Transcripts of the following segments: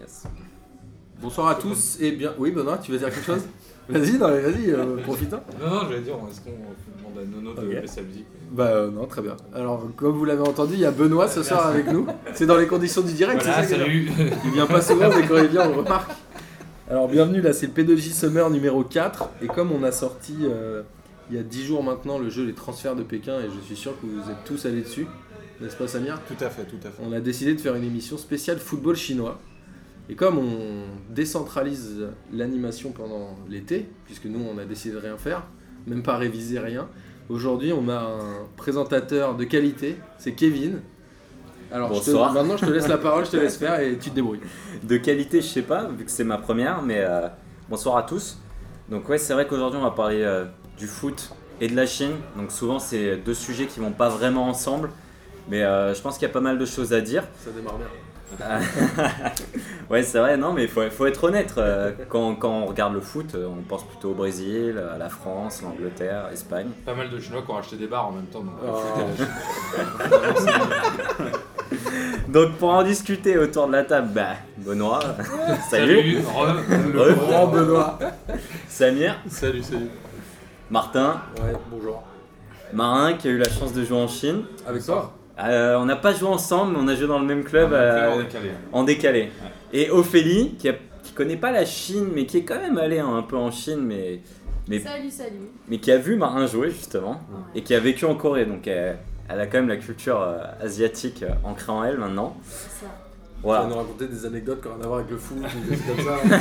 Yes. Bonsoir à tous et bien. Oui, Benoît, tu veux dire quelque chose Vas-y, non, mais vas-y, euh, profite-en. Non, non, j'allais dire, est-ce qu'on on demande à Nono de Ok. laisser la musique mais- Bah euh, non, très bien. Alors, comme vous l'avez entendu, il y a Benoît ce soir avec nous. C'est dans les conditions du direct, Voilà, Ah, c'est ça que- salut Il vient pas souvent, mais quand il vient, on remarque. Alors, bienvenue, là, c'est le P2J Summer numéro 4. Et comme on a sorti euh, il y a 10 jours maintenant le jeu Les Transferts de Pékin, et je suis sûr que vous êtes tous allés dessus, n'est-ce pas, Samir Tout à fait, tout à fait. on a décidé de faire une émission spéciale football chinois. Et comme on décentralise l'animation pendant l'été, puisque nous on a décidé de rien faire, même pas réviser rien, aujourd'hui on a un présentateur de qualité, c'est Kevin. Alors je te- Bonsoir. maintenant je te laisse la parole, je te laisse faire et tu te débrouilles. De qualité, je sais pas, vu que c'est ma première, mais euh, bonsoir à tous. Donc ouais, c'est vrai qu'aujourd'hui on va parler euh, du foot et de la Chine. Donc souvent c'est deux sujets qui vont pas vraiment ensemble, mais euh, je pense qu'il y a pas mal de choses à dire. Ça démarre bien. Ouais, c'est vrai, non, mais il faut, faut être honnête. euh, quand, quand on regarde le foot, euh, on pense plutôt au Brésil, à la France, l'Angleterre, l'Espagne. Pas mal de Chinois qui ont acheté des bars en même temps. Donc, euh, Donc pour en discuter autour de la table, bah, Benoît, salut, Re- Euh, le grand Benoît. Samir, Salut, salut Martin, Ouais, bonjour. Marin qui a eu la chance de jouer en Chine. Avec toi Euh, on n'a pas joué ensemble, mais on a joué dans le même Ah, club euh, on est calé. en décalé. Et Ophélie, qui, a- qui connaît pas la Chine, mais qui est quand même allée hein, un peu en Chine, mais, mais, Salut, salut. mais qui a vu Marin jouer justement, Ouais. et qui a vécu en Corée, donc elle, elle a quand même la culture euh, asiatique euh, ancrée en elle maintenant. C'est Tu ça. vas Voilà. nous raconter des anecdotes qui ont rien à voir avec le foot, des choses comme ça. Bah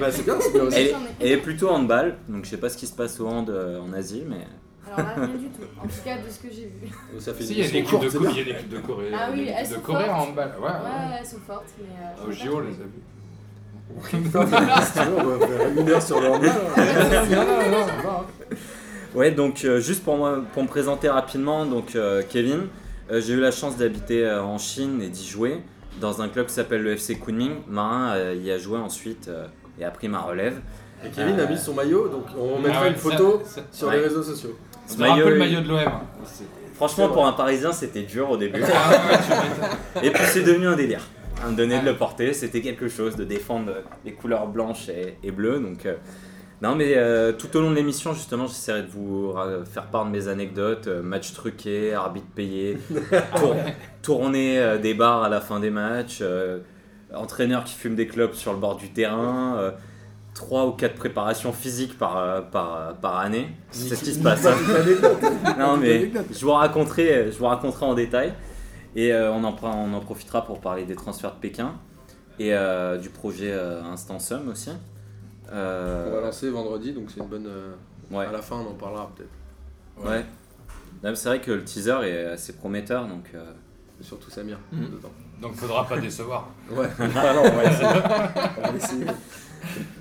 bah, c'est bien, c'est bien aussi. Elle, j'en ai- elle est plutôt handball, donc je sais pas ce qui se passe au hand euh, en Asie, mais Alors là, rien du tout. En tout cas, de ce que j'ai vu. Ça fait Si, il y a une émission courte, équipe de c'est Co- bien. il y a une équipe de Corée. Ah oui, une elles équipe de sont Corée fortes. en balle. Ouais, Ah ouais. Ouais, elles sont fortes, mais. euh, Au je sais JO, pas. on les a vues. Si tu veux, on va faire une heure sur hein. leur main. Ouais, donc euh, juste pour, moi, pour me présenter rapidement, donc euh, Kevin, euh, j'ai eu la chance d'habiter euh, en Chine et d'y jouer dans un club qui s'appelle le FC Kunming. Marin euh, y a joué ensuite euh, et a pris ma relève. Et Kevin a mis son maillot, donc on mettra Ah ouais, une photo ça- ça- sur Ouais. les réseaux sociaux. Ce C'est un peu le il- maillot de l'OM. aussi. Franchement, C'est pour un Parisien, c'était dur au début. Ah ouais, tu m'étonnes. et puis c'est devenu un délire. À me donner de le porter, c'était quelque chose de défendre les couleurs blanches et, et bleues. Donc, euh, non, mais euh, tout au long de l'émission, justement, j'essaierai de vous ra- faire part de mes anecdotes, euh, matchs truqués, arbitres payés, tour- tournée euh, des bars à la fin des matchs, euh, entraîneur qui fume des clopes sur le bord du terrain, euh, trois ou quatre préparations physiques par, euh, par, euh, par année. C'est ce qui se passe. hein. Non mais je vous raconterai, je vous raconterai en détail et euh, on, en, prend- on en profitera pour parler des transferts de Pékin et euh, du projet euh, Instant Sum aussi. Euh, On va lancer vendredi, donc c'est une bonne. euh, ouais, À la fin, on en parlera peut-être. ouais. Non, mais C'est vrai que le teaser est assez prometteur donc. euh, Et Surtout Samir Mhm. dedans. Donc, faudra pas décevoir. Ouais, Ah non, on va essayer. On va essayer.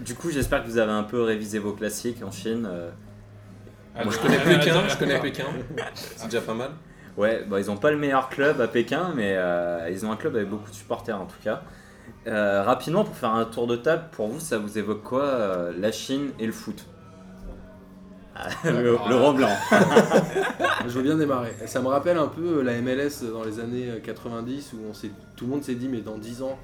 Du coup j'espère que vous avez un peu révisé vos classiques en Chine. euh. Ah, Moi, tu- je connais ah, Pékin, ah, je connais ah, Pékin. C'est déjà pas mal. Ouais, bah, ils n'ont pas le meilleur club à Pékin mais euh, ils ont un club avec beaucoup de supporters en tout cas. Euh, rapidement pour faire un tour de table, pour vous ça vous évoque quoi euh, la Chine et le foot Ah, le, le rond blanc. Je veux bien démarrer. Et Ça me rappelle un peu euh, la MLS dans les années 90 où on s'est- tout le monde s'est dit mais dans 10 ans,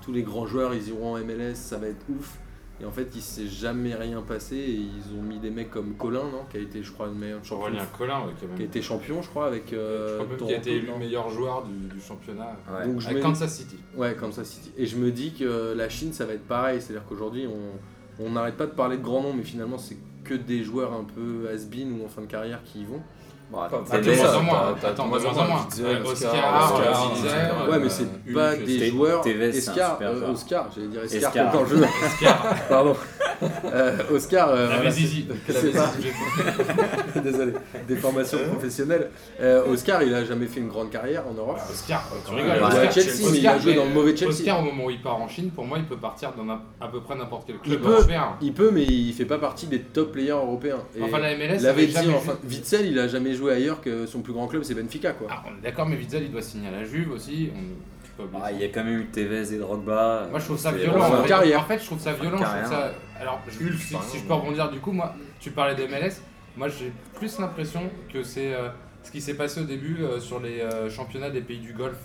tous les grands joueurs ils iront en MLS, ça va être ouf. Et en fait, il s'est jamais rien passé et ils ont mis des mecs comme Colin, non Qui a été, je crois, le meilleur champion. Aurélien Colin, ouais, quand même. Qui a été champion, je crois, avec. Je euh, crois même qu'il a été élu Toronto, non meilleur joueur du, du championnat Ouais. Donc je à mets- Kansas City. Ouais, comme ça, City. Et je me dis que la Chine, ça va être pareil. C'est-à-dire qu'aujourd'hui, on on n'arrête pas de parler de grands noms, mais finalement, c'est que des joueurs un peu has-been ou en fin de carrière qui y vont. Bon, hein. Attends, t'es de des- moins ça, en moins, t'as- attends, t'as de moins en moins. Witzel, Euh, Oscar, Ah, Oscar, euh, Witzel, Witzel, Ouais, euh, mais c'est pas Hulk, des T- joueurs. TVS, c'est un Oscar, super euh, joueur. Oscar, j'allais dire Oscar, Escar. comme dans le jeu. Oscar, Pardon. Euh, Oscar, euh, la voilà, Vézizi. c'est- c'est pas- Désolé, des formations professionnelles. Euh, Oscar, il a jamais fait une grande carrière en Europe. Bah, Oscar, quoi, tu Ouais, rigoles. ouais, Oscar, Chelsea, mais il a joué dans le mauvais Chelsea. Oscar, au moment où il part en Chine, pour moi, il peut partir dans un- à peu près n'importe quel club Il peut. européen. Il peut, mais il fait pas partie des top players européens. Et hein. Enfin, la MLS, l'avait avait dit, jamais enfin, joué. Witzel, il a jamais joué ailleurs que son plus grand club, c'est Benfica, quoi. Ah, on est d'accord, mais Witzel, il doit signer à la Juve aussi. on- faut pas oublier Ah, ça. il y a quand même eu Tevez et Drogba. Moi, je trouve ça C'est- violent. Fin de En fait, carrière. En fait, je trouve ça Fin de violent. je trouve carrière. ça- Alors, je- Hulk, si, par si je exemple. peux rebondir, du coup, moi, tu parlais des MLS. Moi, j'ai plus l'impression que c'est euh, ce qui s'est passé au début euh, sur les euh, championnats des pays du Golfe.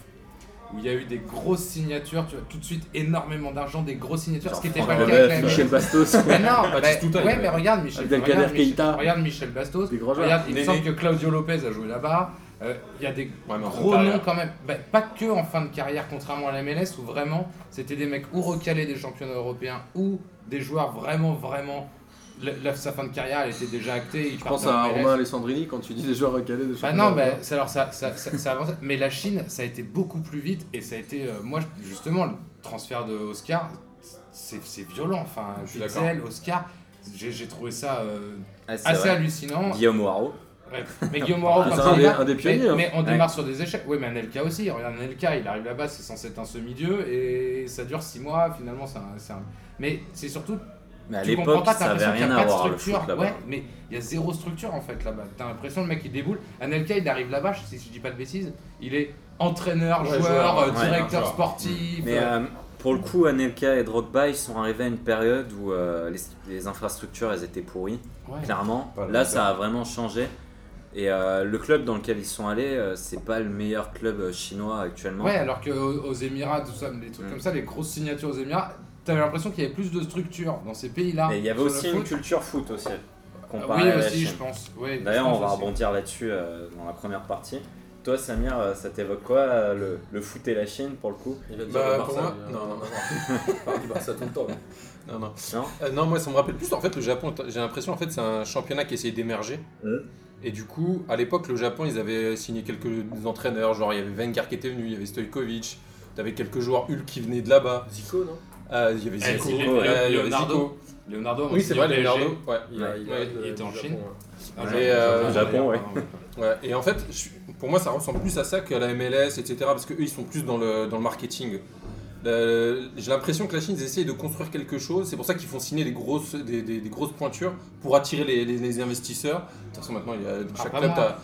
où il y a eu des grosses signatures, tu vois, tout de suite énormément d'argent, des grosses signatures, Genre ce qui n'était Franck pas le cas Leboeuf, euh, avec la Michel Bastos. Mais non, mais- Batistuta, ouais, il mais regarde Michel, Abdelkader regarde, Michel, Keïta. regarde Michel Bastos, Des grands joueurs. regarde, il me Néné. semble que Claudio Lopez a joué là-bas. Euh, Il y a des Ouais, mais en gros fin de noms carrière. quand même, Bah, pas que en fin de carrière, contrairement à la MLS où vraiment c'était des mecs ou recalés des championnats européens ou des joueurs vraiment, vraiment. la- la- sa fin de carrière elle était déjà actée. ils Je pense partent à en MLS. Romain Alessandrini quand tu dis des joueurs recalés de Bah championnat non, européen. mais c'est- alors ça, ça, ça, ça avance. Mais la Chine, ça a été beaucoup plus vite et ça a été, euh, moi je- justement, le transfert de Oscar, c'est c'est violent. Enfin, Je suis Witzel, Oscar, j'ai j'ai trouvé ça euh, Ah, c'est assez vrai. hallucinant. Guillaume O'Haraud. Ouais. Mais Ah, Guillaume Moreau, C'est quand un il des- va- un des mais- pionniers, hein. Mais, on démarre sur des échecs. Oui, mais Nelka aussi. Regarde Nelka, il arrive là-bas, c'est censé être un semi-dieu et ça dure 6 mois. Finalement, c'est un- c'est un. Mais c'est surtout Mais à tu comprends l'époque, pas, t'as ça avait l'impression qu'il rien n'y à a pas voir le de foot structure. là-bas. Ouais, mais il y a zéro structure en fait là-bas. T'as l'impression le mec il déboule. Anelka il arrive là-bas, si je dis pas de bêtises, il est entraîneur, Ouais, joueur, joueur, euh, ouais, directeur joueur. sportif. Mais euh, euh, pour le coup, Anelka et Drogba, ils sont arrivés à une période où euh, les, les infrastructures, elles étaient pourries, euh, ouais. clairement. Pas le Là, même ça a vraiment changé. Et euh, le club dans lequel ils sont allés, euh, c'est pas le meilleur club euh, chinois actuellement. Ouais, alors qu'aux aux Émirats, tout ça, les trucs Mm. comme ça, les grosses signatures aux Émirats, t'avais l'impression qu'il y avait plus de structure dans ces pays-là. Et il y avait sur le aussi une foot. culture foot aussi. Ah comparée hein. Oui, à la aussi, Chine. je pense. Ouais, D'ailleurs, je on pense va aussi. rebondir là-dessus euh, dans la première partie. Toi, Samir, euh, ça t'évoque quoi euh, le, le foot et la Chine pour le coup Il va dire Bah, le pour Barça, moi- mais, euh, non, non, non, non. Parle du Barça tout le temps. là. Non, non. Non Euh, non, moi ça me rappelle plus en fait le Japon. J'ai l'impression en fait c'est un championnat qui essayait d'émerger. Ouais. Et du coup, à l'époque, le Japon, ils avaient signé quelques entraîneurs. Genre, il y avait Wenger qui était venu, il y avait Stojkovic, t'avais quelques joueurs Hulk qui venaient de là-bas. Zico, non Euh, il y avait Eh, Zico. il est- euh, il y avait Zico. Leonardo. Leonardo, Oui, c'est vrai, il est au Leonardo. PSG. Ouais, il, a- Ouais, il a- il euh, était en du Chine. Japon, Ah, Et, Japon, euh, Japon, ouais. pardon. ouais. Ouais, Et en fait, je- pour moi, ça ressemble plus à ça qu'à la MLS, etc. Parce qu'eux, ils sont plus dans le, dans le marketing. Le- J'ai l'impression que la Chine, ils essayent de construire quelque chose. C'est pour ça qu'ils font signer des grosses, des, des- des grosses pointures pour attirer les, les- les investisseurs. De toute façon, maintenant, il y a chaque pas club, moi.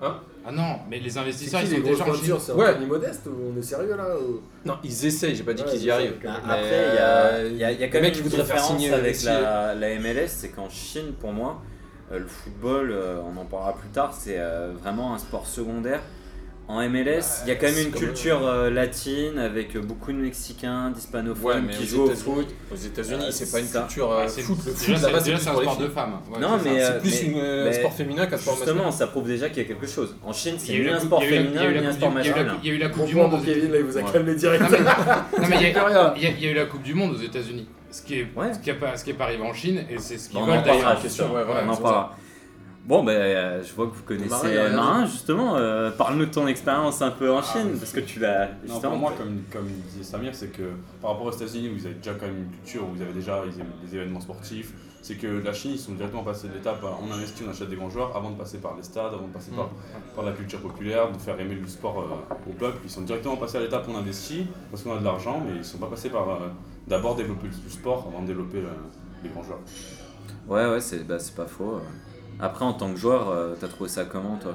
t'as- Ah non, mais les C'est investisseurs, qui ils les sont grosses déjà en Chine. pointures C'est Ouais. Anthony Modeste ou on est sérieux là ou- Non, ils essayent, j'ai pas dit Ouais, qu'ils c'est y arrivent. ça, quand même. Ah, Après, il Mais, y a- euh, il y, a- il y a les quand même mecs, ils une voudraient faire différence signer avec Messi. la, la MLS, c'est qu'en Chine, pour moi, euh, le football, euh, on en parlera plus tard, c'est euh, vraiment un sport secondaire. En Bah, MLS, il y a quand même c'est une quand même- culture euh, latine avec euh, beaucoup de Mexicains, Ouais, d'hispanophones mais qui aux jouent au foot. États-Unis, aux États-Unis, Euh, c'est pas une ça. culture euh, Ouais, c'est- foot. Le déjà, foot là-bas, c'est déjà, plus c'est un pour les sport de filles. femmes. Ouais, Non, c'est mais, ça. euh, C'est plus une, euh, mais- sport féminin qu'un sport masculin. Justement, ça prouve déjà qu'il y a quelque chose. En Chine, Il y c'est a eu ni la un coupe- sport il y a eu la- il y a féminin, eu la ni un coupe sport du- il y a eu la- masculin. Il y a eu la Coupe Bon du point Monde. pour aux États- Kevin, là il vous a Ouais. calmé direct. Non, mais- Non, mais il y a- Rien. il y a- il y a eu la Coupe du Monde aux États-Unis. Ce qui est Ouais. ce qui est pas ce qui est pas arrivé en Chine et c'est ce qu'ils On en veulent parlera, d'ailleurs. c'est sûr. Ouais, voilà, on en c'est parlera. Bon, ben, euh, je vois que vous connaissez Marin, il a Marin, rien justement. euh, Parle-nous de ton expérience un peu en Ah, Chine, oui. parce que tu l'as. Non, justement, pour moi, comme, comme disait Samir, c'est que par rapport aux États-Unis, où vous avez déjà quand même une culture, où vous avez déjà ils aiment les événements sportifs, c'est que la Chine, ils sont directement passés de l'étape à on investit, on achète des grands joueurs, avant de passer par les stades, avant de passer par, par la culture populaire, de faire aimer le sport euh, au peuple. Ils sont directement passés à l'étape on investit parce qu'on a de l'argent, mais ils sont pas passés par euh, d'abord développer le sport avant de développer euh, les grands joueurs. Ouais, ouais, c'est bah, c'est pas faux. euh. Après, en tant que joueur, euh, t'as trouvé ça comment, toi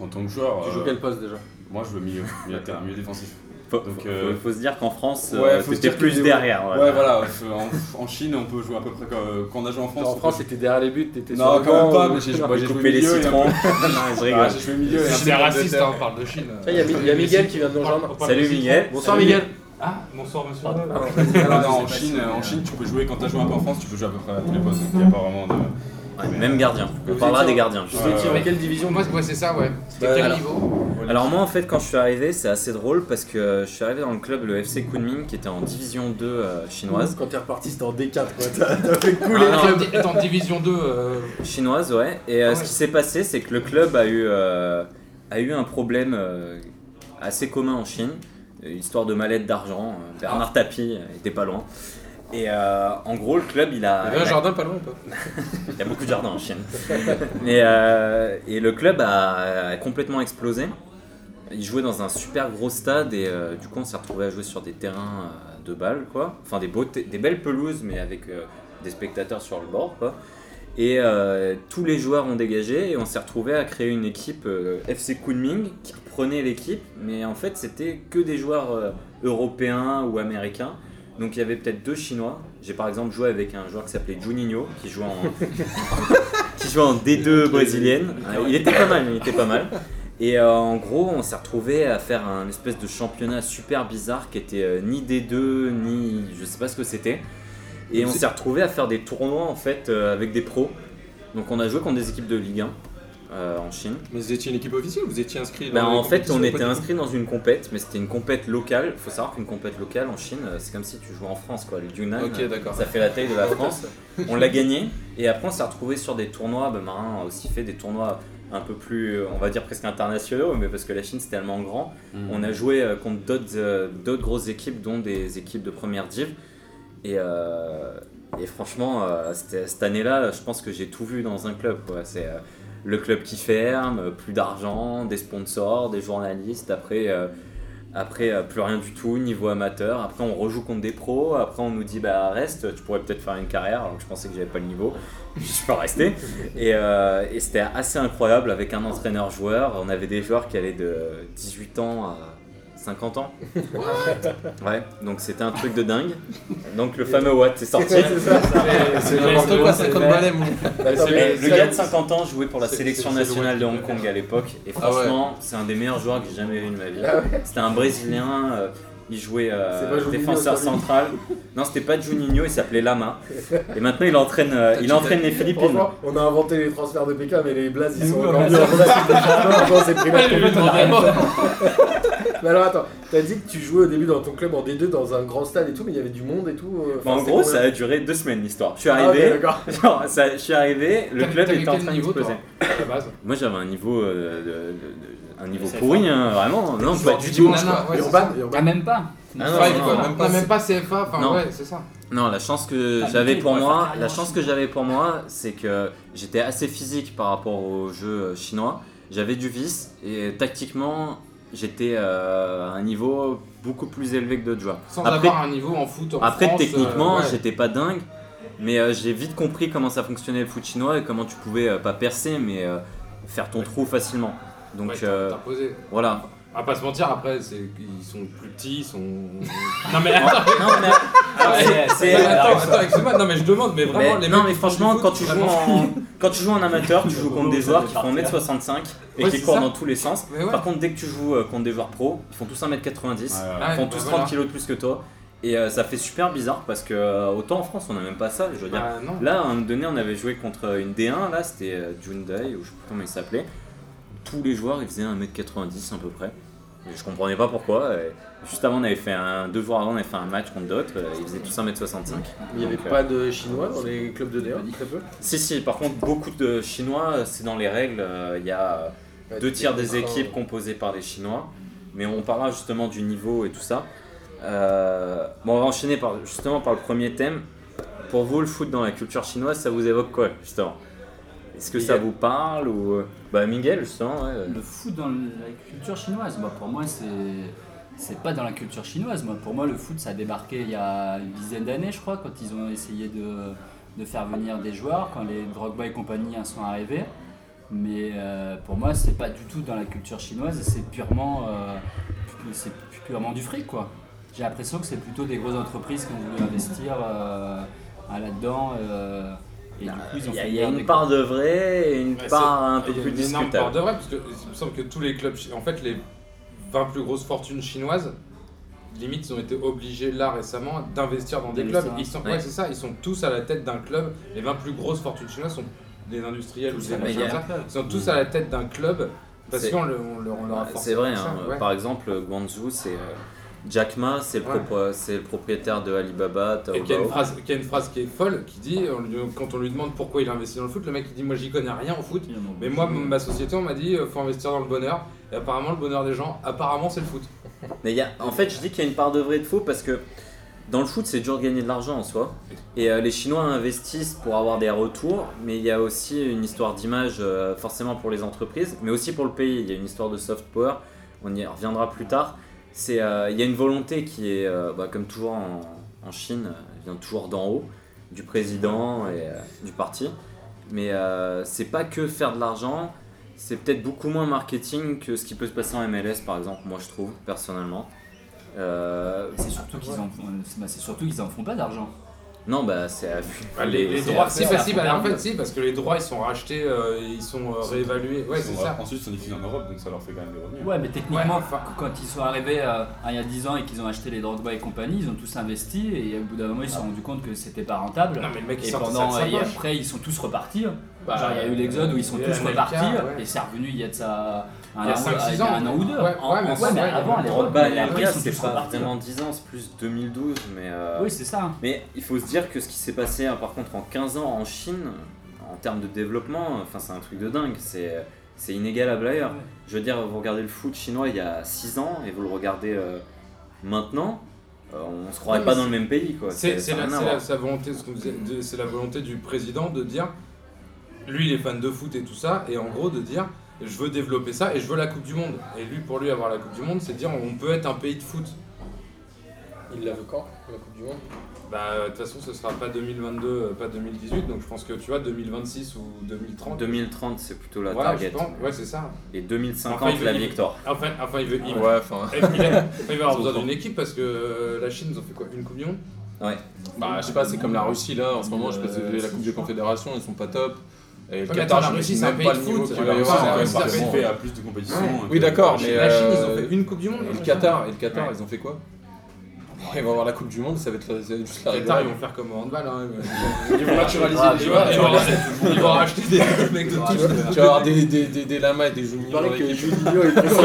En tant que joueur, Tu euh, joues quel poste déjà moi je veux milieu, milieu de terrain, milieu défensif. faut, Donc, faut- euh, faut- faut se dire qu'en France, ouais, euh, faut se t'étais dire que plus t'es- derrière. Ouais, voilà, euh, en, en Chine, on peut jouer à peu près comme euh, quand on a joué en France. En on France, peut- c'était derrière les buts, t'étais sur Non, le quand banc, même pas, ou- mais j'ai Non, bah, j'ai joué Couper les milieu et un peu- citrons. non, je Ah, rigole. j'ai joué milieu et un peu C'est raciste, Angleterre. hein, on parle de Chine. Tiens, il y a Mi- il y a Miguel qui vient de nous rejoindre. On parle- on parle Salut de Chine. Miguel. Ah. Bonsoir Salut. Miguel. Ah, bonsoir monsieur. Ah non, Alors, en Chine, en Chine, tu peux jouer quand t'as joué un peu en France, tu peux jouer à peu près à tous les postes. Il n'y a pas vraiment de. Ouais, Même gardien. On Vous parlera étiez- des gardiens. Vous étiez en Ouais. quelle division Moi, moi, c'est ça, ouais. C'était Bah, quel alors- niveau Alors moi en fait quand je suis arrivé c'est assez drôle parce que euh, je suis arrivé dans le club le FC Kunming qui était en division 2 euh, chinoise. Quand t'es reparti, c'était en D4, quoi. T'as t'as fait couler Ah, non. le club. T'es en division 2. euh, Chinoise ouais. Et euh, Ah ce ouais. qui s'est passé c'est que le club a eu, euh, a eu un problème euh, assez commun en Chine. Euh, Histoire de mallette d'argent. Euh, Bernard Tapie euh, était pas loin. Et euh, en gros le club il Il a... y avait euh, il un a- jardin pas loin, ou pas Il y a beaucoup de jardins en Chine. Mais, euh, et le club a, a complètement explosé. Il jouait dans un super gros stade et euh, du coup on s'est retrouvé à jouer sur des terrains euh, de balles quoi. Enfin des, beaux te- des belles pelouses mais avec euh, des spectateurs sur le bord quoi. Et euh, tous les joueurs ont dégagé et on s'est retrouvé à créer une équipe euh, FC Kunming qui reprenait l'équipe mais en fait c'était que des joueurs euh, européens ou américains. Donc il y avait peut-être deux Chinois. J'ai par exemple joué avec un joueur qui s'appelait Juninho, qui Ah, jouait en, qui jouait en D2 brésilienne. Euh, Il était pas mal, il était pas mal. Et euh, en gros, on s'est retrouvé à faire un espèce de championnat super bizarre qui était euh, ni D2, ni je sais pas ce que c'était. Et on C'est- s'est retrouvé à faire des tournois en fait euh, avec des pros. Donc on a joué contre des équipes de Ligue 1 euh, en Chine. Mais vous étiez une équipe officielle Vous étiez inscrit Ben, dans les en fait, compétitions on ou était pas du tout inscrit dans une compète, mais c'était une compète locale. Faut savoir qu'une compète locale en Chine, euh, c'est comme si tu jouais en France, quoi. Le Yunnan, Ok, d'accord. ça fait la taille de la France. On l'a gagné et après on s'est retrouvé sur des tournois. Ben, Marin a aussi fait des tournois un peu plus, euh, on va dire presque internationaux, mais parce que la Chine c'est tellement grand. On a joué euh, contre d'autres euh, d'autres grosses équipes, dont des équipes de première div. Et, euh, et franchement, euh, c'était- cette année-là, je pense que j'ai tout vu dans un club. quoi. C'est euh, le club qui ferme, euh, plus d'argent, des sponsors, des journalistes. Après, euh, après euh, plus rien du tout niveau amateur. Après, on rejoue contre des pros. Après, on nous dit bah reste, tu pourrais peut-être faire une carrière. Alors que je pensais que j'avais pas le niveau. Je peux rester. Et, euh, et c'était assez incroyable avec un entraîneur joueur. On avait des joueurs qui allaient de 18 ans à 50 ans. ouais, donc c'était un truc de dingue. Donc le fameux Watt est sorti. C'est n'importe quoi, 50 balais, mon Mais c'est- Eh, le c'est- gars de 50 ans jouait pour la c'est- sélection c'est- c'est le nationale de Watt. Hong Kong à l'époque. Et Ah ouais. franchement, c'est un des meilleurs joueurs que j'ai jamais vu de ma vie. Ah C'était un Brésilien. euh, il jouait euh, C'est pas Juninho, défenseur ça, lui. central. Non, c'était pas Juninho, il s'appelait Lama. Et maintenant, il entraîne, euh, il entraîne les Philippines. Franchement, on a inventé les transferts de PK, mais les blazes ils sont Nous, encore on mieux. Franchement, c'est pris la tête. Vraiment. Mais Ah bah alors attends, t'as dit que tu jouais au début dans ton club en D2 dans un grand stade et tout, mais il y avait du monde et tout. euh, Bah, en enfin, c'était gros, combien ça a duré deux semaines l'histoire. Je suis Ah, ok, arrivé, d'accord. genre, ça- je suis arrivé, le T'avais- club t'avais était en quel train niveau, toi, d'exploser. à la base Moi j'avais un niveau, euh, de- de- de- un niveau C'est pourri, hein, vraiment. Non, pas joueur du du tout. dimanche, Non, non, quoi. Bah, ouais, Et c'est Urban, ça. et Bah, Urban. même pas. Ah Non, Five, non, quoi, non. même pas, même pas CFA, enfin Non. ouais, c'est ça. Non, la chance que Ah, j'avais mais pour il pourrait moi, faire la carrière chance en que j'avais pour moi, c'est que j'étais assez physique par rapport au jeu euh, chinois. J'avais du vice et tactiquement, j'étais euh, à un niveau beaucoup plus élevé que d'autres joueurs. Sans Après, avoir un niveau en foot en Après, France, euh, techniquement, ouais. j'étais pas dingue, mais euh, j'ai vite compris comment ça fonctionnait le foot chinois et comment tu pouvais euh, pas percer, mais euh, faire ton trou facilement. Donc Ouais, euh, t'as posé. voilà. À pas se mentir, après, c'est ils sont plus petits, ils sont. Non, mais attends, Non mais, alors, c'est- c'est- Ah Ouais, Attends, attends, excuse-moi, non mais je demande, mais vraiment, mais- les non mecs mais qui font franchement du quand foot, tu joues vraiment, hein. en quand tu joues en amateur tu joues contre des joueurs qui font partir. 1m65 et Ouais, qui c'est courent ça. dans tous les sens. Mais ouais. Par contre dès que tu joues euh, contre des joueurs pro ils font tous 1m90, Ah, ils font bah tous 30 voilà. kilos de plus que toi et euh, ça fait super bizarre parce que euh, autant en France on a même pas ça je veux dire. Bah, non. Là à un moment donné on avait joué contre une D1 là c'était euh, June Day ou je sais plus comment il s'appelait. Tous les joueurs ils faisaient 1m90 à peu près. Et je comprenais pas pourquoi. et Juste avant, on avait fait un, deux jours avant, on avait fait un match contre d'autres. euh, Ils faisaient tous 1m65. Ah, Il n'y avait Donc, euh, pas de chinois dans les clubs de D1, très peu. Si, si, par contre, beaucoup de Chinois, euh, c'est dans les règles. euh, Il y a euh, deux tiers des équipes composées par des Chinois. Mais on parlera justement du niveau et tout ça. Euh, bon, on va enchaîner par, justement par le premier thème. Pour vous, le foot dans la culture chinoise, ça vous évoque quoi, justement Est-ce que ça Miguel. vous parle ou... Bah, Miguel, justement, ouais. le foot dans la culture chinoise, moi, pour moi, c'est. C'est pas dans la culture chinoise, moi. Pour moi, le foot, ça a débarqué il y a une dizaine d'années, je crois, quand ils ont essayé de, de faire venir des joueurs, quand les Drogba et compagnie hein, sont arrivés. Mais euh, pour moi, c'est pas du tout dans la culture chinoise, c'est purement, euh, pu- c'est pu- purement du fric, quoi. J'ai l'impression que c'est plutôt des grosses entreprises qui ont voulu investir euh, à là-dedans. euh, et du coup, ils ont Il y a, Bah, fait il y a venir des- une part de vrai et une Ouais, part un Il peu y a plus une énorme part discutable. de vrai, parce que il me semble que tous les clubs, chi- en fait, les 20 plus grosses fortunes chinoises, limite, ils ont été obligés là récemment d'investir dans des D'investir, clubs. Ils sont, ouais, ouais. c'est ça, ils sont tous à la tête d'un club. Les 20 plus grosses fortunes chinoises sont des industriels ou Tous des à la machins tête Mmh. comme ça. Ils sont tous à la tête d'un club parce C'est- qu'on le- on leur on leur a Ouais, forcé Bah, C'est vrai, comme ça, hein. ouais. par exemple, euh, Guangzhou, c'est euh, Jack Ma, c'est le, Ouais. propre- c'est le propriétaire de Alibaba, Et qui a, une Taobao. phrase, qui a une phrase qui est folle, qui dit, on lui- quand on lui demande pourquoi il investit dans le foot, le mec il dit moi j'y connais rien au foot, Ils en ont mais moi Mmh. ma société on m'a dit euh, faut investir dans le bonheur, et apparemment le bonheur des gens, apparemment c'est le foot. Mais il y a- en fait, je dis qu'il y a une part de vrai et de faux parce que dans le foot, c'est dur de gagner de l'argent en soi. Et euh, les Chinois investissent pour avoir des retours, mais il y a aussi une histoire d'image euh, forcément pour les entreprises, mais aussi pour le pays. Il y a une histoire de soft power, on y reviendra plus tard. C'est, euh, il y a une volonté qui est, euh, bah, comme toujours en, en Chine, euh, elle vient toujours d'en haut, du président et euh, du parti. Mais euh, c'est pas que faire de l'argent, c'est peut-être beaucoup moins marketing que ce qui peut se passer en MLS par exemple, moi je trouve, personnellement. Euh, euh, C'est surtout qu'ils en font, c'est bah, c'est surtout qu'ils en font pas d'argent. Non, bah c'est à vue. Ah, les, les c'est droits, à- si, c'est bah, à si, bah, en Fontainebleau. fait, si, parce que les droits ils sont rachetés, euh, ils sont euh, réévalués. Ouais, c'est Ils sont- ça. Ensuite, ils sont diffusés en Europe, donc ça leur fait quand même des revenus. Ouais, mais techniquement, Ouais, enfin- quand ils sont arrivés euh, il y a 10 ans et qu'ils ont acheté les Drogba et compagnie, ils ont tous investi et au bout d'un moment, ils se sont rendus compte que c'était pas rentable. Ah. Non, mais le mec il Et, sort pendant, ça de et sa poche. après, ils sont tous repartis. hein. Bah, Genre, il y a eu l'exode où ils sont il y a tous eu repartis America, ouais. et c'est revenu il y a de ça un, Il y a an, cinq, six il y a ans. un an ou deux. Ouais, ouais, En- mais c'est vrai, avant, il y à avait l'époque, Bah, Drogba et mais après, America, ils sont c'est tous pas repartis. hein. hein. vraiment 10 ans, c'est plus 2012, mais. euh, Oui, c'est ça. Mais il faut se dire que ce qui s'est passé hein, par contre en 15 ans en Chine, en termes de développement, enfin c'est un truc de dingue, c'est c'est inégalable ailleurs. Ouais. Je veux dire, vous regardez le foot chinois il y a 6 ans et vous le regardez euh, maintenant, euh, on se croirait Non, pas mais dans le même pays quoi. C'est c'est ça la, n'a rien à c'est la- voir. sa volonté, ce qu'on disait, de- c'est la volonté du président de dire, lui il est fan de foot et tout ça, et en gros de dire, je veux développer ça et je veux la Coupe du Monde. Et lui pour lui avoir la Coupe du Monde, c'est de dire on peut être un pays de foot. Il la veut quand La Coupe du Monde Bah euh, de toute façon ce sera pas 2022, euh, pas 2018, donc je pense que tu vois 2026 ou 2030. 2030 c'est plutôt la Voilà, je target. pense. Ouais, c'est ça. Et 2050 Enfin, il la veut- il- victoire. Enfin, enfin il veut. Il, Ouais, enfin. il va il va avoir Ils ont besoin tort. d'une équipe parce que euh, la Chine, ils ont fait quoi Une Coupe du Monde Bah, je sais pas, c'est comme la Russie là, en ce moment, je passe la Coupe des Confédérations, ils sont pas top. Et le mais Qatar, attends, la je Russie, sais c'est un même pays pas de le niveau foot. qu'il Ouais, va y ouais, avoir, hein, ouais, quand même, ça par fait- exemple. participer à plus de compétitions. Ouais. euh, Oui, que- d'accord, que- mais- La Chine, ils ont euh, fait une Coupe du Monde. Et la le Chine. Qatar, et le Qatar, Ouais. ils ont fait quoi Ils vont avoir la Coupe du Monde, ça va être la- ça va être juste la Qatar, ils rigolade. vont faire comme au handball. Hein, mais- Ils vont naturaliser Ah, les Ils joueurs. vont- ils vont- ils vont racheter des des mecs de Tu tout. vas tu vas avoir des, des, des, des lamas et des Il jumiers dans paraît que l'équipe. Juninho est pressenti.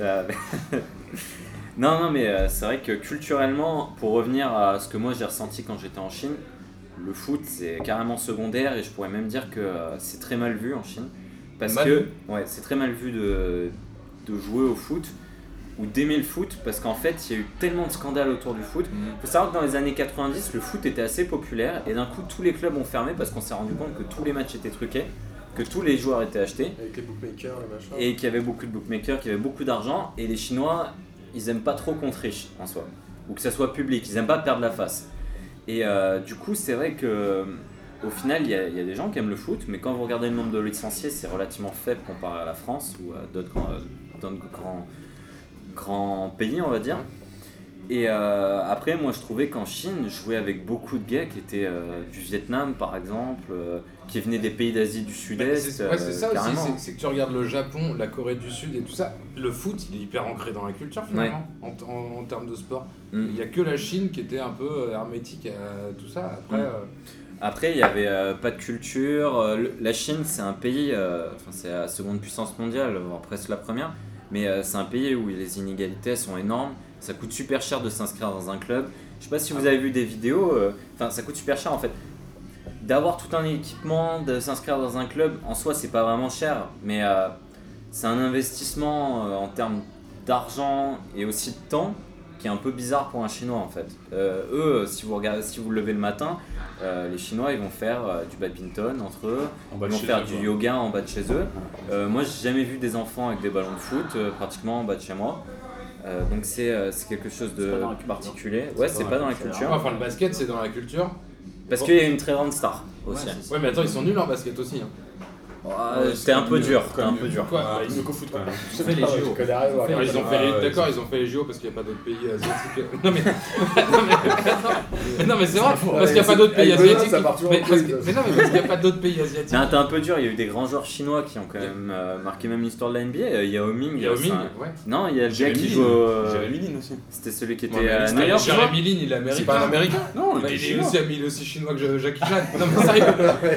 Euh, non, non, mais euh, c'est vrai que culturellement, pour revenir à ce que moi j'ai ressenti quand j'étais en Chine, le foot c'est carrément secondaire et je pourrais même dire que euh, c'est très mal vu en Chine. Parce Mal que ouais, c'est très mal vu de, de jouer au foot ou d'aimer le foot parce qu'en fait il y a eu tellement de scandales autour du foot. Mhm. Faut savoir que dans les années 90, le foot était assez populaire et d'un coup tous les clubs ont fermé parce qu'on s'est rendu compte que tous les matchs étaient truqués, que tous les joueurs étaient achetés Avec les bookmakers, les machins. et qu'il y avait beaucoup de bookmakers, qu'il y avait beaucoup d'argent, et les Chinois, ils aiment pas trop qu'on triche en soi, ou que ça soit public, ils aiment pas perdre la face. Et euh, du coup, c'est vrai que euh, au final, il y, a- il y a des gens qui aiment le foot, mais quand vous regardez le nombre de licenciés, c'est relativement faible comparé à la France ou à d'autres grands, euh, d'autres grands, grands pays, on va dire. Et euh, après, moi, je trouvais qu'en Chine, je jouais avec beaucoup de gars qui étaient euh, du Vietnam, par exemple, euh, qui venaient des pays d'Asie du Ouais, Sud-Est. c'est ouais, c'est euh, ça aussi, carrément. c'est- c'est que tu regardes le Japon, la Corée du Sud et tout ça. Le foot, il est hyper ancré dans la culture finalement, en, en- en termes de sport. Mm. Il n'y a que la Chine qui était un peu euh, hermétique à tout ça. Après, Mm. euh, Après, il y avait euh, pas de culture. euh, le- la Chine, c'est un pays, euh, enfin, c'est la seconde puissance mondiale, voire presque la première, mais euh, c'est un pays où les inégalités sont énormes. Ça coûte super cher de s'inscrire dans un club. Je sais pas si vous avez vu des vidéos. euh, Enfin, ça coûte super cher en fait. D'avoir tout un équipement, de s'inscrire dans un club, en soi, c'est pas vraiment cher, mais euh, c'est un investissement euh, en termes d'argent et aussi de temps qui est un peu bizarre pour un Chinois en fait. Euh, eux, si vous regardez, si vous le levez le matin, euh, les Chinois ils vont faire euh, du badminton entre eux, en bas ils de vont chez faire eux, du quoi. Ah, yoga en bas de chez eux. Euh, moi j'ai jamais vu des enfants avec des ballons de foot euh, pratiquement en bas de chez moi. Euh, donc c'est euh, c'est quelque chose C'est de pas dans la culture. particulier. Ouais, c'est pas dans la culture. euh, enfin, le basket, c'est dans la culture. Parce qu'il y a une très grande star aussi. Ouais, c'est ça. Ouais, mais attends, ils sont nuls en basket aussi. hein. Ouais, C'était un peu euh, dur. c'était un peu dur. Quoi Ah, bah, Ils ils- nous confoutent quand même. Ils ont Ah, fait les JO. Ouais, ils ont fait Ah, les... ouais, D'accord, ils ont fait les JO parce qu'il n'y a pas d'autres pays asiatiques. Non mais, non mais, non, mais c'est vrai, parce qu'il n'y a pas d'autres pays Avec Benoît, asiatiques. ça part toujours Mais, en parce que- couille, ça. mais non, mais parce qu'il n'y a pas d'autres pays asiatiques. Non, C'était un peu dur, il y a eu des grands joueurs chinois qui ont quand même euh, marqué même l'histoire de la NBA. Euh, Yao Ming. Il y a euh, c'est Oming, un- ouais. Non, il y a le gars Jérémy qui Lin. joue. au- Jérémy Lin aussi. C'était celui qui Ouais, était mais à c'est New York. Jérémy Lin, il est américain. C'est pas un américain Non, Bah, il, est chinois. aussi, il est aussi chinois que Ja- Jackie Chan. Non, mais sérieux.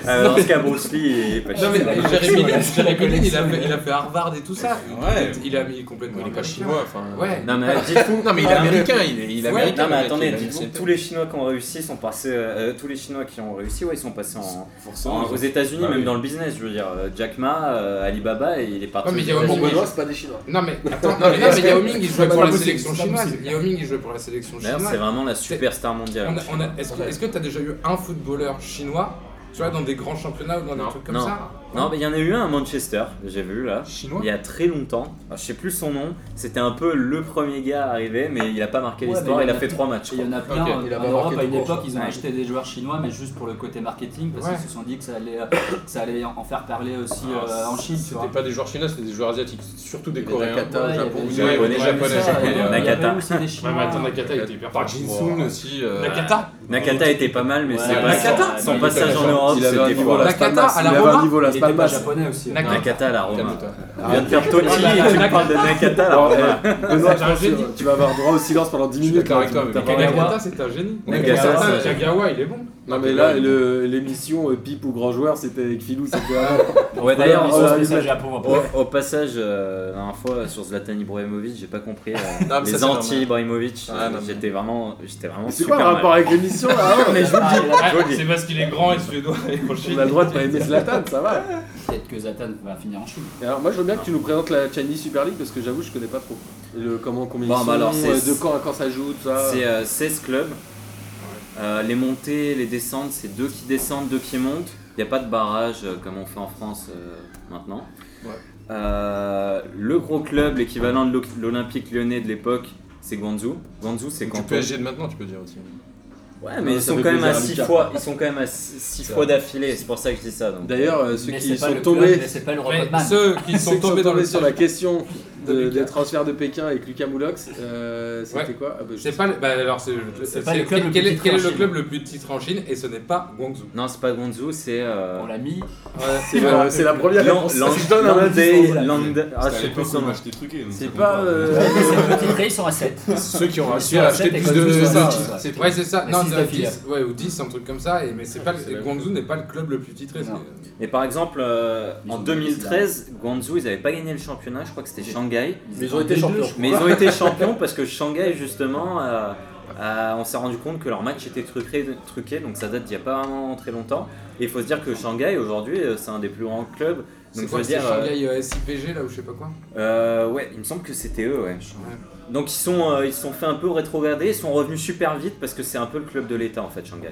Euh, dans ce cas, Bruce Lee et pas Non, mais chinois. Jérémy Lin, Jérémy Lin, il, a fait, il a fait Harvard et tout ça. Ouais. Il a mis complètement. Il est pas américain. chinois, enfin. Ouais. Non, mais dites-vous. Non, mais il est Ouais. américain, il est, il est Ouais, américain. non mais le mec, attendez, il a une dites-vous, centaine. tous les Chinois qui ont réussi sont passés, euh, tous les Chinois qui ont réussi, ouais, ils sont passés en- Forcément. en- ils ont- aux États-Unis, Bah même oui. dans le business. Je veux dire, euh, Jack Ma, euh, Alibaba, et il est parti. Ouais, mais aux il y a États-Unis. Pour Oming. Benoît, c'est pas des Chinois. Non, mais attends, non, mais, non, mais Yao Ming, il jouait C'est pour pas la possible, sélection c'est pas chinoise. possible. Yao Ming, il jouait pour la sélection D'ailleurs, c'est chinoise. vraiment la superstar mondiale. On a- on a- Est-ce que- est-ce que tu as déjà eu un footballeur chinois, tu vois, dans des grands championnats ou dans Non. des trucs comme Non. ça Non, mais il y en a eu un à Manchester, que j'ai vu là. Chinois Il y a très longtemps, Alors, je sais plus son nom, c'était un peu le premier gars arrivé, mais il a pas marqué Ouais, l'histoire, mais il a en fait trois matchs. Il y en a plein Ok, en- il a en, pas Europe marqué à une de époque, ils ont Ouais. acheté des joueurs chinois, mais juste pour le côté marketing, parce hein. Ouais. Ah, qu'ils se sont dit que ça allait, ça allait en en faire parler aussi euh, en Chine, tu vois. C'était pas des joueurs chinois, c'était des joueurs asiatiques, c'était surtout des Les coréens. Nakata, Ouais, il y Japon, avait- Vous des avez Japonais, des Il y avait japonais, ça, japonais. et euh, il y avait Nakata. aussi des Chinois. Ouais, mais attends, Nakata il était hyper Park fort. Jin-soon aussi. euh, Nakata Nakata était pas mal, mais Ouais, c'est pas Nakata son, son Il passage était- en Europe, il avait un c'était niveau à voilà. la Nakata, Spalmas. Ah, à Il la avait un Roma. niveau à la Il était pas Spalmas. japonais aussi. Nakata. Nakata à la Roma. Calme-toi. On vient de faire Totti et tu me parles de Nakata à la Alors, Roma. eh, Benoît, C'est un je pense que génie. tu vas avoir droit au silence pendant 10 suis minutes. d'accord là, avec toi, tu- mais t'as Nakata, pas- Nakata, c'est un génie. Nakata, Nakata, c'est- Kagawa, il est bon Non, mais là, le- l'émission euh, Pipe ou Grand Joueur, c'était avec Filou, c'était avant. Ouais, d'ailleurs, Oh, Ils là, sont il spéciaux met- Japon. après. au, au passage, euh, la dernière fois sur Zlatan Ibrahimovic, j'ai pas compris euh, Ah, mais ça, les c'est anti-Ibrahimovic. normal. euh, Ah, non, j'étais vraiment, j'étais vraiment Mais C'est super quoi le rapport mal. avec l'émission là hein Mais je vous le dis, Ah, je vous le dis. C'est parce qu'il est grand et suédois et en On Chine. a le droit de pas aimer Zlatan, ça va. Peut-être que Zatan va finir en Chine. Et Alors moi je veux bien que tu nous présentes la Chinese Super League parce que j'avoue je connais pas trop. Et le comment combien Bon, ils bah alors, sont, c'est- euh, de quand à quand ça joue tout ça. C'est euh, 16 clubs. Euh, les montées, les descentes, c'est deux qui descendent, deux qui montent. Il n'y a pas de barrage euh, comme on fait en France euh, maintenant. Ouais. Euh, le gros club, l'équivalent de l'O- l'Olympique lyonnais de l'époque, c'est Guangzhou. Guangzhou, c'est Du Canton. PSG de maintenant, tu peux dire aussi. Ouais, mais Ouais, ils ça sont, fait quand même à plaisir à six Lucas. fois, ils sont quand même à 6 fois d'affilée, c'est pour ça que je dis ça. donc. D'ailleurs euh, ceux Mais qui c'est pas sont le tombés, club, mais c'est pas le Mais recordman. ceux qui ceux sont tombés dans le sur la question de- de Lucas. des transferts de Pékin avec Lucas Moulox, euh, c'était Ouais. quoi Ah, bah, je C'est sais pas le, bah alors c'est, c'est- pas le c'est- club le quel, plus est, quel est titré en le club le plus titré en Chine et ce n'est pas Guangzhou. euh, Non, c'est pas Guangzou, c'est. euh, On l'a mis. C'est la, c'est la première Lan- réponse. Lan- Je donne un indice. Landais- là. Landais- Ah, je C'était à sais plus l'époque où son le nom. match était truqué. donc ça C'est compte pas euh, Mais c'est le titré, ils sont à 7. Ceux qui ont réussi Ils sont à à acheter sept plus et de Guangzhou, ils sont à six, titres. ouais. c'est tout. Ouais, c'est ça. Mais Non, six c'est un d'affilée. dix- ouais, ou 10, un truc comme ça. Et, mais c'est pas le- Guangzhou n'est pas le club le plus titré. Non. c'est- euh, Et par exemple, euh, Ils en ont 2013, Guangzhou, ils n'avaient pas gagné le championnat, je crois que c'était Shanghai. Mais ils ont été en champions. D deux, je crois. Mais ils ont été champions parce que Shanghai, justement, euh, euh, on s'est rendu compte que leur match était truqué, truqué donc ça date d'il n'y a pas vraiment très longtemps. Et il faut se dire que Shanghai, aujourd'hui, euh, c'est un des plus grands clubs. Donc C'est faut quoi se c'est dire, euh, Shanghai euh, SIPG là ou je sais pas quoi euh, ouais, il me semble que c'était eux, ouais. Donc ils sont, euh, ils sont fait un peu rétrograder, ils sont revenus super vite parce que c'est un peu le club de l'État en fait, Shanghai.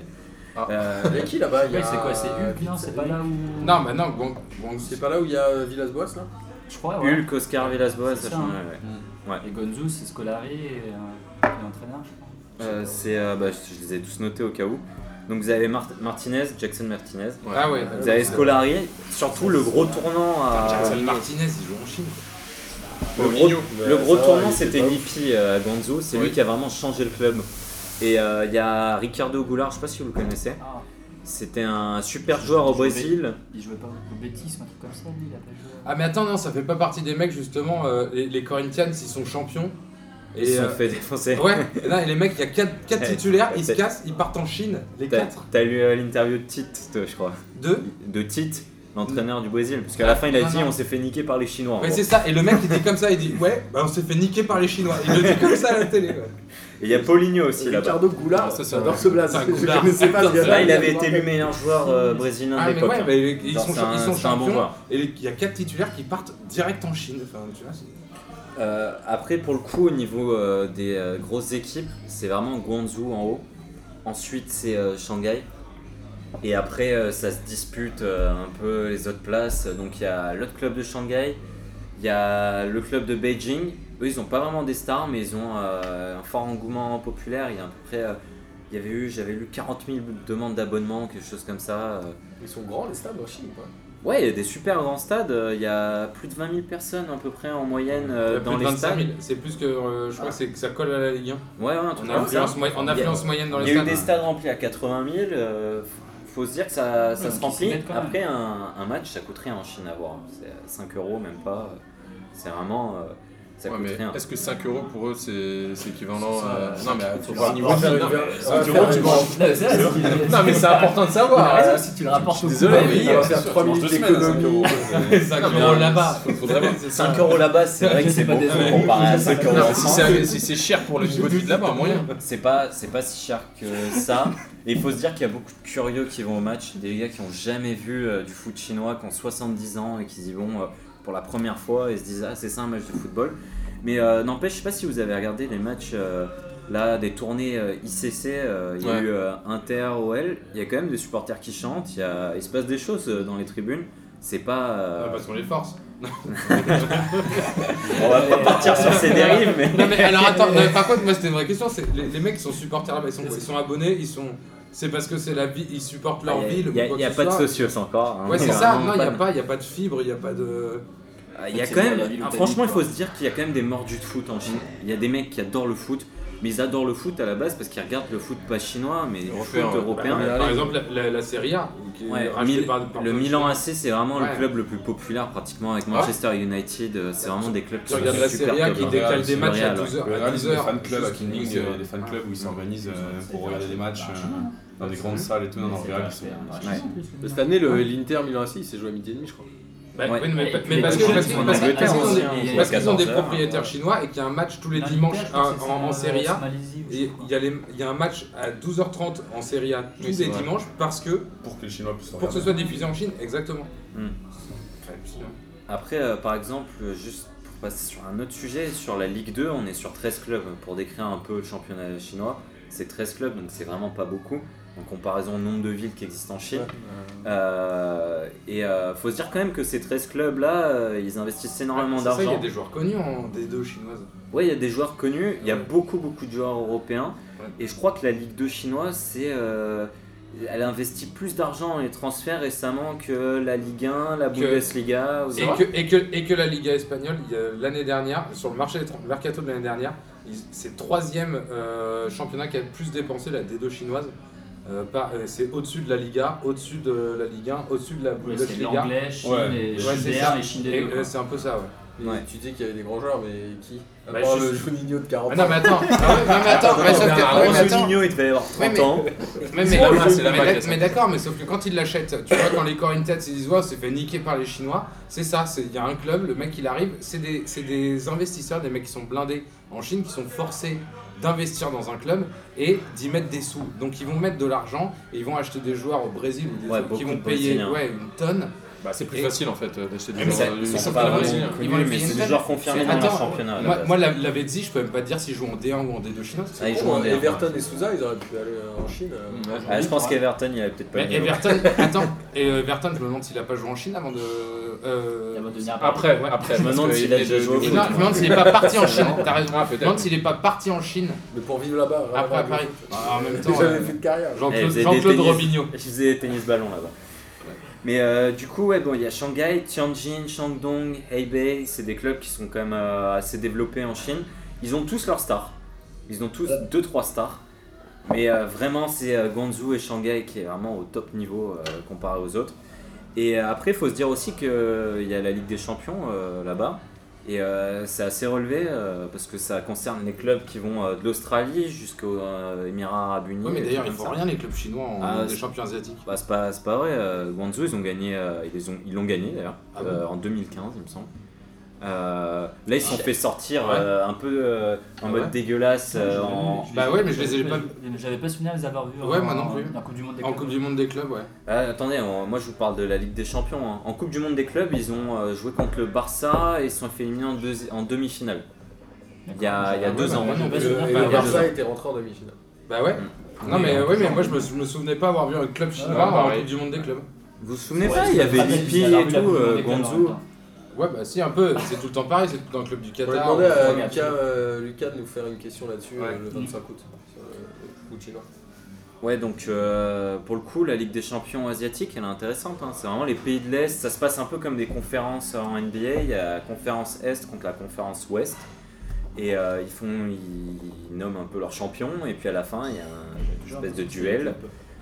Ah. Euh, Il y a qui là-bas Il y a- C'est quoi C'est Hulk Non, c'est pas là où. Non, maintenant Guang- Guangzhou. C'est pas là où il y a euh, Villas-Boas là Je crois, ouais. Hulk, Oscar Villas-Boas, C'est ça ça, change, hein. ouais, ouais. Et Gonzou, c'est Scolari et euh, et l'entraîneur, je crois. Euh, c'est, euh, bah, je je les ai tous notés au cas où. Donc vous avez Mar- Martinez, Jackson Martinez. Ah ouais. Ah, Vous avez Scolari, surtout le gros tournant. à- Jackson Martinez, il joue en Chine. Le gros, le gros ça va, tournant, il était c'était pas ouf. Lippi euh, à Gonzo. C'est lui qui a vraiment changé le club. Et euh, il y a Ricardo Goulart, je sais pas si vous le connaissez. Ah, C'était un super joueur au Je vais- Brésil. il jouait pas au Betis ou un truc comme ça, lui, il a pas joué. Ah mais attends, non, ça fait pas partie des mecs justement. euh, les, les Corinthians, ils sont champions. Ils se euh, sont fait défoncer. Ouais, non, et les mecs, il y a 4, Eh, titulaires, ils se peut-être. cassent, ils partent en Chine, les T'as 4. t'as lu euh, l'interview de Tite, toi, je crois. Deux. De Tite, l'entraîneur du Brésil. Parce qu'à la fin, il a Non, dit non. on s'est fait niquer par les Chinois. en Ouais, gros. c'est ça, et le mec il dit comme ça, il dit Ouais, bah on s'est fait niquer par les Chinois. Il le dit comme ça à la télé. ouais. Et il y a Paulinho aussi là-bas. Ricardo Goulard, Ah, ça, c'est j'adore un- ce blaze. c'est un Je Goulard. connaissais pas ce gars-là. Là, il avait été élu meilleur joueur euh, brésilien Ah, de mais l'époque. ouais, hein. mais ils Genre, sont, c'est un- ils sont c'est un bon champions. joueur. et les- il y a 4 titulaires qui partent direct en Chine. Enfin, tu vois, c'est- Euh, après, pour le coup, au niveau euh, des euh, grosses équipes, c'est vraiment Guangzhou en haut. Ensuite, c'est euh, Shanghai. Et après, euh, ça se dispute euh, un peu les autres places. Donc, il y a l'autre club de Shanghai, il y a le club de Beijing. Eux, ils n'ont pas vraiment des stars, mais ils ont euh, un fort engouement populaire. Il y a à peu près, euh, il y avait eu, j'avais lu 40 000 demandes d'abonnement, quelque chose comme ça. euh. Ils sont grands les hein. stades en Chine ou pas Ouais, il y a des super grands stades. euh, Il y a plus de 20 000 personnes à peu près en moyenne euh, il y a plus dans de les 25 stades. 000. C'est plus que. euh, je crois que, c'est que ça colle à la Ligue 1. Ouais, ouais, un En truc comme ça. influence, moy- en Il y Ah. a- influence moyenne dans Il les y a eu stades. hein. des stades remplis à 80 000. euh, faut se dire que ça, ça Ouais, se donc ils s'y remplit. mettent quand même. Après, un, un match, ça coûte rien en Chine à voir. C'est 5 euros, même pas. C'est vraiment. euh, ça Ouais, coûte mais rien. Est-ce que 5 euros pour eux c'est c'est équivalent à. Non, mais faut tu voir le On leur niveau. va faire une- Non, on mais va cinq faire euros, tu une- vois. Non, mais c'est important de Ah, T'as savoir. raison, si tu le rapportes au Désolé, football, mais oui, on va hein, euh, faire sûr, 3 tu manges minutes deux semaines à cinq d'économie. euros. ça Non, mais colle on- là-bas. Faudrait voir. C'est ça. 5 euros là-bas, c'est vrai Je que sais c'est pas, beaucoup désolé. comparé à 5 euros en Si France. c'est- si c'est cher pour le niveau de vie de là-bas, moyen. C'est pas, c'est pas si cher que ça. Et il faut se dire qu'il y a beaucoup de curieux qui vont au match, des gars qui ont jamais vu euh, du foot chinois, qui ont 70 ans et qui y vont euh, pour la première fois et se disent Ah, c'est ça un match de football. Mais euh, n'empêche, je sais pas si vous avez regardé les matchs euh, là, des tournées euh, ICC. euh, il y a Ouais. eu euh, Inter, OL. Il y a quand même des supporters qui chantent, il, y a- il se passe des choses euh, dans les tribunes. C'est pas. euh, Ah, parce qu'on les force. on va pas partir sur ces dérives, mais. Non mais alors attends, non, mais par contre moi c'était une vraie question, c'est les, les mecs qui sont supporters là-bas, ils sont, ils sont abonnés, ils sont. C'est parce que c'est la vie, ils supportent leur ville Il Ah, y a, ou quoi il y a que ce pas de soit. socios encore. hein. Ouais Il y c'est a ça, vraiment non, il n'y pas a de- pas, il y a pas de fibre, il n'y a pas de. Ah, Il y a C'est quand pas même, la ville où ah, t'as franchement, mis, il faut se dire qu'il y a quand même des mordus de foot en Chine. Il y a des mecs qui adorent le foot, mais ils adorent le foot à la base parce qu'ils regardent le foot pas chinois, mais le foot Européen, ouais. européen. Euh, Par exemple la, la- la Serie A, qui est Ouais, rachetée Mil- par, par- le Milan AC, c'est vraiment Ouais. Ah. le club le plus populaire pratiquement avec Manchester United. euh, C'est vraiment des clubs qui Tu sont regardes la super Serie A qui populaires. décale c'est des le matchs à Real, ouais. 12h. Le Real, ils ont des fan clubs à Kings, Kings, il y a des fan clubs où ils s'organisent euh, pour regarder des matchs Bah, euh, hein. dans des grandes salles et tout. Non, non, le Real, ils sont. Ouais. Cette année, le- l'Inter Milan AC, il s'est joué à midi et demi, je crois. Bah, Ouais. oui, mais, Et mais les parce que- coachs parce sont que- en parce qu'ils Angleterre ont aussi, des, hein, parce qu'ils ont ils des 14 heures. propriétaires chinois et qu'il y a un match tous les dimanches hein, en, en Serie A. Et il y, a les- il y a un match à 12h30 en Serie A tous Oui, c'est les vrai. dimanches parce que Pour que les Chinois puissent pour que ce regarder. soit diffusé en Chine, exactement. Hmm. Enfin, sinon. Après, euh, par exemple, euh, juste pour passer sur un autre sujet, sur la Ligue 2, on est sur 13 clubs. Pour décrire un peu le championnat chinois, c'est 13 clubs, donc c'est vraiment pas beaucoup. En comparaison au nombre de villes qui existent en Chine. Euh, et euh, faut se dire quand même que ces 13 clubs-là, euh, ils investissent énormément Ah, C'est ça, Il y a d'argent. des joueurs connus en D2 chinoise. Ouais, il y a des joueurs connus, il y a Ouais. beaucoup, beaucoup de joueurs européens. Ouais. Et je crois que la Ligue 2 chinoise, c'est. euh, elle investit plus d'argent dans les transferts récemment que la Ligue 1, la Que- Bundesliga. Et que, et, que, et que la Liga espagnole, il y a- l'année dernière, sur le marché des tra- mercato de l'année dernière, ils- c'est le troisième euh, championnat qui a le plus dépensé la D2 chinoise. Euh, par- euh, c'est au-dessus de la Liga, au-dessus de la Ligue 1, au-dessus de la C'est Bundesliga. l'anglais, Chine Ouais. et Ouais, Chine c'est des ça. R et Chine des Et, deux, euh, quoi. c'est un peu ça, ouais. Mais Ouais. Tu dis qu'il y avait des grands joueurs, mais qui À Bah, part je- Oh, le Juninho de 40 Ah ans. non, mais attends, ah ouais, non, mais attends, mais sauf que- Ah ouais, mais attends, Ronaldinho, il devait avoir 30 Ouais, mais- ans. Mais, mais, la main, mais- c'est la mais main qui d'ac- a ça. mais d'accord, mais sauf que quand ils l'achètent, tu vois, quand les Corinthians se disent, ouais, c'est fait niquer par les Chinois, c'est ça, c'est- il y a un club, le mec il arrive, c'est des, c'est des investisseurs, des mecs qui sont blindés en Chine, qui sont forcés d'investir dans un club et d'y mettre des sous. Donc ils vont mettre de l'argent et ils vont acheter des joueurs au Brésil ou des Ouais, autres qui beaucoup vont de payer Brésiliens. ouais, une tonne. Bah, c'est plus Et- facile en fait euh, d'acheter des Eh, Mais ça- joueurs. ils du sont championnat pas hein. vraiment brésilien. Ils vont connus, les mais payer c'est une des peine. joueurs confirmés dans leur Attends, championnat. à Ah, la Moi, base. moi, la, E la Vétzie, je peux même pas te dire s'ils jouent en D1 ou en D2 chinois. Ah, ils Bon, jouent en D1, Everton et Souza, ils auraient pu aller euh, en Chine. euh, Ouais. Ah, je pense qu'Everton, il avait peut-être pas Mais le niveau. Everton, attends, et euh, Everton, je me demande s'il a pas joué en Chine avant de. euh, Avant de venir à Paris. après, ouais, après. Je me demande parce s'il qu'il a venait déjà de- joué au Et foot. non, je me demande s'il n'est pas parti en Chine. T'as raison, je me demande s'il n'est pas parti en Chine Mais pour vivre là-bas. rien après à à voir. Paris. Ah, en même temps, J'ai jamais euh, fait de carrière. Eh, Jean-Claude vous avez Jean-Claude des tennis. Robinho. Je faisais tennis ballon là-bas. Mais euh, du coup, ouais, bon, il y a Shanghai, Tianjin, Shandong, Hebei, c'est des clubs qui sont quand même euh, assez développés en Chine. Ils ont tous leurs stars. Ils ont tous 2-3 stars. Mais euh, vraiment, c'est euh, Guangzhou et Shanghai qui est vraiment au top niveau euh, comparé aux autres. Et euh, après, il faut se dire aussi qu'il y a la Ligue des Champions euh, là-bas. Et euh, c'est assez relevé euh, parce que ça concerne les clubs qui vont euh, de l'Australie jusqu'aux euh, Émirats Arabes Unis. Ouais, mais et d'ailleurs, tout ils font comme ça. rien les clubs chinois en Ah, Ligue des c'est- champions asiatiques. Bah, c'est pas, c'est pas vrai, euh, Guangzhou ils ont gagné, euh, ils les ont- ils l'ont gagné d'ailleurs, Ah euh, en 2015 il me semble. Euh, là ils se sont Ah, Ouais. fait sortir euh, un peu euh, Ah en mode ouais dégueulasse euh, en... Bah ouais, mais je les ai pas- J'avais pas souvenir de les avoir vus. Ouais, moi en- non plus. En Coupe du Monde des En clubs. Coupe du Monde des clubs, ouais. Ah, attendez, on- moi je vous parle de la Ligue des Champions. hein. En Coupe du Monde des clubs ils ont euh, joué contre le Barça et ils se sont fait éliminer en, deuxi- en demi-finale. Il y a, il y a Ah ouais, deux bah, ans. moi non Euh, Et plus. le- Bah, et le bah, Barça était rentré en demi-finale. Bah ouais. Non, mais ouais, mais moi, je me, je me souvenais pas avoir vu un club chinois en pareil. Coupe du Monde des clubs. Vous vous souvenez Ouais, pas, il y je avait me rappelle, Lippi ils avaient et la tout, Coupe du Monde euh, des clubs hein. en Guangzhou. même temps. Ouais, bah si, un peu. C'est tout le temps pareil, c'est tout le temps le club du On va Qatar. demander à regarde. Lucas, euh, Lucas de nous faire une question là-dessus Ouais. euh, le 25 août. sur le- le foot chinois. Ouais, donc euh, pour le coup, la Ligue des Champions asiatique, elle est intéressante. hein. C'est vraiment les pays de l'Est. Ça se passe un peu comme des conférences en NBA. Il y a la conférence Est contre la conférence Ouest. Et euh, ils font, ils, ils nomment un peu leurs champions. Et puis à la fin, il y a un- une espèce de duel.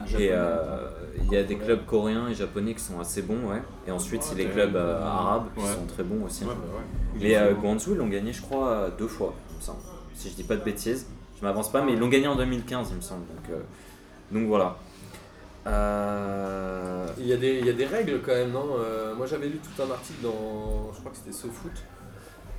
Un Et japonais. euh, il y a des clubs coréens et japonais qui sont assez bons, ouais. Et ensuite, c'est les clubs euh, arabes qui Ouais. sont très bons aussi. hein. Ouais, bah ouais. Mais euh, Guangzhou, ils l'ont gagné, je crois, euh, deux fois, il me semble. Si je dis pas de bêtises, je m'avance pas, mais ils l'ont gagné en 2015, il me semble. Donc, euh, donc voilà. Euh, Il y, a des, il y a des règles quand même, non Euh, Moi j'avais lu tout un article dans, je crois que c'était SoFoot,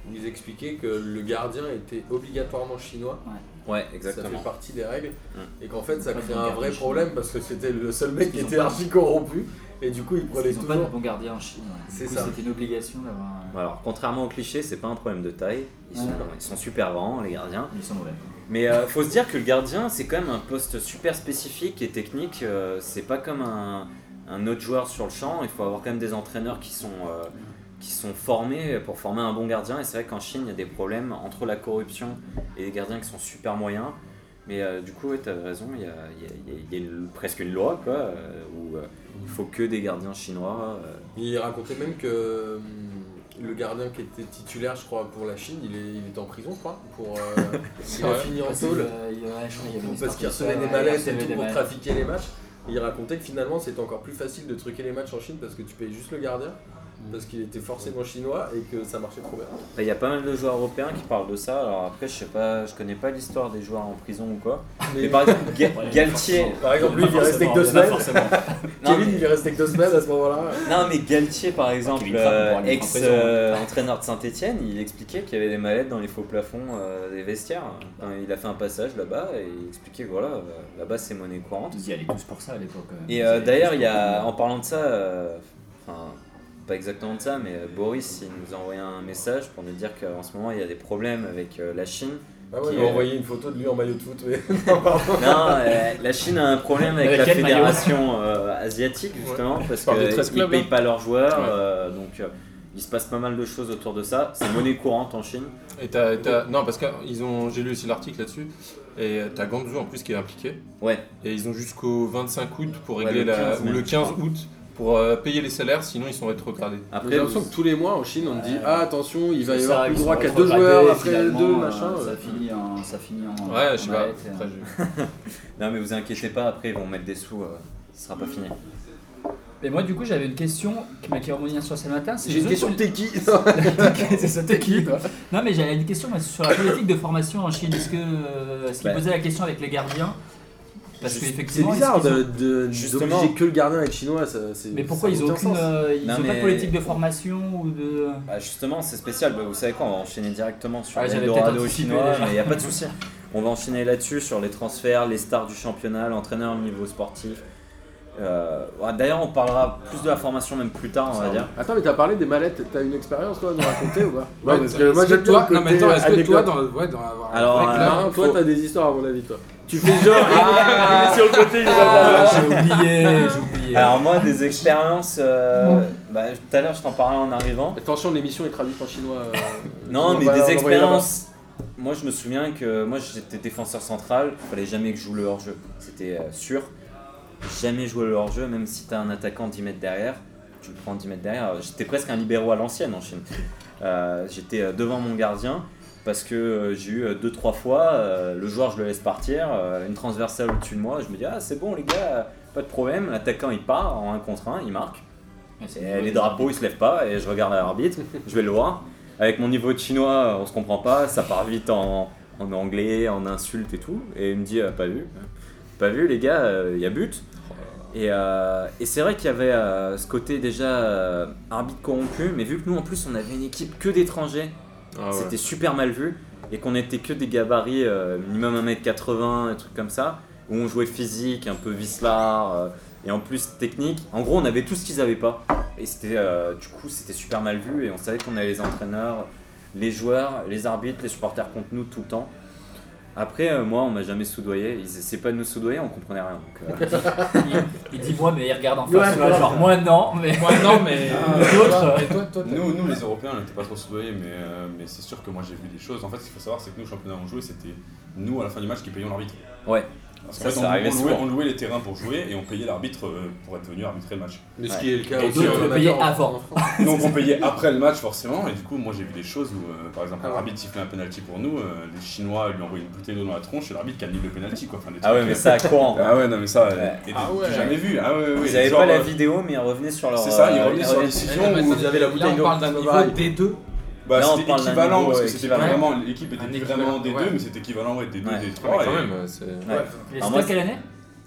où ils expliquaient que le gardien était obligatoirement chinois. Ouais, Ça exactement. fait partie des règles. Mm. Et qu'en fait ça Pas crée un de gardien vrai chinois. problème parce que c'était le seul mec qui Ils ont était pas- archi corrompu. Et du coup il prenait Ils n'ont pas de toujours. bon gardien en Chine. ouais. Du C'est coup, ça. C'était une obligation d'avoir. un- Alors, contrairement au cliché, c'est pas un problème de taille. Ils sont, Ouais. ils sont super grands, les gardiens. Ils sont mauvais. Mais euh, faut se dire que le gardien, c'est quand même un poste super spécifique et technique. euh, c'est pas comme un, un un autre joueur sur le champ. Il faut avoir quand même des entraîneurs qui sont, euh, qui sont formés pour former un bon gardien. Et c'est vrai qu'en Chine, il y a des problèmes entre la corruption et les gardiens qui sont super moyens. Mais euh, du coup, ouais, tu as raison, il y a, il y a- il y a- il y a une- presque une loi quoi, euh, où euh, il faut que des gardiens chinois. euh, Il racontait même que hum, le gardien qui était titulaire, je crois, pour la Chine, il est, il est en prison, je crois, pour euh, il a Ouais. fini en Parce que, tôle euh, il y a- je crois qu'il y avait une parce histoire qu'il comme ça, recevait des ouais, mallettes il et recevait tout des pour mallettes. trafiquer les matchs. Et il racontait que finalement, c'était encore plus facile de truquer les matchs en Chine parce que tu payes juste le gardien. Mm. Parce qu'il était forcément chinois et que ça marchait trop bien. Il y a pas mal de joueurs européens qui parlent de ça. Alors après, je sais pas, je connais pas l'histoire des joueurs en prison ou quoi. Mais, par exemple, Ga- Ouais, Galtier. Par exemple, lui, il est resté que deux forcément, il y en a semaines. Non Kevin, mais, il est resté que deux semaines à ce moment-là. non, mais Galtier, par exemple, euh, Kevin Trapp, on pourra le mettre en prison, hein. ex-entraîneur de Saint-Etienne, il expliquait qu'il y avait des mallettes dans les faux plafonds euh, des vestiaires. Enfin, il a fait un passage là-bas et il expliquait que voilà, euh, là-bas c'est monnaie courante. Ils y allaient tous pour ça à l'époque. euh. Ils y Et euh, allaient d'ailleurs, tous il y a, pour- en parlant de ça, euh, enfin, pas exactement de ça, mais euh, Boris, il nous a envoyé un message pour nous dire qu'en ce moment, il y a des problèmes avec euh, la Chine. Ah ouais, Qui il m'a est- envoyé une photo de lui en maillot de foot. Mais... Non, euh, la Chine a un problème avec, Avec la quel maillot fédération euh, asiatique, justement, parce Par des qu'ils 13 ne clubs, payent hein. pas leurs joueurs. euh, donc, euh, il se passe pas mal de choses autour de ça. C'est monnaie courante en Chine. Et t'as, t'as- non, parce que ils ont, j'ai lu aussi l'article là-dessus, et t'as Ganzu en plus qui est impliqué. Ouais. Et ils ont jusqu'au 25 août pour Ouais, régler le 15 la, ou même, le je 15 août pour euh, payer les salaires, sinon ils sont rétrogradés. J'ai Après, l'impression vous- que tous les mois en Chine on te dit Ah attention, il va y C'est avoir ça, plus ils droit sont qu'à deux rétrogradés, joueurs après finalement, deux euh, machins. Ça finit en. Ça finit en Ouais, je sais en pas. mallette, Après, euh. je- non, mais vous inquiétez pas, après, ils vont mettre des sous. euh, ce sera pas fini. Et moi, du coup, j'avais une question qui m'a qui revenir sur ce matin. c'est J'ai une les question autres- t'es qui C'est ça, t'es qui, toi Non, mais j'avais une question moi, sur la politique de formation en Chine. Est-ce que. euh, Est-ce qu'il Ouais. posait la question avec les gardiens Parce Juste- C'est qu'effectivement. bizarre est-ce qu'ils ont- de- de- Justement. d'obliger que le gardien à être chinois. ça- c'est- Mais pourquoi ça ils n'a ont aucun aucune. sens. euh, Ils Non, ont pas mais- de politique de formation ou de. Bah, justement, c'est spécial. Bah, vous savez quoi On va enchaîner directement sur Ouais, j'avais peut-être l'Eldorado anticipé chinois, déjà. mais il n'y a pas de souci. On va enchaîner là-dessus sur les transferts, les stars du championnat, l'entraîneur au niveau sportif. Euh, ouais, D'ailleurs, on parlera plus de la formation même plus tard, on va dire. Attends, mais t'as parlé des mallettes, t'as une expérience toi à nous raconter ou pas Ouais, parce que est-ce moi que j'aime bien toi, le non, mais attends, côté euh, est-ce que toi, anecdote. dans le- ouais, dans avoir un Alors, vrai euh, club, Ah, toi faut- t'as des histoires à mon avis toi. Tu fais genre. Ah. sur le côté, Ah. j'ai oublié, j'ai oublié. Alors, moi, des expériences. euh, bah, Tout à l'heure, je t'en parlais en arrivant. Attention, l'émission est traduite en chinois. euh, Non, on mais va des l'envoyer expériences. Moi, je me souviens que moi, j'étais défenseur central. Il fallait jamais que je joue le hors-jeu. C'était euh, sûr. Jamais jouer le hors-jeu, même si t'as un attaquant 10 mètres derrière. Tu le prends 10 mètres derrière. J'étais presque un libéraux à l'ancienne en Chine. Euh, j'étais euh, devant mon gardien parce que euh, j'ai eu 2-3 fois. euh, le joueur, je le laisse partir. euh, une transversale au-dessus de moi. Je me dis, ah, c'est bon, les gars, euh, pas de problème. L'attaquant, il part en 1 contre 1, il marque. Et les drapeaux ils se lèvent pas et je regarde l'arbitre, je vais le voir. Avec mon niveau de chinois, on se comprend pas, ça part vite en, en anglais, en insultes et tout. Et il me dit, euh, pas vu, pas vu les gars, il y a but. Et, euh, et c'est vrai qu'il y avait euh, ce côté déjà euh, arbitre corrompu, mais vu que nous en plus on avait une équipe que d'étrangers, Ah ouais. c'était super mal vu et qu'on était que des gabarits euh, minimum 1m80 et trucs comme ça où on jouait physique un peu vicelard euh, et en plus technique en gros on avait tout ce qu'ils avaient pas et c'était euh, du coup c'était super mal vu et on savait qu'on avait les entraîneurs les joueurs les arbitres les supporters contre nous tout le temps après euh, moi on m'a jamais soudoyé ils essaient pas de nous soudoyer on comprenait rien donc, euh, Il, il dit moi, mais il regarde en face. Ouais, tu vois, ouais. genre, moi, non, mais. Moi, non, mais. Ah, D'autres. Mais toi, toi, t'as- Nous, nous, les Européens, on n'était pas trop soudoyés, mais, euh, mais c'est sûr que moi j'ai vu des choses. En fait, ce qu'il faut savoir, c'est que nous, au championnat, on jouait, c'était nous à la fin du match qui payions l'arbitre. Ouais. Parce Ça, qu'en fait, ça on, arrivait on louait, souvent. on louait les terrains pour jouer et on payait l'arbitre euh, pour être venu arbitrer le match. Mais ce qui est le cas Et aussi, d'autres en le amateur, payaient en- avant. en France. Ah, Donc on payait après le match forcément et du coup moi j'ai vu des choses où euh, par exemple Ah l'arbitre sifflait un penalty pour nous, euh, les Chinois lui envoyaient une bouteille d'eau dans la tronche et l'arbitre cannule le penalty quoi. Enfin, des ah trucs, ouais mais ça euh, courant ah ouais non mais ça euh, Ouais. et des- Ah ouais. j'ai jamais vu. Ah ouais, ouais, ouais, ils avaient genre, pas la euh, vidéo mais ils revenaient sur leur C'est ça, ils euh, revenaient sur la Mais décision non, mais où ça, vous avez la bouteille Là, on parle d'un d'eau. niveau Bavarie. D2. bah, Là, on c'était parle d'un équivalent niveau, parce euh, que c'était pas équivalent. vraiment l'équipe était Un plus équivalent, vraiment des ouais. deux mais c'était équivalent ouais, des deux Ouais. des Ah Ouais, trois et- quand même, euh, c'est- Ouais. Les Ah, c'était moi, quelle année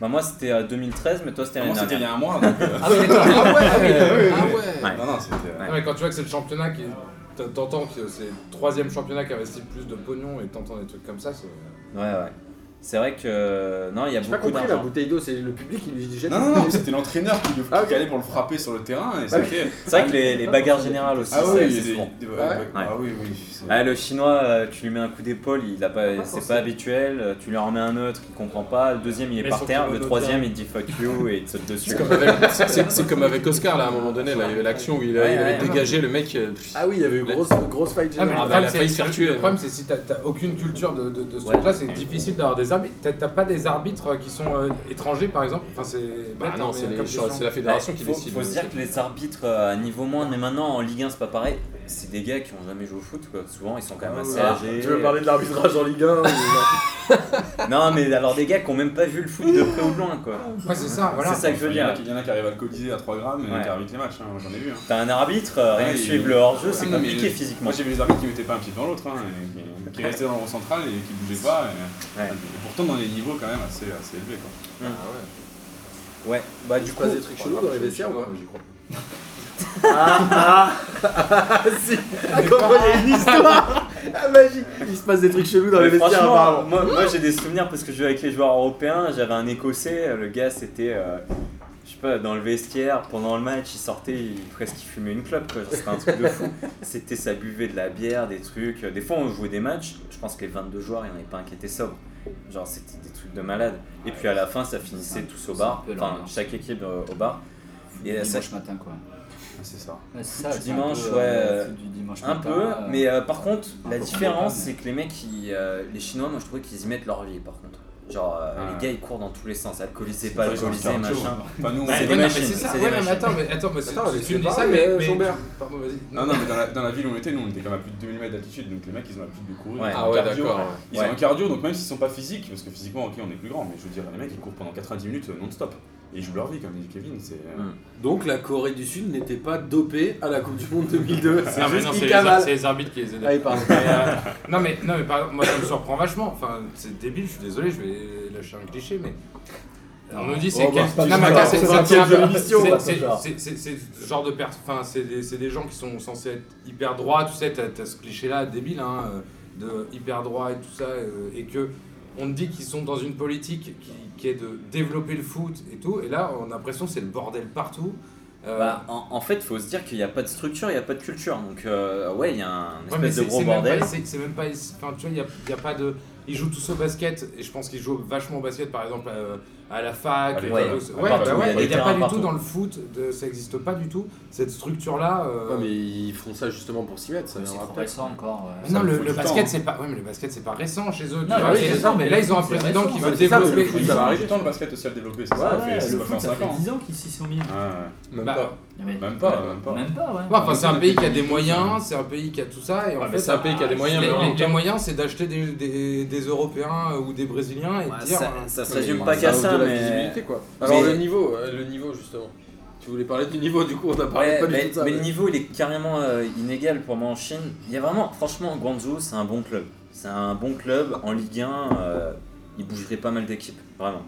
Bah, moi c'était euh, 2013 mais toi c'était Moi l'année c'était il y dernière a un mois donc, euh, Ah, oui, d'accord. Ah ouais, ah oui, ouais, ah ouais. ouais. Ouais. Non non c'était euh, Ouais. Non, mais quand tu vois que c'est le championnat qui. t'en- T'entends que c'est le troisième championnat qui investit le plus de pognon et t'entends des trucs comme ça, c'est. ouais ouais C'est vrai que euh, non, il y a J'ai pas beaucoup compris la d'argent. bouteille d'eau, c'est le public qui lui jette. Non, non, non, mais c'était l'entraîneur qui le Ah, ok. qui allait pour le frapper sur le terrain et Ah, ok. c'était. C'est vrai que les, les bagarres générales aussi, Ah c'est oui, assez il y a des- souvent. des- Ah ouais Ah oui, oui. c'est- Ah, le chinois, euh, tu lui mets un coup d'épaule, il a pas, c'est pas habituel. euh, Tu lui en remets un autre, il comprend pas. Le deuxième, il est Mais par surtout terre. le Le autre troisième, il dit fuck you et il te saute dessus. C'est comme, euh, avec, c'est- c'est comme avec Oscar, là, à un moment donné, là, il y avait l'action où il, a- Ouais, il avait ouais, dégagé le mec. euh, pff. Ah oui, il y avait une grosse, grosse fight Ah, mais générale. bah, elle le problème, a c'est- failli se faire le- tuer, le hein. problème, c'est si t'as t'as aucune culture de, de, de ce Ouais. truc-là, c'est difficile d'avoir des arbitres. T'as t'as pas des arbitres qui sont euh, étrangers, par exemple. Enfin, c'est. Bah bête, hein, non, mais c'est les- comme c'est question. la fédération qui faut, décide. hein, faut se dire que les arbitres euh, à niveau moins, mais maintenant en Ligue 1, c'est pas pareil. C'est des gars qui ont jamais joué au foot. Quoi. Souvent, ils sont quand même assez âgés. Ah Tu veux parler de l'arbitrage en Ligue 1 Non, mais alors des gars qui ont même pas vu le foot de près ou de loin, quoi. Ouais, c'est ça, voilà. C'est ça que je veux Il y en a dire. qui- il y en a qui arrivent alcoolisés à 3 grammes et Ouais. qui arbitrent les matchs, hein, j'en ai vu. hein. T'as un arbitre, euh, rien Ouais, que il- suivre le hors-jeu, c'est Ah, non, mais- compliqué physiquement. Moi j'ai vu les arbitres qui mettaient pas un pied devant l'autre, hein, et qui, qui restaient dans le rond central et qui bougeaient pas. Et, Ouais. et pourtant dans les niveaux quand même assez, assez élevés. Quoi. Ouais, bah du Tu coup. passes des trucs chelous dans les vestiaires ou pas J'y crois. Comment il y a une histoire Ah, magique Il se passe des trucs chelous dans les Mais vestiaires franchement, apparemment. moi, moi, j'ai des souvenirs parce que je jouais avec les joueurs européens. J'avais un écossais, le gars c'était, euh, je sais pas, dans le vestiaire pendant le match, il sortait, il, presque il fumait une clope, quoi. Genre, c'était un truc de fou. C'était ça buvait de la bière, des trucs. Des fois on jouait des matchs, je pense que les 22 joueurs, il n'y en avait pas un qui était sobre. Genre c'était des trucs de malade. Et puis à la fin, ça finissait tous au bar, C'est un peu enfin l'ambiance. chaque équipe euh, au bar. Et ça, dimanche matin quoi. Ah, C'est ça. Ouais, c'est ça, Du c'est un dimanche, peu, ouais, euh, euh, c'est du dimanche Un matin, peu, euh, mais euh, par contre, la peu différence, comme c'est que les mecs, ils, euh, les Chinois, moi je trouvais qu'ils y mettent leur vie par contre. Genre, euh, Ah. les gars ils courent dans tous les sens, alcoolisés, pas Pas les alcoolisés, machin. Pas nous. on- C'est Ouais, des non, mais machines, C'est ça, c'est ouais, des non, mais machines. attends, mais attends, mais Attends, c'est- mais tu c'est me dis pareil, ça, mais. euh, mais- Chambert. Pardon, vas-y. Non, non, mais dans la, dans la ville où on était, nous on était quand même à plus de 2000 mètres d'altitude, donc les mecs ils ont l'habitude de courir. Ouais. ils ont Ah un ouais, cardio. d'accord. Ils Ouais. ont un cardio, donc même s'ils sont pas physiques, parce que physiquement, ok, on est plus grand, mais je veux dire, les mecs ils courent pendant 90 minutes euh, non-stop. Et ils jouent leur vie, comme dit Kevin. C'est. euh, Mm. Donc la Corée du Sud n'était pas dopée à la Coupe du Monde Non, 2002. C'est mais non, juste c'est qu'ils les ar- cavalent. c'est les arbitres qui les aident. Allez, Ah pardon. Mais, euh, non mais non mais par exemple, moi ça me surprend vachement. Enfin c'est débile, je suis désolé, je vais lâcher un cliché mais on nous dit c'est Oh, quel- bah, c'est pas Non, mais grave, attends, c'est c'est c'est- un c'est- peu de l'émission, c'est- là, c'est- ce genre. c'est- c'est- c'est ce genre de personnes. Enfin c'est des c'est des gens qui sont censés être hyper droits, tu sais, t'as t'as ce cliché là débile hein, euh, de hyper droit et tout ça euh, et que on te dit qu'ils sont dans une politique qui, qui est de développer le foot et tout, et là on a l'impression que c'est le bordel partout. Euh, Bah, en, en fait, faut se dire qu'il n'y a pas de structure, il n'y a pas de culture. Donc, euh, ouais, il y a un Ouais, mais espèce c'est- de gros c'est même bordel. pas- C'est c'est même pas. Enfin, tu vois, il y a, y a pas de. Ils jouent tous au basket, et je pense qu'ils jouent vachement au basket, par exemple, euh, à la fac. À et l'école, tout. ouais. ouais, Partout, bah ouais, il y a des et y a terrains pas du partout. tout dans le foot, de- ça n'existe pas du tout, cette structure-là. euh, Ouais, mais ils font ça justement pour s'y mettre, ça c'est viendra trop après. récent encore. ouais. mais Ah, non, me le, fout le du temps, hein. basket, c'est pas. Ouais, mais le basket, c'est pas récent chez eux. tu Non, vois, mais et- c'est ça, mais et là, ils ont un c'est président récent, qui ouais, veut c'est ça, développer. c'est Ils ça ont va arrêté arriver. le temps le basket aussi à le développer, c'est Ouais, ça, ouais, fait- Le c'est pas fait en foot, ça 5 fait ans. 10 ans qu'ils s'y sont mis. Ouais, ouais. Même Bah, pas. Ouais. Même pas, même pas. Même pas, ouais. Ouais, enfin, c'est un pays qui a des moyens, c'est un pays qui a tout ça, et en Ouais, mais fait. c'est un pays qui a des moyens, les, mais en les- même les temps- moyens, c'est d'acheter des, des- des Européens euh, ou des Brésiliens et de Ouais, dire. ça, euh, ça se Ouais, résume mais pas qu'à offre ça, de la mais. visibilité, quoi. Alors mais- le niveau, euh, le niveau justement. Tu voulais parler du niveau, du coup on a parlé Ouais, pas du mais, tout de ça. mais mais- le niveau il est carrément euh, inégal pour moi en Chine. Il y a vraiment, franchement, Guangzhou c'est un bon club. C'est un bon club en Ligue 1. euh, il bougerait pas mal d'équipes, vraiment.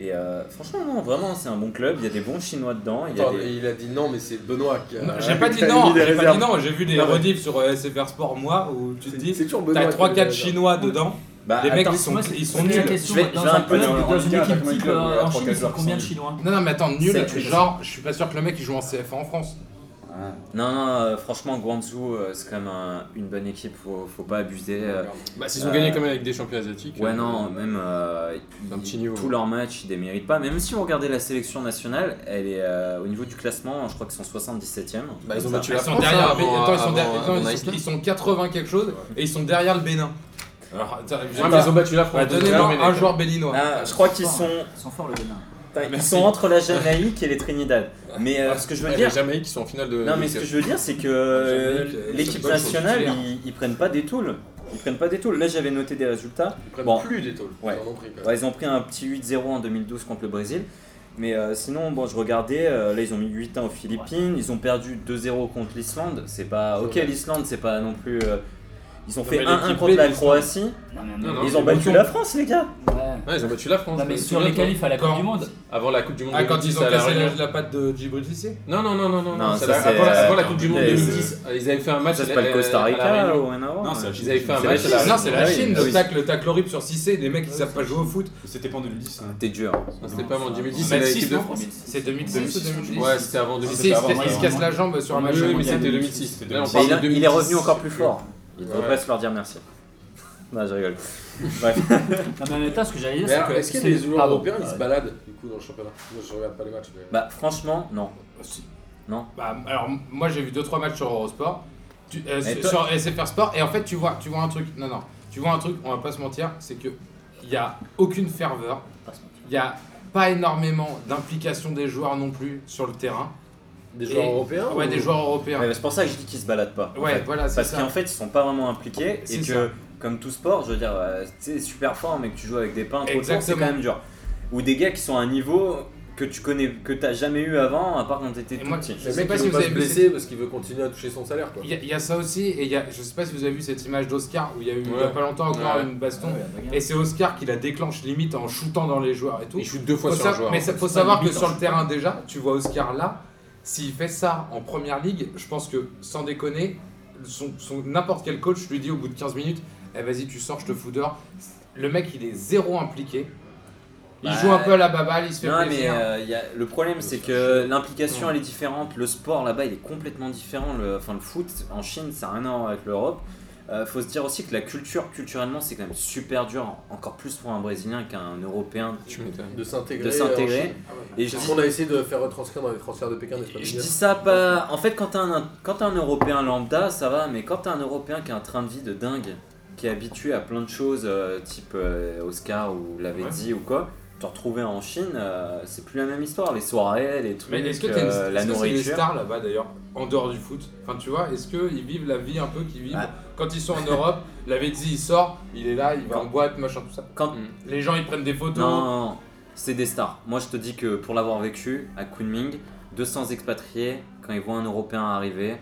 Et euh, franchement, non, vraiment, c'est un bon club. Il y a des bons Chinois dedans. Il y a Attends, des- mais il a dit non, mais c'est Benoît qui Euh, a. Non, J'ai pas dit qui a non, mis des j'ai pas réserves. dit non, j'ai vu des Non, mais- rediffs sur euh, SFR Sport moi où tu te C'est- dis C'est toujours Benoît. t'as qui a mis 3-4 des réserves. chinois dedans, Bah, les mecs attends, ils sont, Moi, ils c'est sont la nuls. question. Je vais- dans je vais un un peu club, dans- dans une dans- équipe dans- type dans- euh, en dans- Chine, dans- ils sont combien de dans- Chinois Non, non, mais attends, nul, C'est- genre je suis pas sûr que le mec il joue en CFA en France. Ouais. Non, non, euh, franchement, Guangzhou, euh, c'est quand même un- une bonne équipe, faut, faut pas abuser. euh. Bah, s'ils ont gagné quand même avec des champions asiatiques. ouais, euh, non, même euh, ils- Un petit niveau. tous leurs matchs, ils déméritent pas. Même si vous regardez la sélection nationale, elle est euh, au niveau du classement, je crois qu'ils sont 77e. Bah, ils ont Ça. battu Ils la sont France, derrière, hein, avant- attends, ils sont avant- derrière- avant attends, ils sont- Iceland. ils sont 80 quelque chose et ils sont derrière le Bénin. Alors, attends, Ouais, mais ils ont battu la France. bah, donc, donnez-moi ils ont un dominé. joueur béninois. Ah, je crois qu'ils sont, Ils sont forts le Bénin. ils sont entre la Jamaïque et les Trinidad. Mais euh, ce que je veux Ouais, dire, Les Jamaïques qui sont en finale de. Non, de mais ce que Cup. je veux dire, c'est que Jamaïque, euh, euh, l'équipe c'est pas le choix nationale, titulaire. ils, ils prennent pas des tools. Ils prennent pas des tools. Là, j'avais noté des résultats. Ils prennent Bon. plus des tôles. Ouais. Ils en ont pris, quoi. Ouais, ils ont pris un petit 8-0 en 2012 contre le Brésil. Mais euh, sinon, bon, je regardais, euh, là ils ont mis 8-1 aux Philippines, ils ont perdu 2-0 contre l'Islande. C'est pas. Ok, l'Islande, c'est pas non plus. euh, Ils ont fait mais 1-1 l'équipe contre B, la l'Islande. Croatie. Non, mais- Non, Et non. ils ont c'est battu bon. la France, les gars. Ouais, Ouais. Ouais, ils ont battu la France. Non, mais Tu te sur les souviens, toi qualifs à la Quand Coupe du Monde, Avant la Coupe du Monde. Ah, quand 2010, ils à ont la cassé la, Réunion. la patte de Djibril Cissé Non, non, non, non, non. Non, c'est ça, la- c'est- avant, la- avant la euh, Coupe du Monde mais 2010, ils avaient fait un match. Ça, c'est à pas la- le Costa à la Rica Réunion. ou rien avant Non, hein. c'est la Ils avaient fait un C'est la match. à la Chine. Non, c'est la Ah oui, Chine, ah le oui. tacle, le tacle horrible sur Cissé, les mecs ils savent pas jouer au foot. C'était pas en 2010. hein. C'était dur. Non, C'était pas avant 2010, Mais c'était si, l'équipe de non France. C'est 2006 ou 2010 Ouais, c'était avant 2010. Cissé, il se- avant, il se ouais. casse la jambe sur un match Oui, mais mondial. c'était 2006. c'était- là, on Mais Mais parle Bah, il, de a- il 2010. est revenu encore plus fort. Ils Ouais. devraient se leur dire merci. Non, je rigole. non, mais en même temps, ce que j'allais dire, Mais c'est alors, que. Est-ce qu'il y a c'est- des Ah joueurs pardon. européens qui se baladent du coup dans le championnat Moi je regarde pas les matchs. mais- euh, Bah, franchement, non. Bah, alors moi j'ai vu 2-3 matchs sur Eurosport, tu, euh, Et sur- toi- sur SFR Sport, et en fait tu vois, tu vois un truc, non non, tu vois un truc, on va pas se mentir, c'est que il n'y a aucune ferveur, il n'y a pas énormément d'implication des joueurs non plus sur le terrain, Des Et- joueurs européens ouais ou- des joueurs européens, Ouais, c'est pour ça que je dis qu'ils se baladent pas. en ouais fait. voilà c'est Parce qu'en ça, fait, ils sont pas vraiment impliqués et C'est que, ça. comme tout sport, je veux dire, euh, tu sais, super fort, mais que tu joues avec des peintres, autant, c'est quand Exactement. même dur. Ou des gars qui sont à un niveau que tu connais, que t'as jamais eu avant, à part quand t'étais Et tout moi, petit. je Le sais mec pas il si veut vous pas avez se vu blesser parce qu'il veut continuer à toucher son salaire quoi. Il y, a- il y a ça aussi, et il y a, je sais pas si vous avez vu cette image d'Oscar où il y a eu il y a Ouais. pas longtemps encore Ouais. une baston. Ouais, la bagarre. Et c'est Oscar qui la déclenche limite en shootant dans les joueurs et tout. Ils shootent deux fois Faut sur un sa- joueur. mais ça, faut C'est pas savoir que limite, sur hein. le terrain déjà, tu vois Oscar là, s'il fait ça en première ligue, je pense que sans déconner, son, son- n'importe quel coach lui dit au bout de 15 minutes, eh vas-y tu sors, je te fous dehors. Le mec il est zéro impliqué. Il Bah, joue un peu à la baballe, il se fait Non, mais plaisir. euh, il y a- le problème, c'est que l'implication, elle est différente. Le sport là-bas, il est complètement différent. Le, enfin, le foot en Chine, ça n'a rien à voir avec l'Europe. Euh, faut se dire aussi que la culture, culturellement, c'est quand même super dur, encore plus pour un Brésilien qu'un Européen. Tu m'étonnes. De s'intégrer. De euh, en s'intégrer. Chine. Et je C'est dis- ce qu'on a essayé de faire retranscrire dans les transferts de Pékin, n'est-ce pas Je Miguel dis ça pas. En fait, quand t'as un, quand t'as un Européen lambda, ça va, mais quand t'as un Européen qui a un train de vie de dingue, qui est habitué à plein de choses, euh, type euh, Oscar ou l'avait Ouais. dit ou quoi, te retrouver en Chine, euh, c'est plus la même histoire. Les soirées, les trucs, Mais est-ce que t'as une- euh, la est-ce que c'est des nourriture. stars là-bas d'ailleurs, en dehors du foot Enfin, tu vois, est-ce qu'ils vivent la vie un peu qu'ils vivent Ah. quand ils sont en Europe Lavezzi il sort, il est là, il va en boîte, machin, tout ça. Quand- Les gens ils prennent des photos. Non, non, non. c'est des stars. Moi, je te dis que pour l'avoir vécu à Kunming, 200 expatriés, quand ils voient un Européen arriver,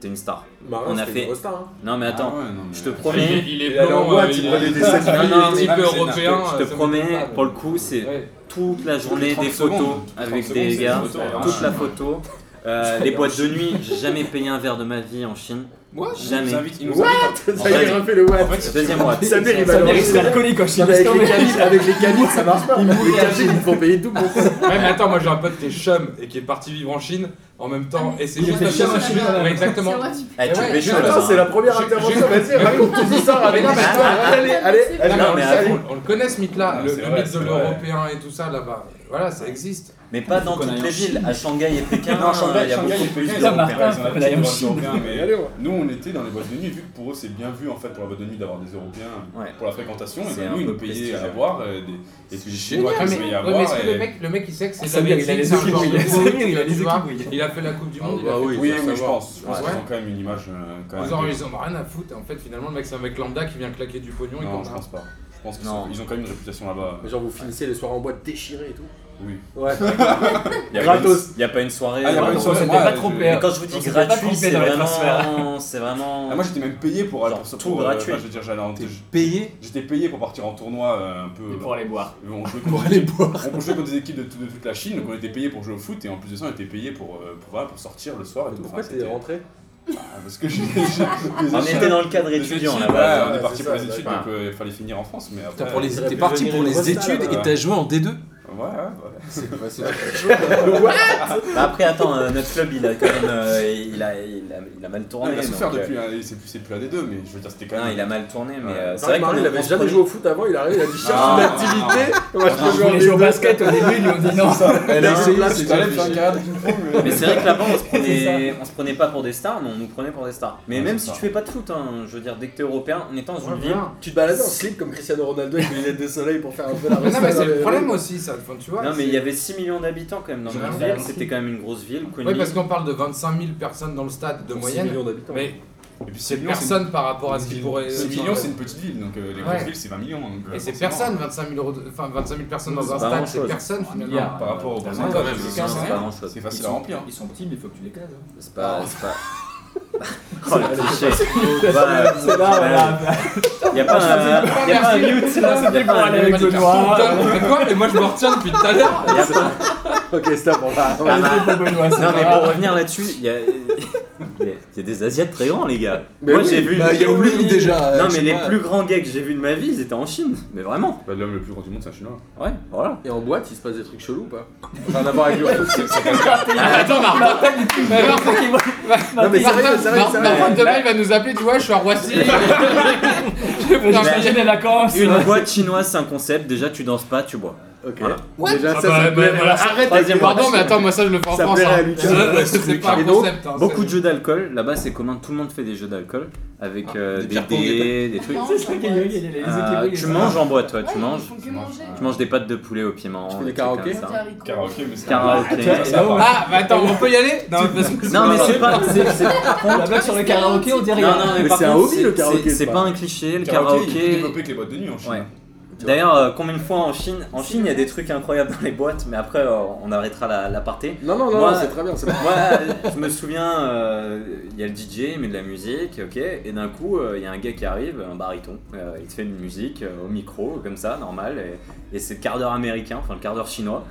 t'es une star. Marin, on a c'était fait- une grosse star, hein. Non, mais attends, Ah ouais, non, mais- je te Il est, promets. il est Il allait en blond, boîte, euh, il il prenait est des selfies, il est non, mais- type Ah, mais c'est européen. Je te euh, ça promets, m'étonne pas, pour le mais- coup, c'est Ouais. toute la journée 30 des photos secondes. avec 30 des secondes, gars, c'est une photo, toute hein. la photo. Euh, Je les vais boîtes de nuit, j'ai jamais payé un verre de ma vie en Chine. Moi, Jamais. Il nous invite Ça y est, fait- refait le what. Deuxième mois. Samir, il va Ça le mérite refaire. l'alcoolique en Non, Chine. mais Avec les camis, avec les camis, ça marche pas. Ils ils font payer tout pour ça. Ouais, mais attends, moi j'ai un pote qui est chum et qui est parti vivre en Chine en même temps. Ah, Et c'est Il juste était chum en Chine, Ouais, exactement. C'est moi du Eh, tu Ouais, te fais chaud mais là. Attends, c'est la première J'ai- intervention. j'ai- Vas-y, raconte ton histoire avec Mais non, les mais- histoires. Allez, allez, allez. Non, mais allez. On, on le connaît ce mythe-là, Ah, le, c'est le vrai, mythe c'est de vrai. l'européen et tout ça là-bas. Voilà, ça existe. Mais pas dans Faut qu'on toutes aille les en villes. À Shanghai et Pékin, Non, Shanghai, hein. il y a Shanghai, beaucoup il y plus de a plein de gens. Ouais, Martin, ils ont faut qu'on l'habitude aille en de voir Chine. des Européens, mais Allez, on va. Nous, on était dans les boîtes de nuit, vu que pour eux, c'est bien vu en fait pour la boîte de nuit d'avoir des Européens Ouais. pour la fréquentation, et C'est ben un nous, ils peu nous payaient prestigieux. à boire, euh, des- et puis les Ouais, Chinois qui mais, se payaient à ouais, mais boire. est-ce que le et- mec, le mec il sait que c'est de la Samir, il a les Mexique, c'est un yeux genre qui de brillent. fou, Samir, il a tu les yeux vois. qui brillent. Il a fait la Coupe du Monde, Ah, il a bah fait oui, tout Oui, ça, oui, ça je va. pense. Je pense Ouais. qu'ils ont quand même une image euh, quand même. Ils ont, ils ont rien à foutre. En fait, finalement, le mec, c'est un mec lambda qui vient claquer du pognon. et Non, compte je rien. pense pas. Je pense qu'ils Non. sont- ils ont quand même une réputation là-bas. Genre, vous finissez les soirs en boîte déchirés et tout. Oui. Ouais. Il y a pas une- Gratos. Il n'y a pas une soirée. Ah, il y a vraiment. pas une soirée. C'était moi, pas je- trop Mais peur. quand je vous dis On s'est pas gratuit, trompé c'est dans les vraiment. C'est vraiment. Ah, moi j'étais même payé pour aller Genre, pour- tout pour, euh, gratuit. enfin, je veux dire, j'allais en- payé J'étais payé pour partir en tournoi euh, un peu. Et pour aller boire. On jouait contre, aller boire. on jouait contre des équipes de, tout- de toute la Chine, donc on était payé pour jouer au foot et en plus de ça on était payé pour, euh, pour, voilà, pour sortir le soir et tout. Pourquoi Enfin, t'es c'était- rentré Ah, Parce que j'ai. j'ai- On j'ai- était dans le cadre des étudiant études, là-bas. ouais, on Ouais, est parti c'est pour ça, les études, d'accord. donc euh, il fallait finir en France, mais après. T'as pour les- Ouais, T'es parti devenir pour une les grosse études star, et ouais. t'as joué en D2 Ouais, ouais, ouais. Bah après, attends, euh, notre club il a quand même. euh, il, a, il, a, il a mal tourné. Ah, bah, Non, il a donc, souffert euh, depuis, hein, et c'est plus, c'est plus un des deux, mais je veux dire, c'était quand Non, même. il a mal tourné, mais euh, c'est Non, vrai Marin, qu'on il avait on se jamais prenait- joué au foot avant, il arrive, il a dit cherche une Ah. activité. Moi, je peux Je jouer en voulais jouer au D2. basket au début, ils lui ont dit non. Elle a essayé, Là, c'est tu t'enlèves, déjà t'as un fait. cadre qu'il faut, mais- Mais c'est vrai que là-bas, on se prenait, on se prenait pas pour des stars, mais on nous prenait pour des stars. Mais Ouais, même c'est si ça. tu fais pas de foot, hein, je veux dire, dès que t'es européen, en étant dans une Ouais, ville, voilà. Tu te baladais en slip comme Cristiano Ronaldo avec les lunettes de soleil pour faire un peu la Mais non, mais resta c'est dans le les- problème aussi, ça. Enfin, tu vois, non, mais c'est- il y avait 6 millions d'habitants quand même dans Ouais, une ouais, ville, c'était quand même une grosse ville, Oui, Kunming. parce qu'on parle de 25 000 personnes dans le stade de Pour six moyenne, millions d'habitants. mais Et puis 6 c'est millions, c'est personne par rapport à ce qui pourrait. 6 millions, c'est une petite ville, donc euh, les grosses Ouais. villes, c'est 20 millions. donc, euh, Et c'est personne, forcément. 25 000, euros de- enfin, 25 000 personnes dans un C'est pas stade, c'est grand-chose. personne milliard. finalement. Par rapport au Ouais, Brésil, ouais, quand ouais, même, c'est c'est ça, Non, c'est rien. pas grand chose. c'est facile à remplir. Ils sont petits, mais il faut que tu les cases. C'est pas, c'est pas- Oh le cliché Bah, C'est là, voilà. y a pas un. Euh, Y a pas un mute C'est là, c'était y a pour pas un aller avec le noir. Quoi Et moi je me retiens depuis tout à l'heure. y a pas- Ok, stop, on va. Ouais, c'était pour Benoît, c'est Non mais pour Ah. pas grave. revenir là-dessus, il y a. Il y a des Asiates très grands, les gars. Mais Moi oui, j'ai vu. bah, il y a Oulin déjà. euh, Non, mais chez les moi. plus grands gays que j'ai vus de ma vie, ils étaient en Chine. Mais vraiment. Bah, L'homme le plus grand du monde, c'est un chinois. Ouais, voilà. Et en boîte, il se passe des trucs chelous ou pas Rien à voir avec le reste. Attends, Martin, Bah, Non, mais sérieux, sérieux, Martin, sérieux. demain il va nous appeler, tu vois, je suis à Roissy. Je vais Mais faire un j'imagine les vacances. Une boîte chinoise, c'est un concept. Déjà, tu danses pas, tu bois. Ok. Voilà. Hein Déjà, Ah ça, bah, bah, ça plaît. voilà. Arrête Troisième avec boîte. Pardon, mais attends, moi ça je le fais en Ça France. plairait hein. à Lucas. Ça, C'est pas un Et donc, concept. hein, Ah, Beaucoup c'est- de jeux d'alcool. Là-bas, c'est commun. Tout le monde fait des jeux d'alcool avec Ah, euh, des des pierres pongues, dés, des trucs. C'est ça qui est nul, il y a les- les Euh, équilibres, les- Ah, tu manges en boîte, toi. Ouais, Tu manges. Ils font que manger. Tu manges des pâtes de poulet au piment. Tu fais des des trucs karaokés comme ça. Karaoké, mais c'est Karaoké. Ah, tu vois, là, on- Ah, bah attends, on peut y aller Non, parce que- Non, mais c'est pas. c'est- c'est- La blague sur le karaoké, on dirait. Non, non, mais Mais par c'est un contre, hobby, c'est- le karaoké, c'est- c'est C'est pas- pas un cliché. Le hein. Karaoké, il est plus karaoké. développé que les boîtes de nuit en Chine. Ouais. D'ailleurs, euh, combien de fois en Chine En C'est Chine, il y a des vrai. trucs incroyables dans les boîtes, mais après, euh, on arrêtera la, la partie. Non, non, non, Moi- non, c'est très bien. c'est- Moi, je me souviens, euh, il y a le DJ, il met de la musique, ok, et d'un coup, euh, il y a un gars qui arrive, un baryton, euh, il te fait une musique euh, au micro, comme ça, normal, et, et c'est le quart d'heure américain, enfin le quart d'heure chinois,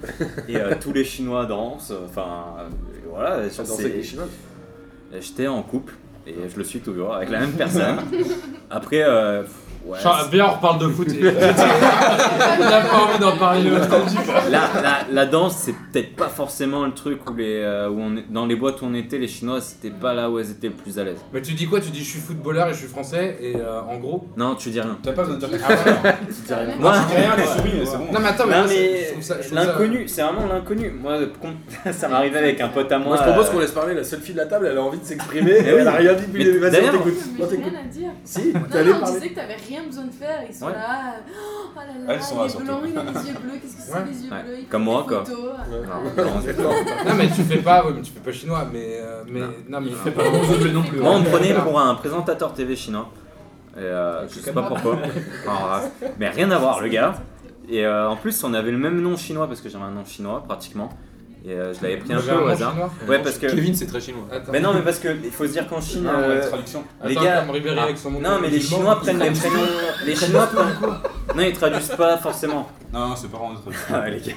et euh, tous les Chinois dansent, euh, enfin, euh, voilà, Tu vas danser c'est- avec les Chinois. j'étais en couple, et je le suis toujours, avec la même personne. Après, euh, pff, ouais, Charles, Viens, on reparle de foot. On n'a pas envie d'en parler. nous. la, la- la danse, c'est peut-être pas forcément le truc où, les, euh, où on est- dans les boîtes où on était, les Chinois, c'était pas là où elles étaient le plus à l'aise. Mais tu dis quoi Tu dis je suis footballeur et je suis français et euh, en gros. Non, tu dis rien. T'as pas besoin de dire Ah, ouais, non. Moi, rien, les souris, c'est bon. Non mais attends, mais, non, moi, c'est- je mais trouve ça- je trouve ça- l'inconnu, c'est vraiment l'inconnu. Moi, con- ça m'arrivait avec un pote à moi. Moi, je propose euh, qu'on laisse parler la seule fille de la table, elle a envie de s'exprimer, oui. elle a rien dit depuis Mais le début. Vas-y, on d'ailleurs- t'écoute. Mais On j'ai t'écoute. rien à dire. Si, Non, t'allais non, on parler. disait que t'avais rien besoin de faire, ils sont Ouais. là. euh, Oh là là, Elles sont il là, est surtout. blanc, il a les yeux bleus, qu'est-ce que Ouais. c'est les yeux Ouais. bleus Il Comme prend moi, des quoi. photos, euh. Non, non, c'est- Non mais tu fais pas, ouais, mais tu fais pas chinois, mais euh, mais non, Non. mais Il fait pas bon jeu non plus. hein. Moi, on me prenait pour un présentateur TV chinois. Et, euh, je sais pas pourquoi. Alors, euh, mais rien à voir, le gars. Et euh, en plus, on avait le même nom chinois parce que j'avais un nom chinois pratiquement. Et euh, je l'avais pris un J'avais peu au nom hasard. chinois. Ouais, parce que. Kevin, c'est très chinois. Attends. Mais non, mais parce que il faut se dire qu'en Chine, Ah, ouais, euh, traduction. les Attends, gars- comme Ribéry Ah. avec son non mais les musulman. Chinois prennent les prénoms. Les Chinois prennent. Non, ils traduisent pas forcément. Non, non, c'est pas vraiment des traductions. Ah, les gars.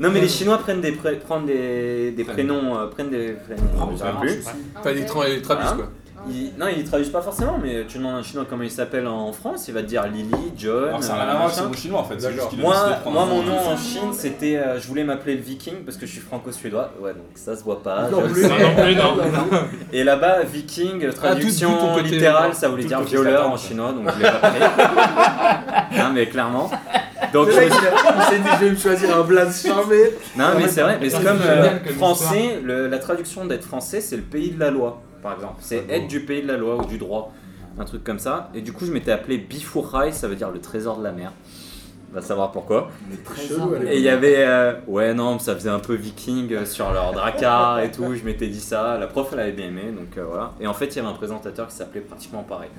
Non mais les Chinois prennent des pré- prennent des, des prénoms euh, prennent des Ah, prénoms. j'arrive plus. Pas les tra- les Hein traduisent quoi. Ils- non, ils traduisent pas forcément, mais tu demandes à un Chinois comment il s'appelle en France, il va te dire Lily, John. Alors, ça n'a euh, rien à voir avec machin. son mot chinois en fait. c'est juste qu'il a décidé Moi, de prendre moi, un mon nom nom. en Chine, c'était. euh, je voulais m'appeler le Viking parce que je suis franco-suédois. Ouais, donc ça se voit pas. je le sais. Non, non, mais non. Et là-bas, Viking, euh, d'où ton traduction côté- littérale, ça voulait d'où dire ton côté violeur latin, en ça. chinois, donc je l'ai pas pris. non, mais clairement. Donc, Le je me mec, il a- il s'est dit, je vais me choisir un blase charmé. Non, mais c'est vrai, mais Putain, c'est comme c'est génial euh, comme français, le- la traduction d'être français, c'est le pays de la loi, par exemple. C'est être du pays de la loi ou du droit, un truc comme ça. Et du coup, je m'étais appelé Bifurrai, ça veut dire le trésor de la mer. On va savoir pourquoi. Chelou, elle Et il y avait. euh, ouais, non, ça faisait un peu viking euh, sur leur dracar et tout. Je m'étais dit ça. La prof, elle avait bien aimé. Donc euh, voilà. Et en fait, il y avait un présentateur qui s'appelait pratiquement pareil.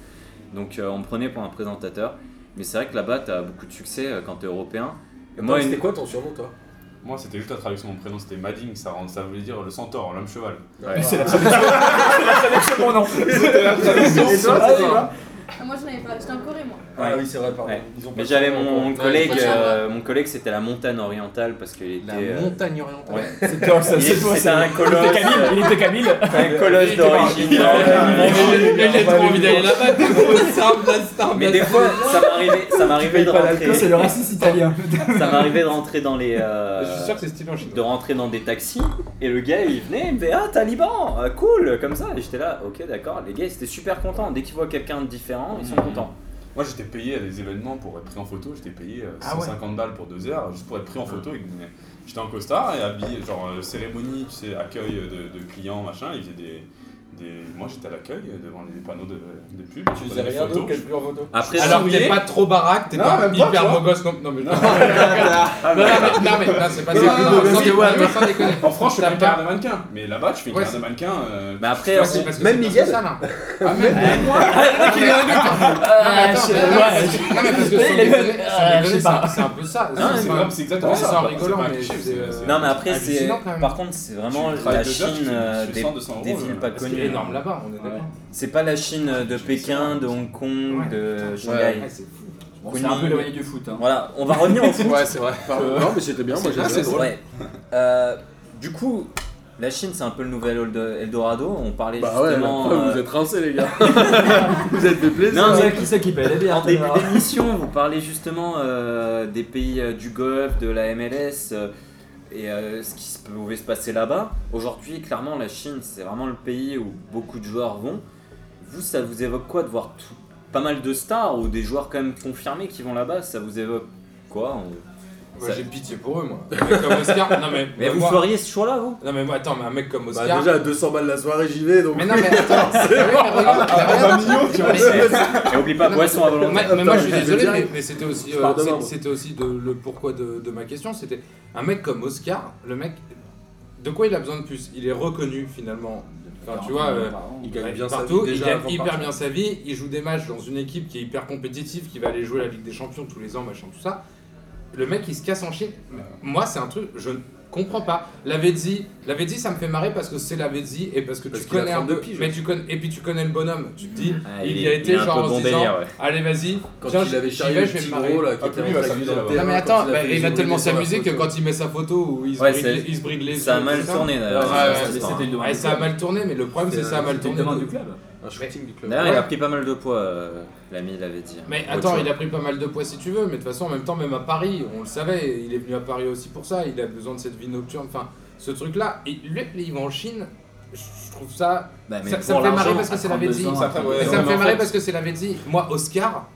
Donc euh, on me prenait pour un présentateur. Mais c'est vrai que là-bas, t'as beaucoup de succès euh, quand t'es européen. Et moi, Moi, une- c'était quoi ton surnom, toi Moi, c'était juste la traduction de mon prénom, c'était Mading, ça, rend- ça voulait dire le centaure, l'homme cheval. Ouais. Ah, Bon, non. Et toi, c'était quoi Ah, Moi, je n'avais pas, j'étais en Corée, moi. Ah oui, c'est vrai, pardon. Ouais. Ils ont pas Mais de j'avais surnom, mon, quoi. mon collègue, Ouais, c'est euh, mon collègue c'était la montagne orientale parce qu'il était, La euh, montagne orientale. ouais. C'est toi, ça, Il- c'est toi, c'était c'est un Il colosse, euh, était Camille, il était Camille. un colosse Mais d'origine. euh, j'ai trop envie d'aller là-bas, t'es gros, c'est un blast, c'est un Mais blast. des fois, ça m'arrivait, ça m'arrivait de Pas l'alcool, c'est rentrer, le racisme italien. ça m'arrivait de rentrer dans les, euh, Je suis sûr que c'est stylé en Chine. de rentrer dans des taxis et le gars il venait il me fait ah Taliban ah, cool comme ça et j'étais là ok d'accord les gars ils étaient super contents dès qu'ils voient quelqu'un de différent ils sont contents. Moi, j'étais payé à des événements pour être pris en photo, j'étais payé euh, Ah ouais. 150 balles pour deux heures, juste pour être pris en photo. avec des- J'étais en costard et habillé, genre euh, cérémonie, tu sais, accueil euh, de, de clients, machin, ils faisaient des. des- Moi j'étais à l'accueil euh, devant les panneaux de, de pub. je Tu prenais faisais des rien photos. d'autre qu'elle plus en photo. Après Alors souillé, t'es pas trop baraque, t'es Non, pas même pas, tu hyper vois. beau gosse non, non mais non. Non, mais- non, mais non, c'est pas ça. Mais Non, plus non, beau sans gosse que déconner, moi, toi. sans déconner. En France, je fais T'as pas une pas- carrière de mannequin, mais là-bas, tu fais une Ouais, carrière de mannequin. euh, mais après Ouais, on- c'est parce que Même c'est Miguel ça, là. Ah, même même moi Non, mais Ah, attends, je- mais non, mais- ouais, non, mais parce que Il sans est- déconner, sans ouais, je déconner, sais pas. c'est- c'est un peu ça. Non, C'est c'est pas- grave, c'est exactement Ouais, ça. c'est en Enfin, rigolant, pas un mais cliché, c'est- c'est- Non mais après hallucinant, c'est quand même. par contre c'est vraiment Tu travailles la deux heures, Chine tu fais- euh, tu fais des, 100, 200 euros, des je- villes pas parce connues et énorme là-bas, on est d'accord. C'est pas la Chine de Pékin, de Hong Kong, de Shanghai. Ouais, c'est fou. Bon, c'est un peu Kuni. éloigné du foot. Hein. Voilà, on va revenir au foot. Ouais, c'est vrai. Non, mais c'était bien, moi j'ai Ah, c'est adoré. drôle. Ouais. Euh, du coup, la Chine, c'est un peu le nouvel Old- Eldorado. On parlait Bah ouais, la justement. preuve, euh, vous êtes rincés, les gars. vous êtes fait plaisir. Non, mais- qui c'est qui paye les bières En début d'ailleurs d'émission, vous parlez justement euh, des pays euh, du Golfe, de la MLS euh, et euh, ce qui se pouvait se passer là-bas. Aujourd'hui, clairement, la Chine, c'est vraiment le pays où beaucoup de joueurs vont. Vous, ça vous évoque quoi de voir tout- pas mal de stars ou des joueurs quand même confirmés qui vont là-bas Ça vous évoque quoi en- Moi, Ça- j'ai pitié pour eux, moi. Un mec comme Oscar, non mais, Mais vous Bah, moi- feriez ce choix-là, vous Non mais moi, attends, mais un mec comme Bah, Oscar. déjà, Ah, à 200 balles la soirée, j'y vais donc. Mais non mais attends, mais regarde, regarde, bah, regarde. Et oublie pas, Non, boisson à volonté. Mais, mais moi je suis Attends, je vais désolé, dire, mais, mais c'était aussi, je euh, pars demain, c'est- moi. c'était aussi de, le pourquoi de, de ma question. C'était un mec comme Oscar, le mec, de quoi il a besoin de plus Il est reconnu finalement. Enfin, tu vois, euh, Il gagne Ouais, bien sa vie. partout, il déjà gagne avant de hyper partir. bien sa vie, il joue des matchs dans une équipe qui est hyper compétitive, qui va aller jouer la Ligue des Champions tous les ans, machin, tout ça. Le mec, il se casse en Chine. Moi, c'est un truc, je ne comprends pas. Lavezzi, Lavezzi, ça me fait marrer parce que c'est Lavezzi et parce que Parce tu qu'il a connais un 32 peu, piges. mais tu connais, et puis tu connais le bonhomme. Tu te dis, Ah, il, il y a est- été il est un genre peu en bon se disant, délire, ouais. allez vas-y, Quand viens, il j'y- avait j'y charrié vais, le je vais petit me marrer. gros là, qui Ah, était lui, il va en train de s'amuser là-bas. Non mais attends, bah, il a tellement s'amusé que quand il met sa photo ou il se Ouais, bride c'est- les- il se bride les Ça a yeux, mal tout tourné Ouais, d'ailleurs. ouais, cette mais histoire. c'était une demande Ouais, du ça a club. mal tourné, mais le problème c'est C'est ça a mal C'était une tourné. demande du club. Un shooting du club. D'ailleurs, il a pris pas mal de poids, euh, l'ami l'avait dit. Mais Autre attends, chose. il a pris pas mal de poids si tu veux, mais de toute façon, en même temps, même à Paris, on le savait, il est venu à Paris aussi pour ça, il a besoin de cette vie nocturne, enfin, ce truc-là. Et lui, il va en Chine, je je trouve ça. Bah, mais ça pour ça me fait l'argent, marrer parce que c'est la Védie. ans, Ça, après, mais ouais, ça mais me fait en marrer fait- parce que c'est la Védie. Moi, Oscar,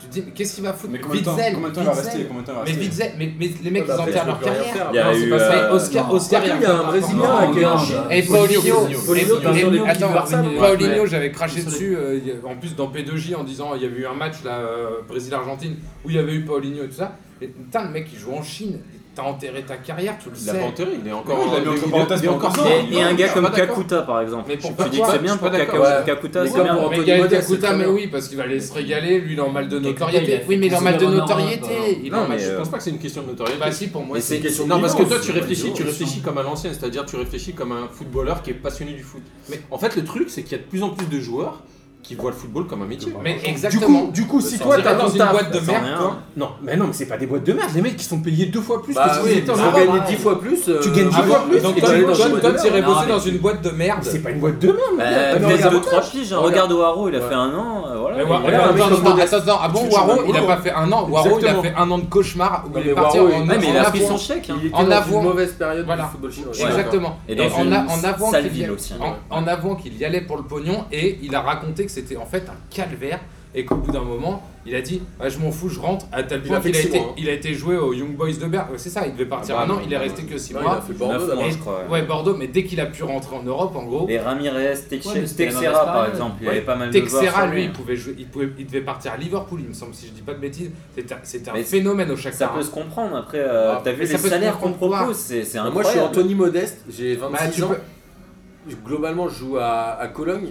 tu te dis, mais qu'est-ce qu'il va foutre Mais combien de temps Witzel, combien de temps il va Witzel. rester Combien Ah, de temps il va Mais rester Witzel, mais, mais les mecs, Bah, ils après, enterrent je leur peux rien carrière. faire. Il y a Non, c'est eu, pas ça. euh, Mais Oscar, non. Oscar, Il y a un Brésilien Non, là, qui est en non, Chine. non. Et Paulinho, Paulinho, Paulinho, Et- par et- exemple, qui attends, veut Barça, Paulinho, non Paulinho, Ouais. j'avais craché dessus, euh, il y a- en plus dans P2J en disant il y avait eu un match là, euh, Brésil-Argentine, où il y avait eu Paulinho et tout ça. Et, putain, le mec il joue en Chine, t'as enterré ta carrière, tu le Il l'a pas sais. enterré, il est encore. Encore, il l'a mis il- entre il- il parenthèses, est mais encore encore dedans. ça, Et, et un il- Ah, gars je suis comme pas d'accord. Kakuta par exemple. Mais tu, pourquoi tu dis que pas c'est bien Je suis pour pas d'accord. Kakuta, Ouais. Kakuta, Mais c'est comme bien. pour- Mais Anthony il y a Modeste, Kakuta, c'est mais très oui, parce qu'il va aller se régaler, lui il est en mal de Kakuta, il a notoriété. fait Oui, mais il est en 10 mal de euros en Europe, notoriété, il est en Non, mal mais, de- Ah, Je euh, pense pas que c'est une question de notoriété. Bah si, pour moi, mais c'est c'est- une question de Non, parce que niveau. toi, tu c'est pas réfléchis, idiot, tu c'est réfléchis comme à l'ancienne, c'est-à-dire tu réfléchis comme un footballeur qui est passionné du foot. Mais- en fait, le truc, c'est qu'il y a de plus en plus de joueurs qui voient le football comme un métier. Mais Du exactement. coup, du coup, si Ça toi sent t'as rien. dans Dans une une boîte de boîte Ça sent merde, rien. toi. non, mais non, mais c'est pas des boîtes de merde. Les mecs qui sont payés deux fois plus. Bah que oui, si ils étaient en ils ont Europe. gagné 10 fois plus. euh, Tu gagnes ah Ah ouais, bon plus, donc et toi, tu vas dans toi, une toi, toi, boîte t'irais de merde. bosser Non, dans mais une boîte de merde. C'est pas une boîte de merde. Bah, mais peut-être regarde, deux, trois piges. hein. Regarde O'Haro, il a fait un an. euh, Mais voilà. Wa- mais là, attends, mais comme attends, Modeste- attends, attends, ah bon, Tu- tu Waro, vas- il a pas fait un an. Waro, il a Exactement. fait un an de cauchemar où Non, il mais est parti Waro, en. il- Ouais, mais il en a pris avant. son chèque. hein. Il était En dans avant. une mauvaise période Voilà. du football chinois. Ouais. Exactement. Et dans en, une a- en avant sale qu'il y ville a- aussi, hein. en- ouais. en avant qu'il y allait pour le pognon et il a raconté que c'était en fait un calvaire et qu'au bout d'un moment il a dit ah, je m'en fous je rentre à tel Il point a fait qu'il a, six été mois, hein. il a été joué au Young Boys de Berck c'est ça il devait partir Ah bah un an non, il est bah resté que 6 Non, il a mois fait Neuf Bordeaux d'abord. mois, Et- je crois. ouais Bordeaux mais dès qu'il a pu rentrer en Europe en gros Et Ramirez, Tex- Ouais, mais c'était la Texera mauvaise par période. exemple. Il y avait pas mal de joueurs. Texera sur hein. lui il pouvait jouer il pouvait- il devait partir à Liverpool il me semble si je dis pas de bêtises c'était un- c'était un Mais phénomène au hein. chaque Ça peut se comprendre après. euh, Ah, T'as vu mais les ça peut se salaires qu'on comprendre. propose C'est c'est Moi, je suis incroyable. Anthony Modeste, j'ai 26 Bah, tu ans. peux- Globalement, je joue à, à Cologne.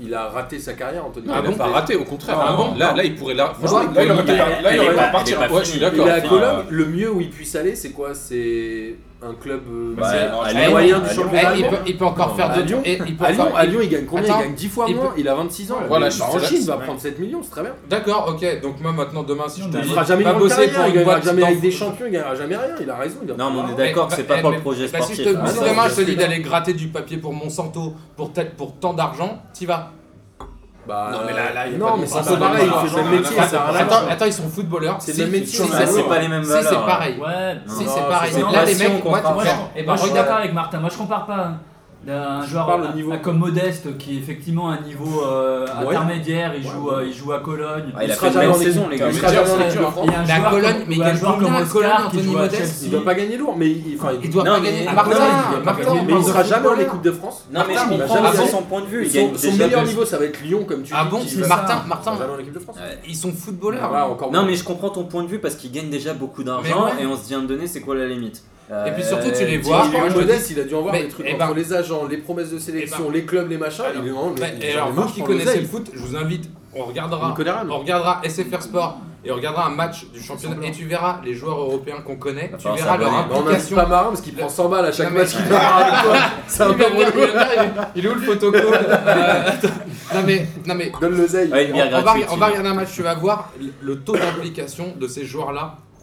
Il a raté sa carrière, Anthony. Non, Ah il a bon pas raté, au contraire. Ah bon là, là, il pourrait. Là, franchement, Non, là, il aurait il est- pas- là, il il est aurait pas- pas parti. il est pas Ouais, je suis Il est d'accord. à Enfin, Cologne. euh, Le mieux où il puisse aller, c'est quoi C'est un club. euh, Bah, c'est- à Eh, Lyon, moyen à du Lyon. championnat. Eh, il, peut, il peut encore Non, faire à de Lyon- et il peut à encore- Lyon, à Lyon, il gagne combien Attends, Il gagne 10 fois il moins. Il a 26 ans. Voilà, Mais je- en c'est Chine, il va vrai. prendre 7 millions, c'est très bien. D'accord, ok. Donc moi maintenant demain si je Non, te mais dis, Il fera jamais va grand bosser pour carrière, il une gagnera boîte jamais dans- la Ligue des Champions, il gagnera jamais rien, il a raison. Il a Non, mais on est Mais- d'accord que c'est pas eh, pour le mais- projet bah, si sportif. je Ah, te- si non, demain je je te dis suis d'aller gratter du papier pour Monsanto pour, tel- pour tant d'argent, t'y vas. Bah, Non, mais là- là, il y a non, pas mais de- pas c'est de- pareil, pas il de- fait pas le même métier, Attends, ça a rien à attends, voir. attends, ils sont footballeurs. C'est Si- le même métier, si ça c'est- a rien à c'est voir. pas les mêmes Si c'est valeurs. hein. pareil. Ouais. Si Non, c'est non, pareil. c'est Là les passion mecs, qu'on moi tu parle. Moi, fais- je, eh ben, moi, je suis regarde. d'accord avec Martin. Moi, je compare pas hein, d'un Je joueur parle au à- niveau. à- comme Modeste qui, effectivement, à un niveau euh, Ouais. intermédiaire, il, joue, euh, il joue à Cologne. Ah, il a sera fait une belle jamais en saison, les Il gars. sera jamais en Et- équipe de France. et un Mais à joueur Cologne, comme- mais ou il un gagne joueur comme combien à Cologne, Oscar qui Anthony joue à Modeste Chelsea. Il doit pas gagner lourd, mais il enfin, il- Il doit Non, pas mais- gagner. non, Martin, mais il doit pas Martin, gagner. mais il sera jamais en équipe de France. Non, mais je Martin, il va comprends jamais aussi aller. son point de vue. Il Son gagne son déjà meilleur plus. niveau, ça va être Lyon, comme tu dis. Ah bon qui mais va- Martin, il sera jamais Ah Martin, en équipe de France. Ouais. ils sont Voilà, footballeurs. encore Non, moins. mais je comprends ton point de vue parce qu'il gagne déjà beaucoup Mais d'argent ouais. et on se dit à un moment donné, c'est quoi la limite Et puis surtout, tu les dix vois, Il est Moi, je me modeste, il a dû en voir mais- des trucs eh entre ben- les agents, les promesses de sélection, eh ben- les clubs, les machins. Alors, il est vraiment. Bah, mais- Et alors j'en ai marre, vous qui je prends l'oseille. connaissez le foot, je vous invite, on On regardera. ne connaît rien, nous. On regardera SFR Sport et on regardera un match du championnat et tu verras les joueurs européens qu'on connaît, tu falloir verras leur s'abonner. Bah, on a implication. pas marrant parce qu'il prend 100 balles à chaque Non, mais- match qu'il doit avec toi. C'est un Oui, mais peu regarde, relou. regarde, il est- Il est où le photocall Euh, attends. Non mais, non mais Donne l'oseille. Euh, Ouais, une on, bière on va, gratuite, on va il- regarder un match, tu vas voir le- le taux d'implication de ces joueurs-là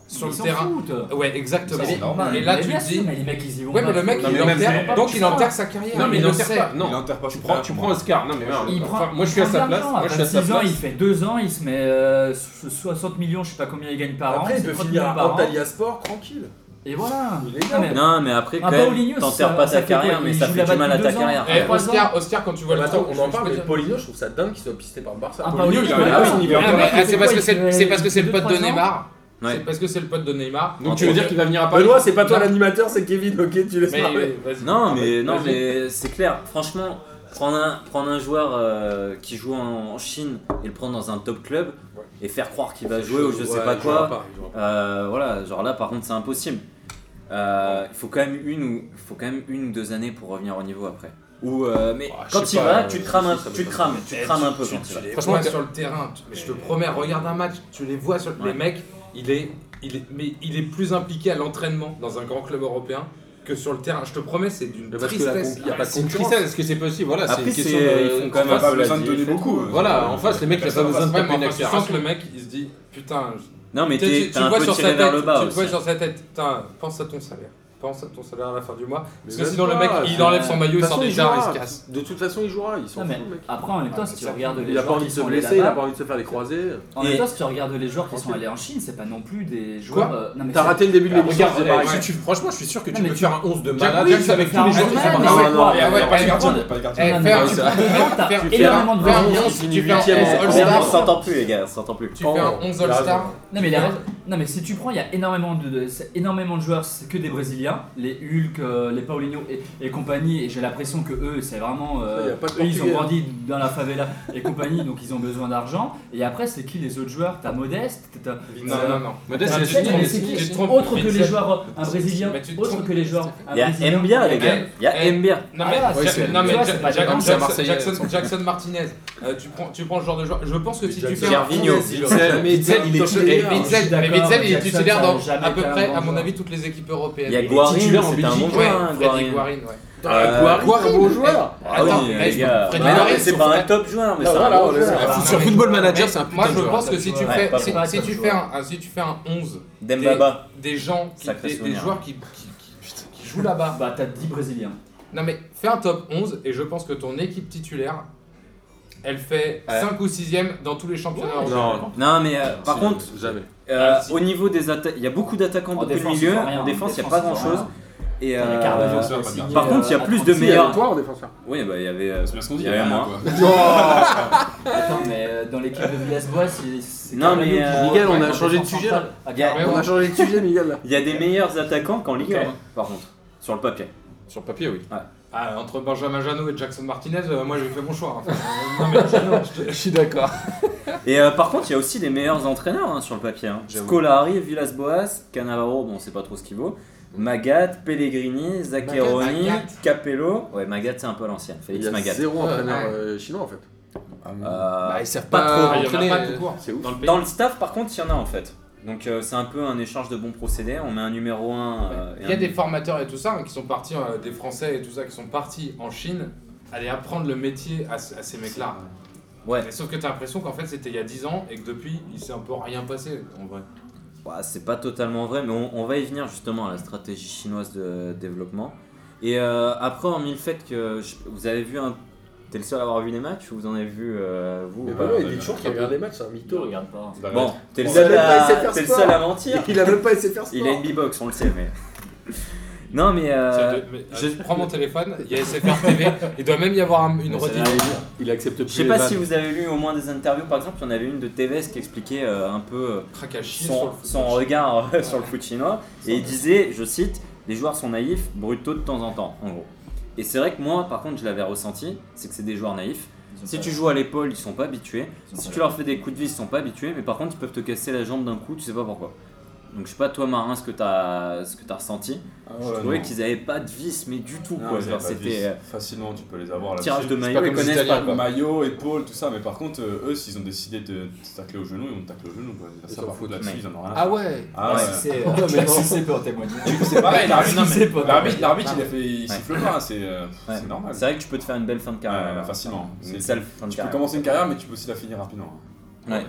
sur Ils le s'en terrain. foutent. Ouais, exactement. Mais- Et là, mais tu bien te sûr, dis. mais les mecs, ils y vont. Ouais, pas. mais le mec, Non, il mais même- enterre. mais- Donc, il tu enterre prends- sa carrière. Non, mais il en enterre sert pas. pas. Non, l'Inter pas tu prends, tu prends Oscar. Non, mais merde. Il Enfin, prend, moi, je suis à sa place. Moi, je suis à sa ans, il place. fait 2 ans, il se met euh, so- 60 millions, je sais pas combien il gagne par an. Après, il c'est peut 30 finir millions par à an. Antalya Sport tranquille. Et voilà. Il est Non, bien. mais- Non, mais après, quand Un même, Ah, Paulinho, t'enterres ça- pas ça ta fait carrière, quoi mais Il ça joue fait là-bas du mal à depuis ta deux ans. carrière. Eh, Trois ans. Oscar, Oscar, quand tu vois le Mais Bah, attends, truc, on je- en je parle, peux mais dire- Paulinho, je trouve ça dingue qu'il soit pisté par le Barça. Un Paulinho, Paulinho, il il a connaît ah oui, pas. il est en Ah, train mais- de- Ah, c'est parce que c'est c'est parce que c'est le pote de Deux, trois ans. Neymar. Ouais. C'est parce que c'est le pote de Neymar. Donc, tu veux dire qu'il va venir à Paris Benoît, c'est pas toi l'animateur, c'est Kevin, ok, tu laisses Mais parler. euh, vas-y. Non, mais, non, Vas-y. mais c'est clair. Franchement, prendre un, prendre un joueur euh, qui joue en, en Chine et le prendre dans un top club Ouais. et faire croire qu'il va jouer ou je sais Ouais, pas il jouera quoi, pas, il jouera pas. euh, voilà, genre là, par contre, c'est impossible. Euh, Il faut quand même une ou faut quand même une ou deux années pour revenir au niveau après. Ou euh, mais Ah, je quand sais il pas, va, euh, tu crames, un- ça va tu pas. crames, tu crames un peu quand il va. Franchement, Franchement, sur le terrain, tu- mais je te promets, regarde un match, tu les vois sur Ouais. les mecs, il est, il est, mais il est plus impliqué à l'entraînement dans un grand club européen que sur le terrain. Je te promets, c'est d'une Mais parce que la tristesse. comp- il y a pas de c'est une concurrence. tristesse. Est-ce que c'est possible Voilà, c'est Après, une c'est- question. de- ils font quand même Enfin, pas un besoin peu de la donner diff. beaucoup. euh, Voilà, en face, le mec, il a pas Personne besoin de passe. Ouais, taper mais une enfin, Tu sens que accélération. le mec, il se dit putain. je- Non, mais Tu- t'es tu, t'es tu un vois peu sur sa tiré tête, vers le bas. tu le vois aussi. sur sa tête. Putain, pense à ton salaire. Pense à ton salaire à la fin du mois. Parce Mais que sinon, le même mec, pas, il c'est- enlève son De maillot, toute il sort façon, des il jarres, il jouera. se casse. De toute façon, il jouera, il s'en Non, fout, mais le mec. après, en même temps, si tu regardes les Il a pas joueurs envie qui de se sont allés blesser, il a là-bas, pas envie de se faire les croisés. en Et- même temps, si tu regardes les joueurs qui sont allés en Chine, c'est pas non plus des joueurs. euh, non, mais T'as c'est- raté le début de Ah, l'émission, Regarde, c'est eh, pareil. si tu- franchement, je suis sûr que Non, tu mais peux tu- faire un 11 de malade oui, juste tu avec peux tous les faire joueurs qui un sont Ah, Ouais, non, mais partis. non, c'est non, quoi non, ouais, Alors, pas tu les prends gardiens. de- Pas de gardien. Eh, non, mais faire- non, tu c'est- t'as tu fais énormément de un- variantes. un- Si tu fais Eh, un huitième, All On Star. on s'entend plus, les gars, on s'entend plus. Tu fais un 11 All-Star. Non mais, il a raison. non mais si tu prends, il y a énormément de, de- c'est énormément de joueurs, c'est que des Brésiliens, les Hulk, euh, les Paulinho et, et compagnie, et j'ai l'impression que eux, c'est vraiment... euh, Il y a pas de eux, ils ont Portugais. hein. grandi dans la favela et compagnie, donc ils ont besoin d'argent. Et après, c'est qui les autres joueurs T'as Modeste t'as- Non, non, non. Modeste, Ah, c'est tu juste sais, une mais c'est liste. tu qui te trompes, Autre que les Vincent. joueurs, un Brésilien, Mais tu te autre trompes. que les joueurs, un Il y a Brésilien... Mbia, les gars. Eh, Il y a eh, Mbia. Non, Ah, mais, là, Jack- c'est- non, mais tu vois, Jack- c'est pas Jack- comme ça, Jackson- Marseillais. Jackson, Jackson Martinez, euh, tu, prends, tu prends ce genre de joueur. Je pense que si tu fais un Gervinho. Vitzel, Mais Vitzel, il est Et titulaire. Je suis Vitzel, mais d'accord, Vitzel, il est Jackson, titulaire ça dans n'a jamais à peu été un près, bon à mon joueur. avis, toutes les équipes européennes. Il y a Guarin, Guarin, titulaire en c'était un bon Belgique. joueur. hein, Freddy Guarin. Guarin, ouais. Euh, Guarin, bon joueur. Ah Attends, oui, mais les gars. Freddy Ah, Guarin, c'est ils pas sont un top joueur, mais c'est voilà, un bon on joueur. les a. Ah, Sur Football Manager, c'est un Moi, putain de je joueur. pense que si tu Ouais, fais, pas si, mal, si comme tu joueur. fais un, un- si tu fais un 11 Dembaba. des, des gens, qui, Sacré des, des souvenir. joueurs qui, qui, qui- qui jouent là-bas. Bah t'as 10 Brésiliens. Non mais fais un top 11 et je pense que ton équipe titulaire, elle fait Ouais. 5 ou 6ème dans tous les championnats européens. Non, Non, mais euh, par si, contre, jamais. euh, au niveau des attaques, il y a beaucoup d'attaquants, En beaucoup de défense, milieux. ils font rien. En défense, il n'y a En pas défense, grand ils font chose. Et euh, Carvalho, ça va pas signé, bien. par contre, il y a euh, plus à de 36. meilleurs. Toi en défenseur. oui, bah il y avait. euh, C'est bien ce qu'on dit, Il y avait rien, moi. quoi. Attends, mais euh, dans l'équipe de Villas-Boas, c'est- c'est... Non, Carvalho mais, qui euh, joue Miguel, on en a changé de défense sujet, centrale. Il y a- Ah, Ouais, On a changé de sujet, Miguel, là. Il y a des meilleurs attaquants qu'en Ligue 1, par contre, sur le papier. Sur le papier, oui. Ah, entre Benjamin Janot et Jackson Martinez, euh, moi j'ai fait mon choix. hein. Enfin, euh, non, mais Janot, je te- Je suis d'accord. Et euh, par contre, il y a aussi des meilleurs entraîneurs hein, sur le papier. Hein. J'avoue. Scolari, Villas-Boas, Cannavaro, bon, on sait pas trop ce qu'il vaut. Magat, Pellegrini, Zaccheroni, Magat. Capello. Ouais, Magat, c'est un peu à l'ancienne. Il Félix y a Magat. zéro Ouais. entraîneur euh, chinois en fait. Euh, Bah, ils savent pas trop Ah, il y en a entraîner. pas tout court. C'est ouf. Dans le pays. dans le staff, par contre, il y en a en fait. Donc euh, c'est un peu un échange de bons procédés. On met un euh, numéro 1. Il y a des formateurs et tout ça hein, qui sont partis, euh, des Français et tout ça, qui sont partis en Chine, aller apprendre le métier à, ce- à ces mecs-là. Ouais. Mais sauf que t'as l'impression qu'en fait c'était il y a 10 ans et que depuis il s'est un peu rien passé en vrai. Bah, c'est pas totalement vrai, mais on, on va y venir justement à la stratégie chinoise de développement. Et euh, après, hormis le fait que je- vous avez vu un. T'es le seul à avoir vu les matchs ou vous en avez vu euh, vous Mais ou bah pas non, il dit toujours qu'il regarde les matchs, c'est un mytho. regarde pas. Bon, t'es le Il seul a même pas à, essayé de faire t'es le sport. seul à mentir. Il a même pas essayé de faire sport. Il a une B-box, on le sait, mais. Non, mais. Ça euh, doit- mais, euh, Je prends mon téléphone, il y a SFR TV, il doit même y avoir un- une Mais ça rediff. va. Il accepte plus. Je sais les pas vannes. si vous avez lu au moins des interviews, par exemple, il y en avait une de Tevez qui expliquait euh, un peu euh, Crac à chier sur son, le foot. son regard euh, sur le foot chinois et il disait, je cite, les joueurs sont naïfs, brutaux de temps en temps, en gros. Et c'est vrai que moi, par contre, je l'avais ressenti, c'est que c'est des joueurs naïfs. Si tu joues à l'épaule, ils sont pas habitués. Si tu leur fais des coups de vis, ils sont pas habitués. Mais par contre, ils peuvent te casser la jambe d'un coup, tu sais pas pourquoi. Donc je sais pas toi Marin ce que t'as ce que t'as ressenti. je trouvais qu'ils avaient pas de vis mais du tout quoi. Genre, C'était euh, Facilement, tu peux les avoir là. tirage de maillot, maillot. pas comme ils les connaissent pas Italiens, quoi. Maillot, épaule, tout ça, mais par contre, euh, eux, s'ils ont décidé de te tacler au genou, ils vont te tacler au genou. Quoi. Ça, s'en par foutent, contre, là-dessus, mec. ils en ont rien. à Ah faire. ouais Ah Ouais, ouais. si c'est- Non, mais là, si c'est pour témoigner. C'est pareil, l'arbitre, Ah, Si c'est pour l'arbitre, témoigner. l'arbitre, il a fait, il siffle pas, hein, c'est euh, Ouais. c'est normal. C'est vrai que tu peux te faire une belle fin de carrière. Ouais, là. facilement. Une C'est- sale fin de Tu peux carrière. commencer une carrière, mais tu peux aussi la finir rapidement. hein. Ouais.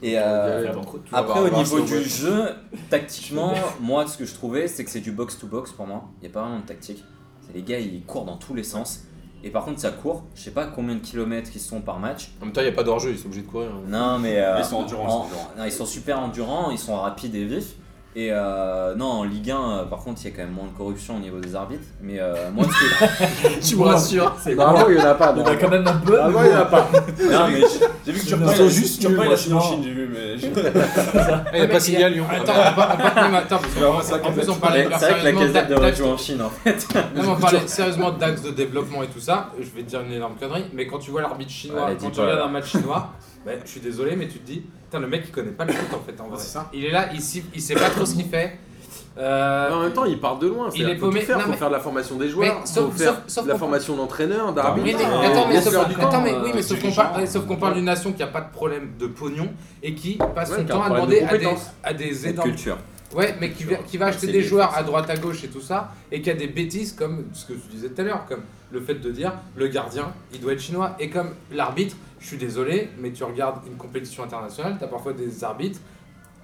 Et euh, Ouais, Après, avoir au un niveau slow du jeu, tactiquement, moi, ce que je trouvais, c'est que c'est du box-to-box pour moi. Il n'y a pas vraiment de tactique. C'est les gars, ils courent dans tous les sens. Et par contre, ça court. Je sais pas combien de kilomètres ils sont par match. En même temps, il n'y a pas d'enjeu, ils sont obligés de courir. hein. Non, mais. euh, Ils sont endurants, hein. ils sont en- endurants. non, ils sont super endurants, ils sont rapides et vifs. Et euh, non, en Ligue 1, euh, par contre, il y a quand même moins de corruption au niveau des arbitres. Mais euh, moi, ce que- Tu me rassures. C'est bon. Normalement, il y en a pas. Il y en a quand même un peu. Ah Normalement, il y en a pas. non, mais je- J'ai vu que Ils tu sont reprends juste juste tu reprends nuls, la Chine en franchement. Chine, j'ai vu, mais je- Ah, Il n'y a pas signé à Lyon. Attends, on va pas- on va pas- non, mais attends, parce vraiment ça, que- en plus, on c'est parlait vrai que la sérieusement casette d'axe- devrait jouer en Chine en fait. Non, mais on parlait sérieusement d'axe de développement et tout ça, je vais te dire une énorme connerie, mais quand tu vois l'arbitre chinois, Ouais, dis quand tu pas. regardes un match chinois, ben, je suis désolé, mais tu te dis, putain, le mec il connaît pas le foot en fait, en vrai. Il est là, il, siffle, il sait pas trop ce qu'il fait. Euh, Mais en même temps, ils partent de loin. Il Il est est paumé. Faire, Non, faut mais- faire de la formation des joueurs, mais faut sauf- faire sauf- sauf de la qu'on- formation d'entraîneur, d'arbitre. Oui, mais, Ah, attends, mais bien sauf, sûr, qu'on- du temps, attends, mais, euh, oui, mais sauf qu'on dirigeant. parle, ouais, sauf qu'on parle d'une nation qui a pas de problème de pognon et qui passe Ouais, son qui a temps un à problème de demander à des, compétences. à des Cette énormes. culture. Ouais, mais qui, va- qui va acheter C'est des lié, joueurs à forcément. droite à gauche et tout ça, et qui a des bêtises comme ce que tu disais tout à l'heure, comme le fait de dire le gardien, il doit être chinois, et comme l'arbitre, je suis désolé, mais tu regardes une compétition internationale, tu as parfois des arbitres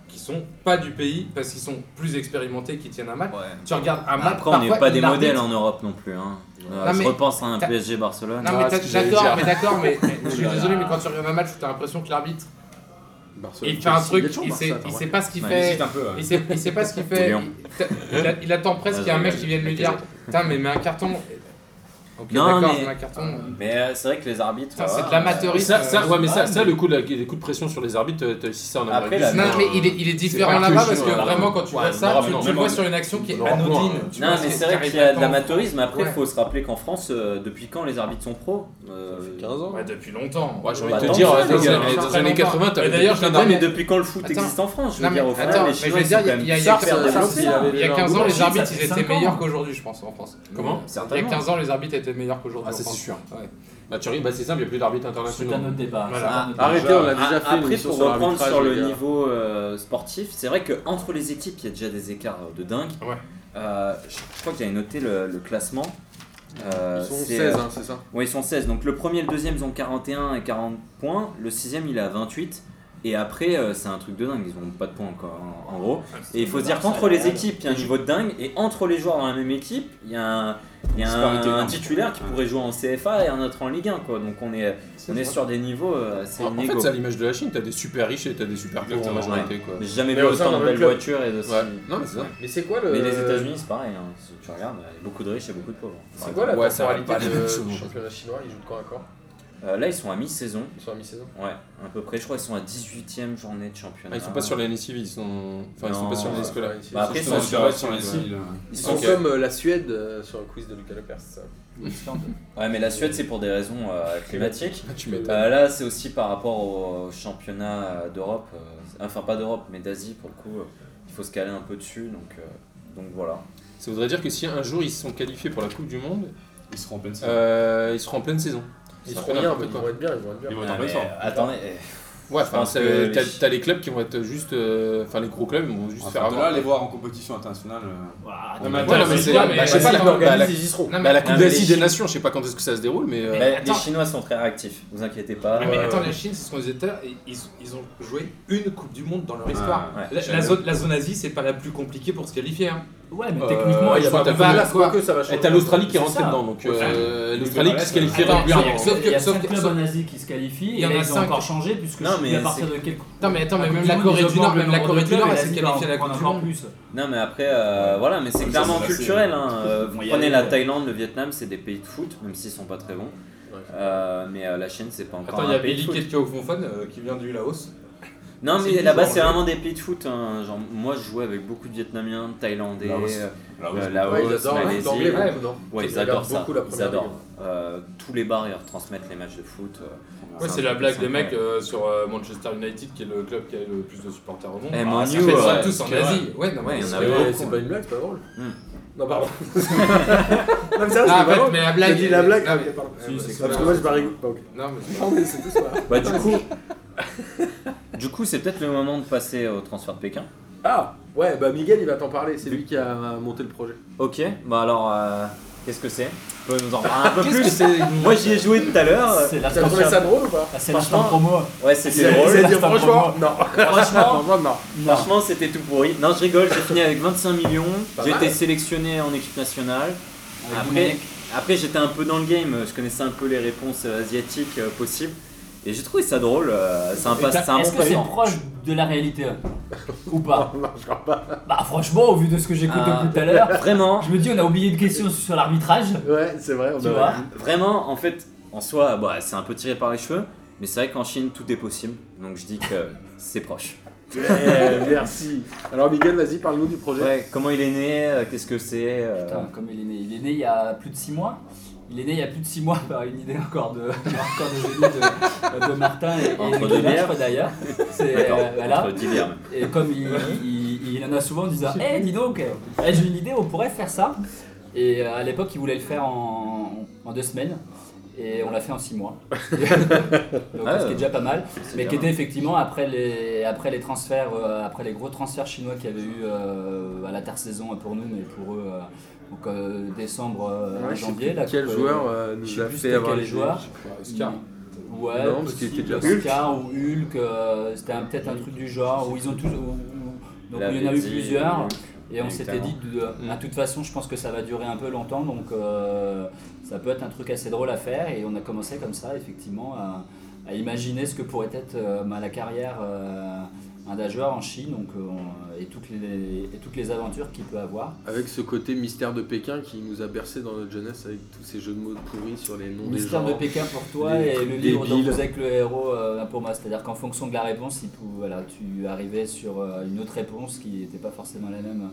qui sont pas du pays parce qu'ils sont plus expérimentés, qui tiennent un match. Tu regardes un match. Après, on n'est parfois, pas des l'arbitre- modèles en Europe non plus. hein. Euh, Non, je mais- repense à un t'as- PSG Barcelone. Non, mais Ah, t'as- ce que j'allais d'accord, dire. mais d'accord, mais je suis là là. désolé, mais quand tu regardes un match où t'as l'impression que l'arbitre, Barcelone, il fait un Chelsea, il y a truc, toujours il sait, Barça, il attends, sait pas ce qu'il Ouais, fait. Hésite un peu. hein. Il sait, il sait pas ce qu'il fait. Léon. Il, il a- il attend presque qu'il y ait un mec qui vienne lui dire Putain, mais mets un carton. Ok, Non, d'accord, mais- mets un carton. Mais euh, c'est vrai que les arbitres. euh, Putain, voilà, c'est de Et l'amateurisme. Ça, ça, ouais, mais ça, Ah, ça, le coup de, la- les coups de pression sur les arbitres, t'as- t'as- si c'est en Amérique Après, du la- Sud, Non, mais euh, il est, il est différent pas que là-bas le parce que chinois, là. vraiment, quand tu Ouais, vois ça, non, tu, mais non, tu même le vois en- sur une action qui est Europe, non, anodine. euh, tu Non, vois, mais c'est qui vrai arrive qu'il y a pas de tant. l'amateurisme. Après, il Ouais. faut se rappeler qu'en France, euh, depuis quand les arbitres sont pros Euh, Ça fait 15 ans. Ouais, depuis longtemps. Ouais, j'ai Bah, envie de te tant dire, mieux, dans les les années- gars. dans les années 80, t'avais Et d'ailleurs, plein je- Ouais, mais- mais depuis quand le foot Attends. existe en France Je veux Non, mais dire, au final, attends, les mais Chinois, je veux ils dire, sont il y a- quand même il y a- hyper il y développés. hein. a- il y avait- Il y a 15 ans, Ouais, les si, arbitres, ça fait ils étaient cinq ans. meilleurs qu'aujourd'hui, je pense, en France. Comment Il y a Certainement. 15 ans, les arbitres étaient meilleurs qu'aujourd'hui. Ah, en ça, c'est France. sûr. Ouais. Bah, tu rigoles, bah, c'est simple, il n'y a plus d'arbitres C'est un internationaux. autre débat. Voilà. c'est un autre Arrêtez, on a déjà Ah, fait une Après, émission pour sur reprendre l'arbitrage, sur le les gars. niveau euh, sportif, c'est vrai qu'entre les équipes, il y a déjà des écarts euh, de dingue. Ouais. Euh, je je crois que j'avais noté le, le classement. Euh, Ils sont c'est, 16, euh, hein, c'est ça Ouais, ils sont 16. Donc le premier et le deuxième, ils ont 41 et 40 points. Le sixième, il a 28. Et après, euh, c'est un truc de dingue. Ils ont pas de points encore, hein, en- en gros. Et il faut se dire qu'entre les équipes, il y a un niveau de dingue. Et entre les joueurs dans la même équipe, il y a un, il y a un- Disparité énorme. un titulaire qui pourrait jouer en CFA et un autre en Ligue 1. Quoi. Donc on est, on est sur des niveaux euh, assez En en fait, inégaux. c'est à l'image de la Chine, t'as des super riches et t'as des super pauvres en Exactement, majorité. quoi. J'ai jamais Mais vu au sein autant d'un de même belles club. voitures et de Ouais. Non, mais c'est ça. Mais c'est quoi le. Mais les États-Unis, c'est pareil. hein. Si tu regardes, il y a beaucoup de riches et beaucoup de pauvres. C'est quoi la Ouais, ça va temporalité pas les mêmes de- choses, du en fait. championnat chinois Ils jouent de quand à quand Euh, Là, ils sont à mi-saison. Ils sont à mi-saison Ouais, à peu près. Je crois qu'ils sont à 18ème journée de championnat. Ah, ils sont pas sur l'année civile, ils sont. Enfin, ils sont Non, pas sur ouais. l'année scolaire. Ouais, ils sont- Bah, après, ils Ils sont sont sur. sur sur les cils. Ils sont Ok. comme euh, la Suède euh, sur le quiz de Lucas Leclerc, c'est ça Ouais, mais la Suède, c'est pour des raisons euh, climatiques. Ah, Tu m'étonnes. Euh, là, c'est aussi par rapport au championnat euh, d'Europe, euh, enfin pas d'Europe, mais d'Asie pour le coup. euh, il faut se caler un peu dessus, donc, euh, donc voilà. Ça voudrait dire que si un jour ils se sont qualifiés pour la Coupe du Monde, Ils seront en pleine saison. euh, ils seront en pleine saison. Ils Ça seront fait bien, mais n'importe ils quoi. vont être bien, ils vont être bien. Ils vont être Ah, en pleine mais, forme. euh, attendez, eh, Ouais, Je enfin, pense ça- que t'as les- t'as les clubs qui vont être juste. euh, Enfin, les gros clubs ils vont juste faire Enfin, de avoir. là, les voir en compétition internationale. euh, débat. Non, euh, mais attends, Ouais, non, mais mais c'est- ouais, bah, mais je je sais pas, sais quand- bah, la- Ils y seront. Non, bah, la Non, Coupe mais les d'Asie Chinois- des Nations, je sais pas quand est-ce que ça se déroule, mais. euh, les- eh, les, attends. Chinois sont très réactifs, vous inquiétez pas. Ouais, mais Euh, attends, la Chine, c'est ce qu'on disait tout à l'heure, et ils, ils ont joué une Coupe du Monde dans leur histoire. ouais. La, la zone, la zone Asie, c'est pas la plus compliquée pour se qualifier. Hein. Ouais, mais Euh, techniquement, il il y a faut pas taper de- Bah, Là, c'est quoi. pas que ça va changer. Et t'as l'Australie qui est C'est rentrée ça. dedans, donc Ouais. euh, Les l'Australie qui Malaises, se qualifie Attends, régulièrement. Euh, sauf Il y que- a sauf 5 que- clubs sauf- en Asie qui se qualifient Il et y en là, a ils ont cinq. encore changé puisque Non, je sais mais plus à partir c'est- de quel Non, mais attends, mais même Ils la ont Corée des du Nord, augments, même la le Corée du nombre de Nord, elle clubs, s'est et là, qualifiée à la ils vont en Coupe du prendre Monde. plus. Non, mais après, euh, voilà, mais c'est Ouais, clairement ça, c'est culturel. hein. Euh, Vous Bon, il y a- prenez la Thaïlande, le Vietnam, c'est des pays de foot, même s'ils sont pas très bons. Ouais. Euh, mais euh, la Chine, c'est pas encore Attends, il y un a pays de Billy foot. Ketkiaofonfon euh, qui vient du Laos. Non, C'est mais bizarre, là-bas, c'est ouais. vraiment des pays de foot. hein. Genre, moi, je jouais avec beaucoup de Vietnamiens, de Thaïlandais, Laos. euh, Là, euh, ouais, Laos, Ouais, ils adorent Malaisie. les Anglais ouais, beaucoup, non ouais, ils regardent adorent ça. beaucoup la Ils première adorent. ligue. Euh, tous les bars, ils retransmettent les matchs de foot. euh. Ouais, C'est c'est un la peu blague des sympa, mecs ouais. euh, sur euh, Manchester United qui est le club qui a le plus de supporters au monde. Eh, Ah, Man ça U, fait ça ouais. tous en C'est vrai. Asie. Ouais, non, mais Ouais, il y en a c'est- beaucoup. Ouais, C'est pas une blague, c'est pas drôle. Hmm. Non, pardon. non, mais sérieux, Ah, c'est en fait, pas drôle. mais la blague. J'ai dit la est- blague. Ah, Ah, mais- pardon. Si, c'est Ah, clair. Parce que moi, je parie. Bah, ok. Non, mais c'est- Non, mais c'est tout, c'est pas grave. Bah, du coup, du coup, c'est peut-être le moment de passer au transfert de Pékin. Ah Ouais, bah Miguel, il va t'en parler. C'est lui qui a monté le projet. Ok, bah alors, euh, qu'est-ce que c'est Tu peux nous en parler un peu Qu'est-ce que plus c'est Moi, j'y ai joué tout à l'heure. C'est T'as trouvé l'instant ça drôle ou pas ah, c'est l'instant promo. Ouais, c'était Il a- drôle. il a dit c'est pas franchement, non. Franchement, Franchement, non. non. Franchement, c'était tout pourri. Non, je rigole, j'ai fini avec 25 millions. Pas J'ai mal. été sélectionné en équipe nationale. Avec Après, Domenech. après j'étais un peu dans le game, je connaissais un peu les réponses euh, asiatiques euh, possibles. Et j'ai trouvé ça drôle, euh, c'est un, pas- Et t'as- c'est un Est-ce bon que c'est paiement. proche de la réalité euh, ou pas Non, je crois pas. Bah franchement, au vu de ce que j'écoute Ah. depuis tout à l'heure, Vraiment, je me dis on a oublié une question sur l'arbitrage. Ouais, c'est vrai, on Tu aurait vois dit. vraiment, en fait, en soi, bah, c'est un peu tiré par les cheveux. Mais c'est vrai qu'en Chine, tout est possible. Donc je dis que c'est proche. Eh, Merci. Alors Miguel, vas-y, parle-nous du projet. Ouais, comment il est né euh, Qu'est-ce que c'est euh, Putain, comme il est né. Il est né il y a plus de 6 mois. Il est né il y a plus de 6 mois par une idée encore de, encore de génie de, de Martin et, et Entre de deux Guillaume, je bières. crois, d'ailleurs. C'est, D'accord, euh, voilà. entre divers, même. Et comme il, il- il en a souvent en disant Eh, dis donc, eh, j'ai une idée, on pourrait faire ça. Et euh, à l'époque, il voulait le faire en, en deux semaines. Et on l'a fait en six mois. Donc, Ah, ce qui est déjà pas mal. C'est Mais bien. qui était effectivement après les, après les transferts, euh, après les gros transferts chinois qu'il y avait eu euh, à l'intersaison pour nous, mais pour eux, euh, donc, euh, décembre, euh, Ouais, je sais janvier. plus là, Quel que- joueur euh, je nous sais a plus fait c'était avoir quel les joueur. Oscar. Ouais, Non, parce qu'il possible, était déjà- Oscar ou Hulk, euh, c'était un- peut-être un truc du genre, où ils ont tous. où- où- donc La il y en a eu Védie, plusieurs, et on Exactement. s'était dit, de, Ah, de toute façon, je pense que ça va durer un peu longtemps, donc euh, ça peut être un truc assez drôle à faire, et on a commencé comme ça, effectivement, à, à imaginer ce que pourrait être euh, bah, la carrière euh, un d'un joueur en Chine, donc, euh, on- et, toutes les, et toutes les aventures qu'il peut avoir. Avec ce côté mystère de Pékin qui nous a bercé dans notre jeunesse avec tous ces jeux de mots pourris sur les noms Mystère des de gens. Pékin pour toi des et trucs le livre dont débiles. vous êtes le héros euh, là pour moi. C'est-à-dire qu'en fonction de la réponse, il pou- voilà, tu arrivais sur euh, une autre réponse qui n'était pas forcément la même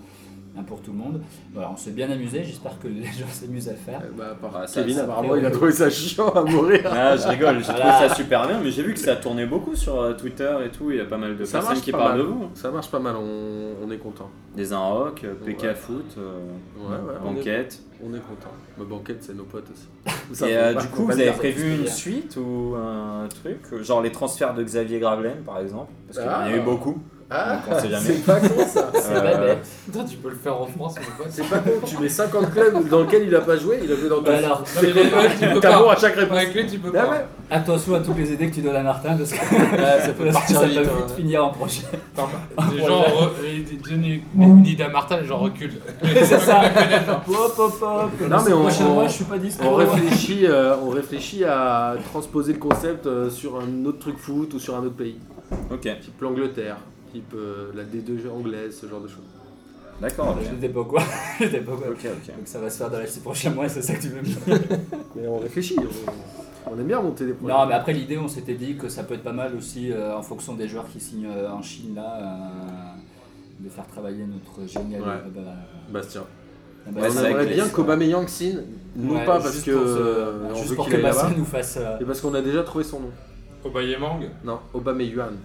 hein, pour tout le monde. Voilà, on s'est bien amusé, j'espère que les gens s'amusent à le faire. Euh, Bah, par Ah, ça- Kevin, ça- apparemment, il a trouvé ça chiant à mourir. Ah, je rigole, j'ai Voilà. trouvé ça super bien, mais j'ai vu que ça tournait beaucoup sur euh, Twitter et tout. Il y a pas mal de Ça personnes marche qui pas parlent mal. de vous. Ça marche pas mal, on, on est content. Des Inrock, euh, PK Ouais. Foot, euh, Ouais, ouais, on est, Banquette. on est content. Mais Banquette, c'est nos potes aussi. Et euh, du coup, vous avez prévu une dire. suite ou un truc euh, Genre les transferts de Xavier Gravelaine par exemple Parce qu'il y en a eu Ah. beaucoup. Ah, on sait jamais. c'est pas con ça. C'est pas Euh, bête. Putain, tu peux le faire en France, mon pote. C'est pas con, tu mets 50 clubs dans lesquels il a pas joué, il a joué dans tous. Alors, Non, mais les mecs, tu peux T'as bon pas. à chaque réponse. Avec lui, tu peux Ah pas. ouais. attention à toutes les idées que tu donnes à Martin parce que ça peut parce que partir ça vite, peut hein. vite finir en prochain. Ah Les gens, re- les- les- Johnny Nida Martin, les gens reculent. C'est ça. hop, hop, hop. Non, mais Le on- prochain on- mois, je suis pas dispo. On réfléchit, euh, on réfléchit à transposer le concept euh, sur un autre truc foot ou sur un autre pays, Ok, type l'Angleterre, type euh, la D2 anglaise, ce genre de choses. d'accord. Je ok. n'étais pas quoi. Je n'étais pas quoi. Ok, ok. Donc ça va se faire dans les six prochains mois, c'est ça que tu veux me dire. Mais on réfléchit, on, on aime bien monter des projets. Non, mais après l'idée, on s'était dit que ça peut être pas mal aussi euh, en fonction des joueurs qui signent euh, en Chine là, euh, de faire travailler notre génial. Ouais. euh, bah, Bastien. la Ouais, on base. c'est vrai aimerait que bien les- qu'Obameyang signe, non Ouais, pas juste parce que pour ce- euh, on juste veut pour qu'il que aille là-bas, Bastien nous fasse. euh, et parce qu'on a déjà trouvé son nom. Obayemang. Non, Obameyang.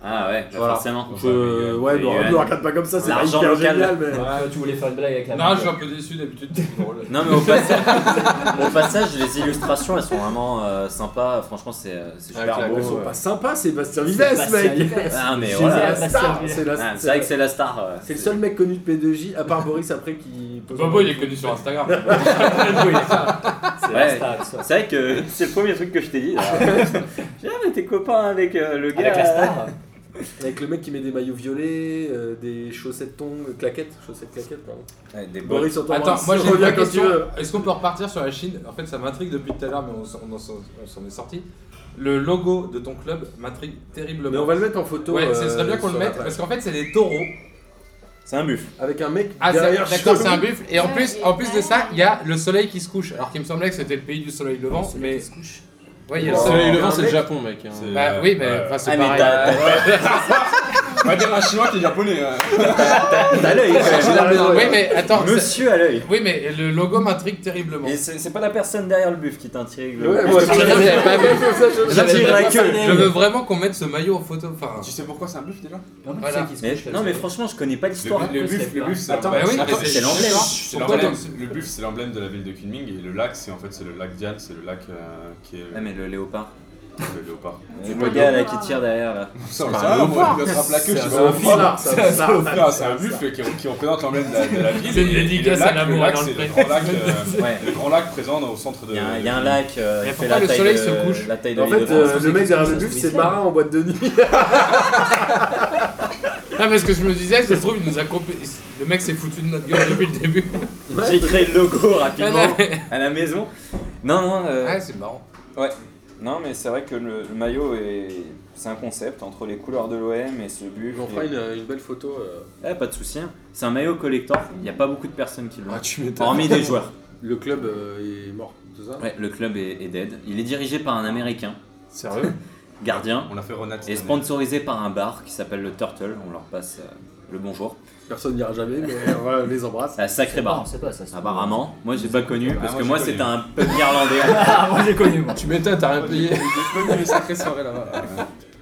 Ah ouais, bah Voilà. forcément. Je... Ouais, Et, non, euh, ne regarde pas comme ça, c'est pas l'argent hyper local. génial, mais... parce que tu voulais faire une blague avec Ah, la Non, marque. je suis un peu déçu d'habitude, c'est plus drôle. Non mais au passage, au passage, les illustrations elles sont vraiment euh, sympas. Franchement, c'est euh, c'est Avec la super beau. Ils sont euh. pas sympas, Sébastien C'est Vives, Bastien mec Vives. Ah mais C'est voilà. la Bastien star, Vives. c'est la- Ah, c'est vrai que c'est la star. euh, C'est le seul mec connu de P2J, à part Boris après qui. peut- Bobo, il est connu sur Instagram. Oui, c'est la Ouais. star, ça. C'est vrai que c'est le premier truc que je t'ai dit. là. J'ai dit, ah, mais t'es copain avec euh, le gars. Avec la star Avec le mec qui met des maillots violets, euh, des chaussettes tongs, euh, claquettes, chaussettes claquettes, pardon. Ouais, des bottes. Boris, on t'embrasse. Attends, moi j'ai une Reviens vraie quand tu question. veux. Est-ce qu'on peut repartir sur la Chine En fait, ça m'intrigue depuis tout à l'heure, mais on s'en- on en s'en on s'en est sorti. Le logo de ton club m'intrigue terriblement. Mais on va le mettre en photo. Ouais, ce euh, serait bien qu'on le sur la mette page. parce qu'en fait, c'est des taureaux. C'est un buffle. Avec un mec Ah, c'est- derrière d'accord, chelou. c'est un buffle. Et Ah, en plus, en plus de ça, il y a le soleil qui se couche. Alors qu'il me semblait que c'était le pays du soleil levant, mais se couche. Oui, il y a Le le soleil soleil. levant, c'est le Japon, mec. hein. C'est- euh, Bah, oui, mais Ouais. enfin, Ah, c'est mais pareil. t'as- On va dire un chinois qui est japonais. hein. T'as l'œil quand même. Ah, non, Oui, mais attends. c'est- Monsieur à l'œil. Oui, mais le logo m'intrigue terriblement. Et c'est c'est pas la personne derrière le buff qui t'intrigue. Ouais, Je moi te aussi, préviens, j'avais pas vu. J'avais j'avais vraiment la queue. Je veux vraiment qu'on mette ce maillot en photo. Enfin, Tu sais pourquoi c'est un buff déjà Voilà. Mais- non mais franchement je connais pas l'histoire. Le buff, le buff, c'est Attends, l'emblème- bah oui, Attends, mais c'est l'emblème. c'est Pourquoi l'emblème. Le buff, c'est l'emblème de la ville de Kunming et le lac, c'est en fait c'est le lac Diane, c'est le lac euh, qui est Ah mais le léopard. le léopard. C'est le gars là qui tire derrière là. C'est un léopard. Il attrape la queue, je sais pas C'est pourquoi. un fil. Non, Ah, C'est un buff qui, qui représente l'emblème de la, de la ville. C'est une Et- et le dédicace lac, à l'amour le lac, dans le c'est pré. grand lac, euh, Ouais. le grand lac présent au centre de. Il y a un, il y a un lac. euh, Mais il fait pourquoi la le taille soleil de- se couche La taille de En l'île de fait, France. euh, le mec derrière le buff, c'est le marin en boîte de nuit. Ah, mais ce que je me disais, ça se trouve, il nous a compl- Le mec s'est foutu de notre gueule depuis le début. J'ai créé le logo rapidement Ah, non, mais- à la maison. Non non. euh, Ah, c'est marrant. Non, mais c'est vrai que le, le maillot est. C'est un concept entre les couleurs de l'OM et ce but. On fera une, une belle photo. euh, Ah, pas de souci. hein. C'est un maillot collector. Il n'y a pas beaucoup de personnes qui l'ont. Ah, tu m'étonnes. Hormis des joueurs. Le club euh, est mort, c'est ça Ouais, le club est, est dead. Il est dirigé par un américain, Sérieux gardien, On l'a fait et renaître. cette année. sponsorisé par un bar qui s'appelle le Turtle. On leur passe euh, le bonjour. Personne n'ira jamais, mais euh, voilà, on les embrasse. C'est un sacré Non, bar. hein. c'est pas ça. c'est- Apparemment, moi j'ai pas connu parce Ah, moi, que j'ai moi connu. c'était un pub irlandais. Ah, moi j'ai connu, moi. Tu m'étonnes, t'as rien payé.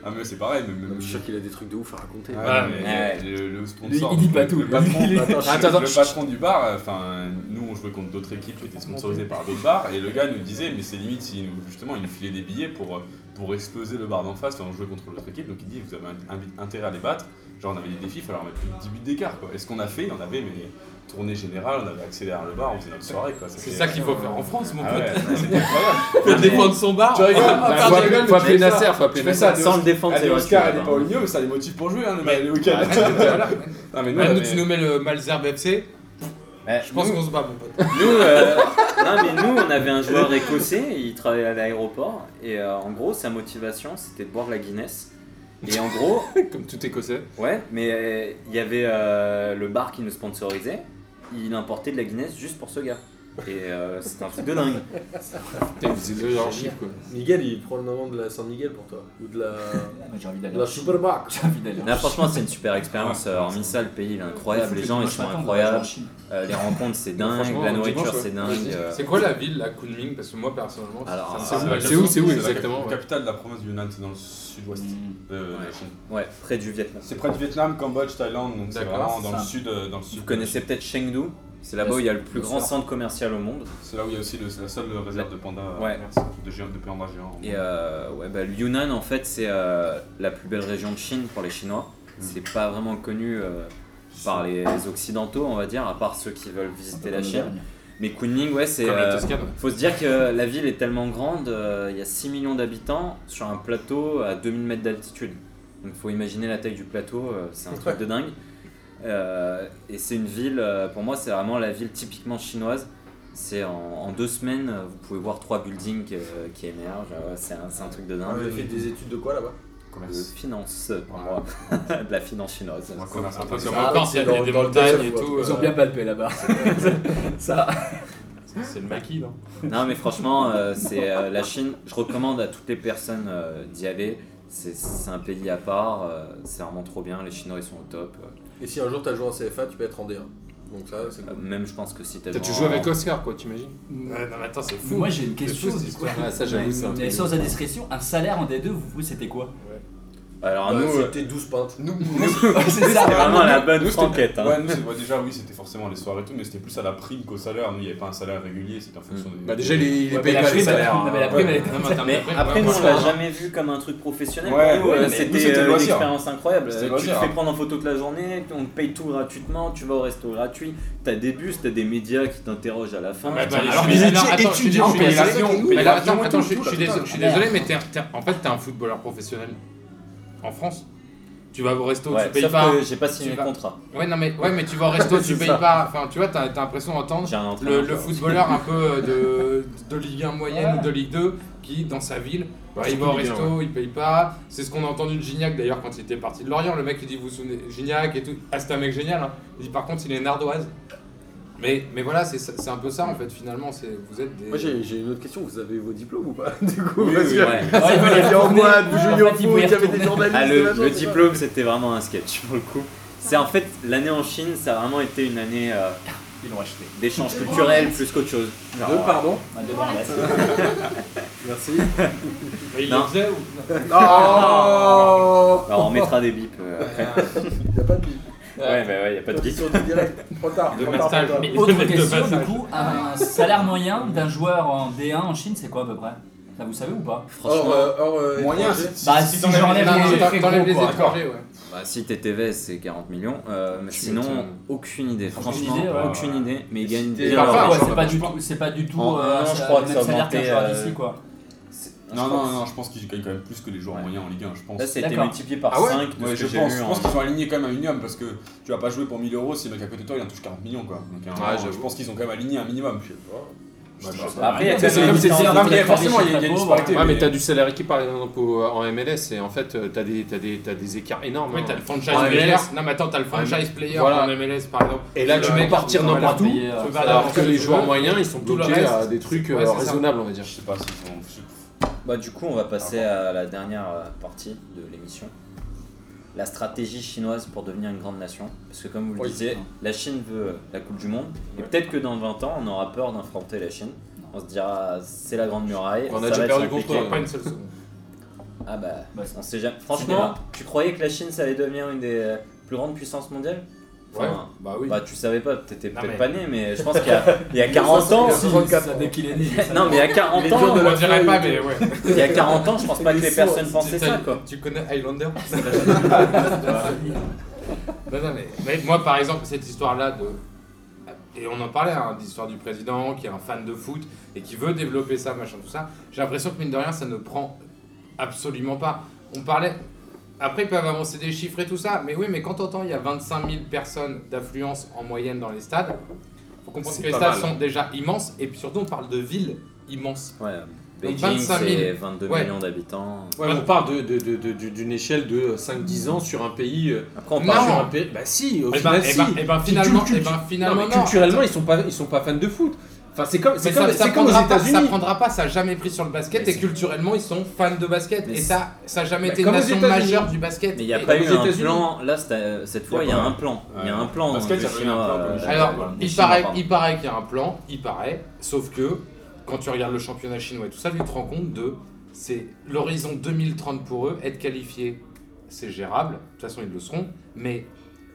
Ah mais c'est pareil, mais Euh, Non, mais même. Je suis sûr qu'il a des trucs de ouf à raconter. Ah, mais Ouais. le, le sponsor, Il dit pas le- tout. Le patron, Il- il- le Attends, attends, patron- le chut. patron du bar, euh, enfin, nous on jouait contre d'autres équipes qui étaient sponsorisées par d'autres bars, et le gars nous disait, mais c'est limite, si nous- justement, il nous filait des billets pour, euh, pour exploser le bar d'en face, enfin, on jouait contre l'autre équipe, donc il dit, vous avez un- un- intérêt à les battre. Genre, on avait des défis, il fallait en mettre plus de 10 buts d'écart, quoi. Et ce qu'on a fait, on avait, mais tournée générale, on avait accéléré le bar, on faisait notre soirée, quoi. C'est ça qu'il faut faire en France, mon Ah pote. ouais, c'était incroyable. Faut défendre son bar. Tu rigoles, Ah, bah, pardon, faut- je rigole, Faut mais tu appeler fais ça. Nasser, faut Tu appeler fais Nasser. ça, des Sans le défendre, c'est Ah, Allez, vrai, Oscar, tu elle vois, est pas au milieu, mais ça les motive pour jouer, hein, le Mais- le week-end. Voilà. Non, mais nous, Ah, on Nous, avait- tu nous mets le Malzerbe FC. Ouais, Je pense nous- qu'on se bat, mon pote. Nous, euh, non, mais nous, on avait un joueur écossais, il travaillait à l'aéroport, et euh, en gros, sa motivation, c'était de boire la Guinness. Et en gros, Comme tout écossais. ouais, mais euh, il y avait euh, le bar qui nous sponsorisait, il importait de la Guinness juste pour ce gars. Et euh, c'était un truc de dingue. Putain, il faisait de l'orgive, quoi. Miguel, il prend le nom de la Saint-Miguel pour toi. Ou de la, Ah, J'ai envie de d'aller. la en- Superbac. J'ai envie d'aller. en- Là, franchement, c'est une super expérience. euh, Hormis ça, le pays, il est incroyable. Les gens, ils sont incroyables. Euh, les rencontres, c'est dingue. Franchement, La dimanche, nourriture, ouais. c'est dingue. euh, C'est quoi la ville, la Kunming Parce que moi, personnellement, Ah, Alors, euh, ça me c'est- parle. c'est où, c'est où la cap- exactement, ouais. capitale de la province du Yunnan, c'est dans le sud-ouest. euh, de la Ouais. Chine. Ouais, près du Vietnam. C'est près du Vietnam, Cambodge, Thaïlande, donc c'est D'accord, vraiment c'est dans le ça. sud. euh, Dans le sud Vous connaissez peut-être Chengdu C'est là-bas où il y a le plus grand centre commercial au monde. C'est là où il y a aussi le- c'est la seule réserve de pandas, Ouais. euh, de géants, de pandas géants. Et euh, ouais, bah, le Yunnan, en fait, c'est euh, la plus belle région de Chine pour les Chinois. C'est pas vraiment connu euh, par les Occidentaux, on va dire, à part ceux qui veulent visiter la Chine. Mais Kunming, ouais, c'est. Comme la euh, Toscane. faut se dire que la ville est tellement grande, euh, il y a 6 millions d'habitants sur un plateau à 2000 mètres d'altitude. Donc faut imaginer la taille du plateau, euh, c'est un truc de dingue. Euh, et c'est une ville, euh, pour moi, c'est vraiment la ville typiquement chinoise. C'est en, en deux semaines, euh, vous pouvez voir trois buildings euh, qui émergent. euh, c'est un, c'est un truc de Vous dingue. avez fait des études de quoi là-bas de commerce. finance, pour moi. de la finance chinoise. Moi, commerce Après, international. comme encore, s'il y dans- a des dans le montagnes désert, et quoi. tout. Ils euh, ont bien palpé là-bas. Ça. C'est le maquis, non Non, mais franchement, euh, c'est euh, la Chine. Je recommande à toutes les personnes euh, d'y aller. C'est c'est un pays à part. euh, c'est vraiment trop bien. Les Chinois, ils sont au top. Et si un jour t'as joué en CFA, tu peux être en D1. Donc ça, c'est Euh, cool. même, je pense que si t'as T'as- Tu joué joues en- avec Oscar, quoi, t'imagines Ouais, Non, mais attends, c'est fou. Moi j'ai une C'est question. fou, cette c'est quoi histoire. ça, j'avoue, Mais sans indiscrétion, un salaire en D2, vous, vous c'était quoi Alors, Bah, nous, euh, C'était 12 pintes. Nous, C'est c'est ça. vraiment la bonne nous, c'était- franquette. hein. ouais, nous, c'est- ouais, déjà, oui, c'était forcément les soirs et tout, mais c'était plus à la prime qu'au salaire. Nous, il n'y avait pas un salaire régulier, c'était en fonction des. Bah, déjà, il est- il est Ouais, mais payé la pas les prime, salaires. non, mais la hein. prime, Ouais. elle est- Non, mais attends, Mais après, après, moi, nous, on moi, l'a jamais vu comme un truc professionnel. Ouais, Nous, ouais, euh, mais nous, c'était c'était euh, une loisir. expérience incroyable. C'était Tu te loisir. fais prendre en photo toute la journée, on te paye tout gratuitement, tu vas au resto gratuit, t'as des bus, t'as des médias qui t'interrogent à la fin. Ouais, bah, Tiens, alors, je mais vais- alors, attends, je suis étudiant, désolé, payer mais l'avion, mais payer là, l'avion attends, et attends, tout, je suis- tout, je suis la désolé- totale. je suis désolé, mais t'es- t'es- en fait, t'es un footballeur professionnel en France. Tu vas au resto, Ouais, tu payes sauf pas. que j'ai pas tu signé le vas- contrat. Ouais, non, mais, ouais, mais tu vas au resto, tu payes pas. Enfin, tu vois, t'as t'as l'impression d'entendre J'ai un entraîneur, le, le quoi. footballeur un peu euh, de, de Ligue 1 moyenne ou de Ligue 2 qui, dans sa ville, bah, il va au Ligue 1, resto, il paye pas. C'est ce qu'on a entendu de Gignac d'ailleurs quand il était parti de Lorient. Le mec, il dit Vous vous souvenez, Gignac et tout. Ah, c'est un mec génial. hein. Il dit Par contre, il est nardoise. Mais, mais voilà, c'est c'est un peu ça en fait finalement. c'est Vous êtes des. Moi j'ai j'ai une autre question, vous avez vos diplômes ou pas Du coup, parce que Ouais. Ouais, il vous faut les étiez en retourner. boîte, vous En jouiez au fait, il faut foot, y il y avait des retourner. journalistes. Ah, des le, machins, le c'est ça. diplôme, c'était vraiment un sketch pour le coup. C'est en fait l'année en Chine, ça a vraiment été une année euh, Ils l'ont acheté. d'échange culturel plus qu'autre chose. Genre, euh, Deux, pardon On va devoir la- Merci. Mais il Non. le faisait ou Oh euh, alors, on mettra des bips euh, après. Il n'y a pas de bip. Ouais, bah ouais, y a pas de bip. Sur du direct. Trop tard. De trop tard, trop massage. tard. Mais autre Mec de question, du passage. coup, un salaire moyen d'un joueur en D1 en Chine, c'est quoi à peu près Ça, vous savez ou pas Or, Franchement, euh, or, euh, Moyen, étranger. Bah, si t'enlèves j'enlève les- non, les non, frérots, t'enlèves les quoi. étrangers, ouais. bah, si t'es TVS, c'est 40 millions. euh, mais Tu sinon, m'étonnes. aucune idée. Franchement, idée, ouais. aucune idée. Mais ils gagnent Et bien par leur contre, argent. ouais, c'est pas du tout, c'est pas du tout En euh, un an, je euh, crois le que même ça a salaire qu'un augmenté, joueur euh, d'ici quoi. Non, non, non, je pense qu'ils gagnent quand même plus que les joueurs Ouais. Bah, moyens en Ligue 1, je pense. Là, ça a été D'accord. multiplié par Ah ouais 5 de Ouais, ce que je j'ai pense, vu. je en- pense qu'ils sont alignés quand même à minimum parce que tu vas pas jouer pour 1000 euros si le mec à côté de toi il en touche 40 millions quoi. Donc, à un moment, Ouais, j'avoue. je pense qu'ils ont quand même aligné un minimum. Je sais pas. Je sais pas. Bah, Après, il y a Parce que quand Ah, c'est même- comme si c'était- Non, mais il y a- Forcément, forcément, il y a- il y a une pauvre, disparité. ouais. Ouais, mais t'as du salarié qui, par exemple, au- en MLS, et en fait, euh, t'as des, t'as des, t'as des écarts énormes. Oui, hein. t'as le franchise En player. MLS. Non, mais attends, t'as le franchise player Voilà. en MLS par exemple. Et là, Le tu mec peux qui partir doit n'importe où. Payer, euh, Tu vas là Alors que dans les ce joueurs jeu, moyens, ils sont tout le bloqués à reste, des trucs c'est- euh, ouais, c'est ça. raisonnables, on va dire. Je sais pas s'ils sont. je sais pas. Bah, du coup, on va passer à la dernière euh, partie de l'émission. La stratégie chinoise pour devenir une grande nation. Parce que, comme vous le Oui. disiez, la Chine veut euh, la Coupe du Monde. Et peut-être que dans 20 ans, on aura peur d'affronter la Chine. On se dira, c'est la Grande Muraille. On a ça déjà va être perdu compliqué. contre eux. Pas une seule seconde. Ah bah, Bah, c'est- on sait jamais. débat. Franchement, tu croyais que la Chine, ça allait devenir une des euh, plus grandes puissances mondiales Ouais, Enfin, bah oui. Bah, tu savais pas, t'étais Non, peut-être mais- pas né, mais je pense qu'il y a, il y a 40 ans. Si, ça, dès qu'il est né. mais ça- Non, mais il y a 40 ans, On dirait pas, mais ouais. il y a 40 ans, je pense pas que les personnes pensaient T'as- ça, quoi. Tu connais Highlander Non, non, mais, mais moi, par exemple, cette histoire-là de. Et on en parlait, hein, d'histoire du président qui est un fan de foot et qui veut développer ça, machin, tout ça. J'ai l'impression que, mine de rien, ça ne prend absolument pas. On parlait. Après, ils peuvent avancer des chiffres et tout ça, mais oui, mais quand t'entends, il y a 25 000 personnes d'affluence en moyenne dans les stades, faut comprendre C'est que les pas stades mal. sont déjà immenses et puis surtout, on parle de villes immenses. Ouais, Donc, Beijing, 25 000. c'est 22 Ouais. millions d'habitants. Ouais, on parle de- de- de- de- du- d'une échelle de 5-10 ans sur un pays. euh, Après, on Non. parle. sur un pays- Bah si, au Et ben, final, eh si. ben- eh ben, Si finalement, tu- tu- eh ben, Non, finalement, mais non. culturellement, ils sont pas, ils sont pas fans de foot. Enfin, c'est comme, c'est Mais comme, ça, ça c'est comme aux prendra pas, ça États-Unis. prendra pas, ça a jamais pris sur le basket Mais et c'est- culturellement ils sont fans de basket Mais et c'est- ça, ça a jamais Mais été une comme aux nation États-Unis. majeure du basket. Mais il n'y a Et- pas aux eu un États-Unis. plan. Là, c'est- euh, cette fois, il y a un plan. Il y a un plan. Parce hein, qu'il du y avait Chinois, un plan, euh, comme je- Alors, euh, des il Chinois, paraît, pardon. il paraît qu'il y a un plan, il paraît, sauf que quand tu regardes le championnat chinois et tout ça, tu te rends compte de c'est l'horizon 2030 pour eux, être qualifié, c'est gérable, de toute façon ils le seront, mais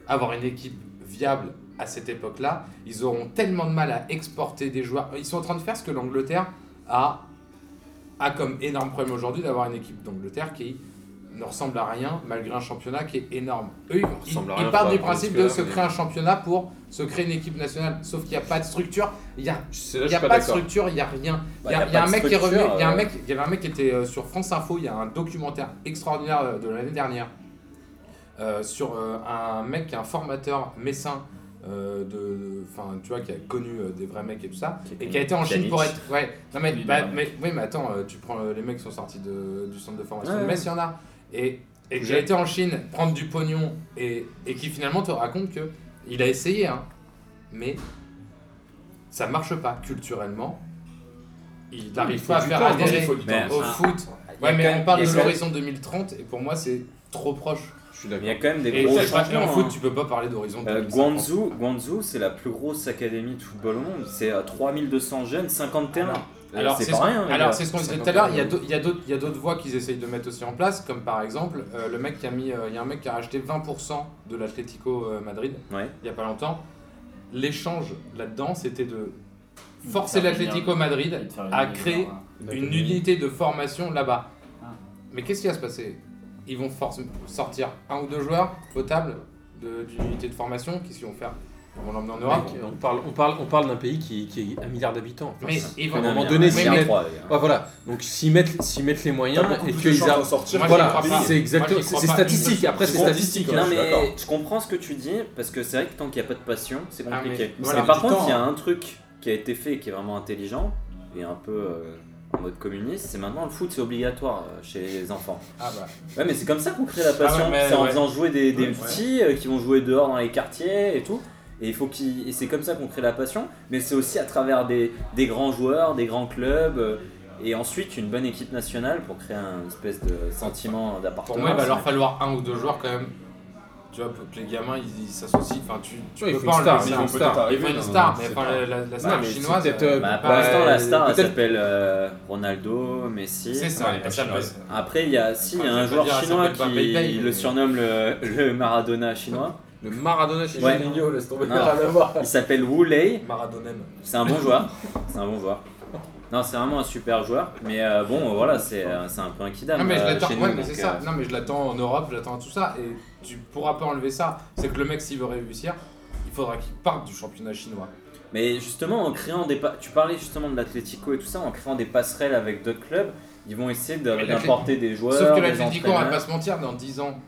avoir une équipe viable à cette époque-là, ils auront tellement de mal à exporter des joueurs. Ils sont en train de faire ce que l'Angleterre a, a comme énorme problème aujourd'hui d'avoir une équipe d'Angleterre qui ne ressemble à rien malgré un championnat qui est énorme. Eux, ils, ils- ressemble à ils rien, partent pas du pour principe jusque-là, de se mais- créer un championnat pour se créer une équipe nationale, sauf qu'il n'y a pas de structure, il n'y a, C'est là, il je y a suis pas, pas de d'accord. structure, il n'y a rien. Il Bah, y a, il y a il y a pas un de mec qui est revenu, structure, il y a un euh. mec, il y avait un mec qui était euh, sur France Info, il y a un documentaire extraordinaire euh, de l'année dernière euh, sur euh, un mec qui est un formateur messin euh, de, enfin tu vois qui a connu euh, des vrais mecs et tout ça euh, et qui a été en Chine Pjanic. pour être ouais non mais, Oui, bah, bah. mais- oui mais attends euh, tu prends euh, les mecs qui sont sortis de- du centre de formation Ouais, de ouais. Metz il y en a et, et qui a jeune. été en Chine prendre du pognon et, et qui finalement te raconte que il a essayé hein, mais ça marche pas culturellement il n'arrive pas à faire adhérer Mais- au foot Il y a ouais mais quand même- on parle il y de a quand même- l'horizon 2030 et pour moi c'est trop proche Je suis Il d'accord. y a quand même des et, gros ça, je pense que en changements, foot hein. tu peux pas parler d'horizon Euh, 2030 Guangzhou, Guangzhou, c'est la plus grosse académie de football au monde. C'est euh, 3200 jeunes, 50 Ah terrains. Euh, Alors, c'est c'est ce pas qu'on- rien. les Alors gars. c'est ce qu'on disait tout à l'heure, il y a d'autres- il y a d'autres- il y a d'autres voies qu'ils essayent de mettre aussi en place, comme par exemple euh, le mec qui a mis, euh, il y a un mec qui a racheté 20% de l'Atlético euh, Madrid Ouais. il y a pas longtemps. L'échange là-dedans, c'était de forcer Faire venir- l'Atlético Madrid de faire venir à des créer joueurs, hein. une unité de formation là-bas. Ah. Mais qu'est-ce qui va se passer Ils vont force- sortir un ou deux joueurs potables de- d'une unité de formation. Qu'est-ce qu'ils vont faire Ils vont l'emmener en Europe. Mec, on parle, on parle, on parle d'un pays qui, qui est un milliard d'habitants. Enfin, Mais c'est- ils à vont un moment Ouais, donné, mais s'ils il y a mettent, trois, les gars. ouais, voilà. Donc s'ils mettent, s'ils mettent les moyens et qu'ils arrivent. Moi, j'y Voilà, crois pas. c'est exactement. Moi, j'y C'est crois c'est pas. statistique. Après, c'est Je comprends- statistique. hein. Non, Je suis d'accord. mais je comprends ce que tu dis parce que c'est vrai que tant qu'il n'y a pas de passion, c'est Ah, mais compliqué. mais voilà, du par contre, temps, hein. il y a un truc qui a été fait et qui est vraiment intelligent et un peu euh, en mode communiste c'est maintenant le foot, c'est obligatoire euh, chez les enfants. Ah bah. Ouais, mais c'est comme ça qu'on crée la passion. Ah ouais, mais c'est en ouais. faisant jouer des, des Ouais, petits euh, qui vont jouer dehors dans les quartiers et tout. Et, il faut qu'il- et c'est comme ça qu'on crée la passion, mais c'est aussi à travers des, des grands joueurs, des grands clubs, euh, et ensuite une bonne équipe nationale pour créer un espèce de sentiment d'appartenance. Pour moi, il va leur falloir un ou deux joueurs quand même. Tu vois, pour que les gamins ils ils s'associent. Enfin, tu, tu Ouais, il peux faut pas une star, enlever- il ils faut vont une peut-être star. arriver une Non, star, non, mais c'est enfin, pas- la, la- la Ouais, star mais c'est chinoise. peut-être, euh, euh, Bah, pour bah, l'instant, la star elle peut-être- s'appelle euh, Ronaldo, Messi. c'est ça, Ouais, elle s'appelle. chinoise. Après, il y a, si, il y a Enfin, je un veux joueur dire, elle chinois s'appelle qui pas Pei Pei, le mais- surnomme le, le Maradona chinois. Le Maradona chez Ouais. Juninho, laisse tomber. Non, il s'appelle Wu Lei. Maradonem. C'est un bon joueur. C'est un bon joueur. Non, c'est vraiment un super joueur. Mais euh, bon, euh, voilà, c'est euh, c'est un peu un kidam. Non Ah, mais je euh, l'attends, chez nous, ouais, mais donc, c'est euh, ça. Non mais je l'attends en Europe, je l'attends à tout ça, et tu pourras pas enlever ça. C'est que le mec s'il veut réussir, il faudra qu'il parte du championnat chinois. Mais justement, en créant des. pa- Tu parlais justement de l'Atletico et tout ça, en créant des passerelles avec d'autres clubs, ils vont essayer de- Mais d'importer des joueurs. Sauf que des l'Atlético, on va entraîneurs. pas se mentir, dans 10 ans,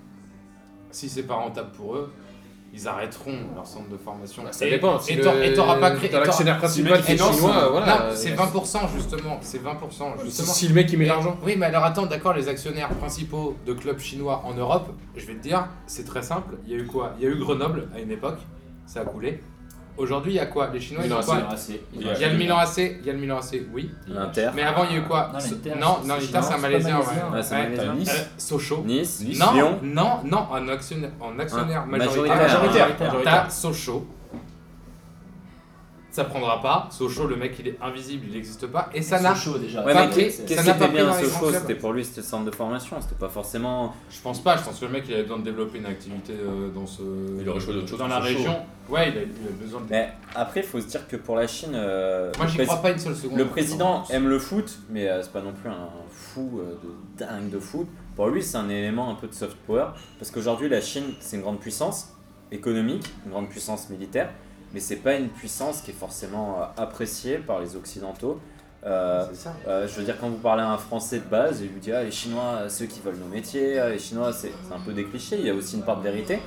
si c'est pas rentable pour eux, ils arrêteront leur centre de formation. Bah, Ça Et- dépend. Si et le- t'auras- et t'auras pas t'as créé. et t'auras- l'actionnaire si le principal mec- qui est et non, chinois, c'est- voilà. euh, Non, c'est 20% justement. C'est 20% Si, justement. si le mec il met l'argent. Oui, mais alors attends, d'accord, les actionnaires principaux de clubs chinois en Europe, je vais te dire, c'est très simple. Il y a eu quoi Il y a eu Grenoble à une époque, ça a coulé. Aujourd'hui, il y a quoi Les Chinois, ils ont quoi Il y Il y a le Milan AC, il y a le Milan AC, oui. L'Inter. Mais avant, il y a eu quoi Non, l'Inter, Ce- Non, c'est- non, c'est l'Inter, chinois, c'est un c'est pas Malaisien. malaisien. Ouais, c'est Ouais. malaisant. Nice. Euh, Sochaux. Nice. non, Lyon. non, non, en actionnaire, en actionnaire Ah, majoritaire. majoritaire. T'as Sochaux. Ça prendra pas. Sochaux, le mec, il est invisible, il n'existe pas. Et ça n'a. chaud déjà. Ouais, Ça mais n'a- qu'est- ça qu'est-ce n'a qui pas était bien à pris dans les grands Sochaux clubs. C'était pour lui, c'était le centre de formation. C'était pas forcément. Je pense pas. Je pense que le mec, il avait besoin de développer une activité euh, dans ce. Il aurait choisi autre chose Dans que la Sochaux. région. Ouais, il a, il a besoin de. Mais après, il faut se dire que pour la Chine. euh, Moi, le j'y pré- crois pas une seule seconde. Le président aime le foot, mais euh, c'est pas non plus un fou euh, de dingue de foot. Pour lui, c'est un élément un peu de soft power, parce qu'aujourd'hui, la Chine, c'est une grande puissance économique, une grande puissance militaire, mais c'est pas une puissance qui est forcément euh, appréciée par les Occidentaux. Euh, C'est ça. euh, je veux dire, quand vous parlez à un Français de base, il vous dit ah, les Chinois, euh, ceux qui veulent nos métiers, ah, les Chinois, c'est c'est un peu des clichés, il y a aussi une part de vérité.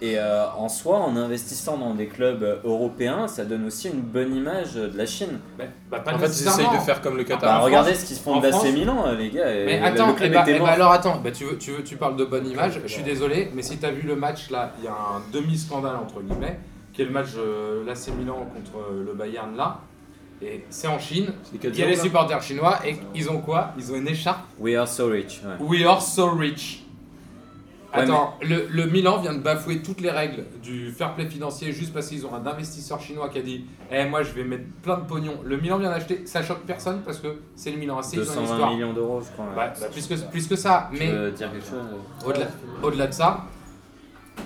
Et euh, en soi, en investissant dans des clubs euh, européens, ça donne aussi une bonne image euh, de la Chine. Bah, bah, pas En fait, ils essayent de nécessairement. faire comme le Bah, Qatar. en regardez ce qu'ils se font en de l'AC France- Milan, euh, les gars. et Mais le- attends, le club eh bah- était eh bah mort. alors attends, bah tu, veux, tu, veux, tu parles de bonne image, je suis désolé, mais si t'as vu le match là, il y a un demi-scandale entre guillemets, qui est le match euh, l'AC Milan contre euh, le Bayern là, et c'est en Chine, il y a les supporters chinois, et ils ont quoi Ils ont une écharpe We are so rich. ouais. We are so rich. Ouais, Attends, le, le Milan vient de bafouer toutes les règles du fair play financier juste parce qu'ils ont un investisseur chinois qui a dit Eh, moi je vais mettre plein de pognon. Le Milan vient d'acheter, ça choque personne parce que c'est le Milan AC, ils ont une 220 histoire. millions d'euros, je crois. ouais. Ouais, plus, que, plus que ça, Tu mais veux dire quelque chose au-delà au-delà de ça,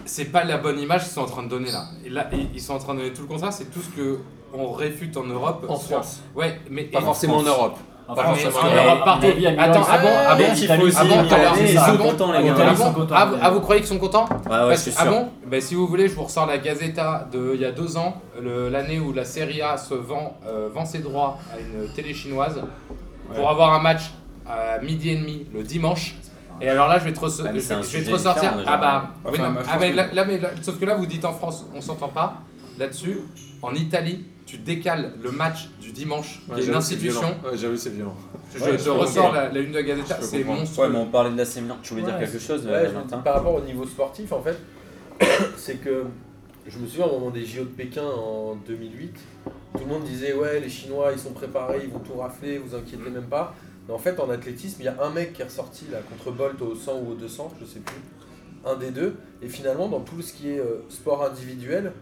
c'est pas la bonne image qu'ils sont en train de donner là. Et là, ils- ils sont en train de donner tout le contraire, c'est tout ce que on réfute en Europe. En sur- France. Ouais, mais Pas et- forcément en Europe. Pas Enfin, forcément mais- en Europe, partout. mais- mais- Attends, ah bon, ah bon, Mais il faut aussi ah bon, les alors, Milanais, c'est ils ça, sont bon, contents, les ah gars. bon, ah Ils sont bon, contents, ah les vous- gars. ah, vous croyez qu'ils sont contents Ouais, ouais, Parce c'est que- Ah sûr. bon Ben, Si vous voulez, je vous ressors la Gazeta d'il y a deux ans, le- l'année où la Serie A se vend, euh, vend ses droits à une télé chinoise pour avoir un match à midi et demi le dimanche. Et alors là, je vais te, rece- Ah, mais je c'est vais- un je vais te sujet ressortir. différent, déjà. Ah bah, Enfin, oui, non, moi, je ah, pense mais que- là- là, mais là- sauf que là, vous dites en France, on s'entend pas. Là-dessus, en Italie, tu décales le match du dimanche, qui est une institution. Ouais, j'avoue, c'est violent. Je Ouais, je te peux ressors comprendre. la, la une de la Gazeta, peux c'est comprendre. monstrueux. Ouais, mais on parlait de l'AC Milan. Tu voulais dire Ouais, quelque chose, Ouais, euh, je me dis, Valentin par rapport au niveau sportif, en fait, c'est que je me souviens au moment des JO de Pékin en 2008, tout le monde disait Ouais, les Chinois ils sont préparés, ils vont tout rafler, vous inquiétez même pas. Mais en fait, en athlétisme, il y a un mec qui est ressorti là, contre Bolt au 100 ou au 200, je sais plus, un des deux. Et finalement, dans tout ce qui est euh, sport individuel,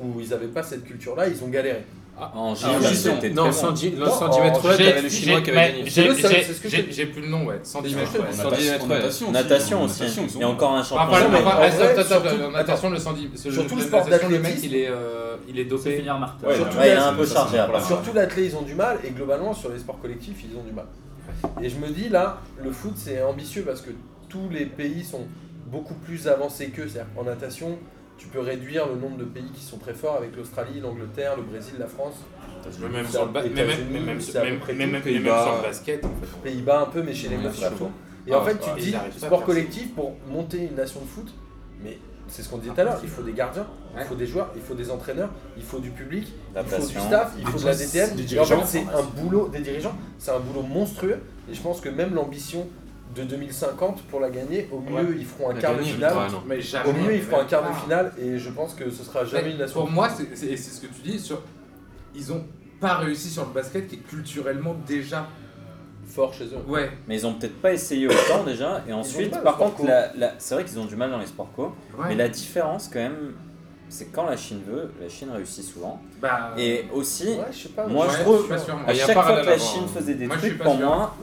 où ils n'avaient pas cette culture-là, ils ont galéré. En Ah, gym, juste c'était Non, très 110 Non, en- mètres là, J'ai- t'avais le j'ai- chinois qui avait mais gagné. j'ai- C'est le seul, j'ai- c'est ce que j'ai- je- j'ai plus le nom, ouais. 110 C'est mètres. ce que ouais. je- Enfin, bon. Natation aussi. hein. Il y a encore un Enfin, championnat. enfin, en Ah, attends, vrai, attends, surtout- attends, attention, le 110 ce- surtout le le sport natation, le mec, d'athlétisme. il est, euh, il est C'est dopé. fini, Martin. Ouais, Surtout Ouais, il est là, un peu c'est- chargé. c'est- après. Ah. voilà. Surtout l'athlète, ils ont du mal, et globalement, sur les sports collectifs, ils ont du mal. Et je me dis, là, le foot, c'est ambitieux parce que tous les pays sont beaucoup plus avancés qu'eux. C'est-à-dire qu'en natation, tu peux réduire le nombre de pays qui sont très forts avec l'Australie, l'angleterre, le Brésil, la France, Mais même sur le ba- mais même- États-Unis, mais même- c'est à peu même- mais près tout, même- mais même Pays-Bas. sur le basket. en fait. Pays-Bas un peu, mais chez les Ouais, meufs, c'est surtout. chaud. Et en Ah, fait, ouais, tu te ils dis, arrivent pas à sport faire collectif, pour monter une nation de foot, mais c'est ce qu'on disait tout à l'heure, il faut des gardiens, il Ah, Ouais. faut des joueurs, il faut des entraîneurs, il faut du public, La il faut du passion, staff, il faut de la DTM. des Et en fait, dirigeants. c'est un boulot des dirigeants, c'est un boulot monstrueux. Et je pense que même l'ambition de 2050 pour la gagner. Au mieux, ils feront un La quart de gagner, finale. ouais, non. Mais jamais. Au mieux, ils feront un quart de Ah. finale et je pense que ce sera jamais Mais une nation. Pour moi, c'est c'est- et c'est ce que tu dis, sur... ils ont pas réussi sur le basket qui est culturellement déjà. fort chez eux. Ouais, Mais ils ont peut-être pas essayé autant déjà. Et du ensuite, mal au par sport contre, co. la- la- c'est vrai qu'ils ont du mal dans les sports co. ouais. Mais la différence quand même, c'est que quand la Chine veut, la Chine réussit souvent. Bah, Et aussi, Ouais, je sais pas. Moi, ouais, je je trouve- suis pas sûr. moi. à il y a un chaque fois parallèle que la à voir, Chine hein. faisait des Moi, je suis trucs, pas pour sûr. moi,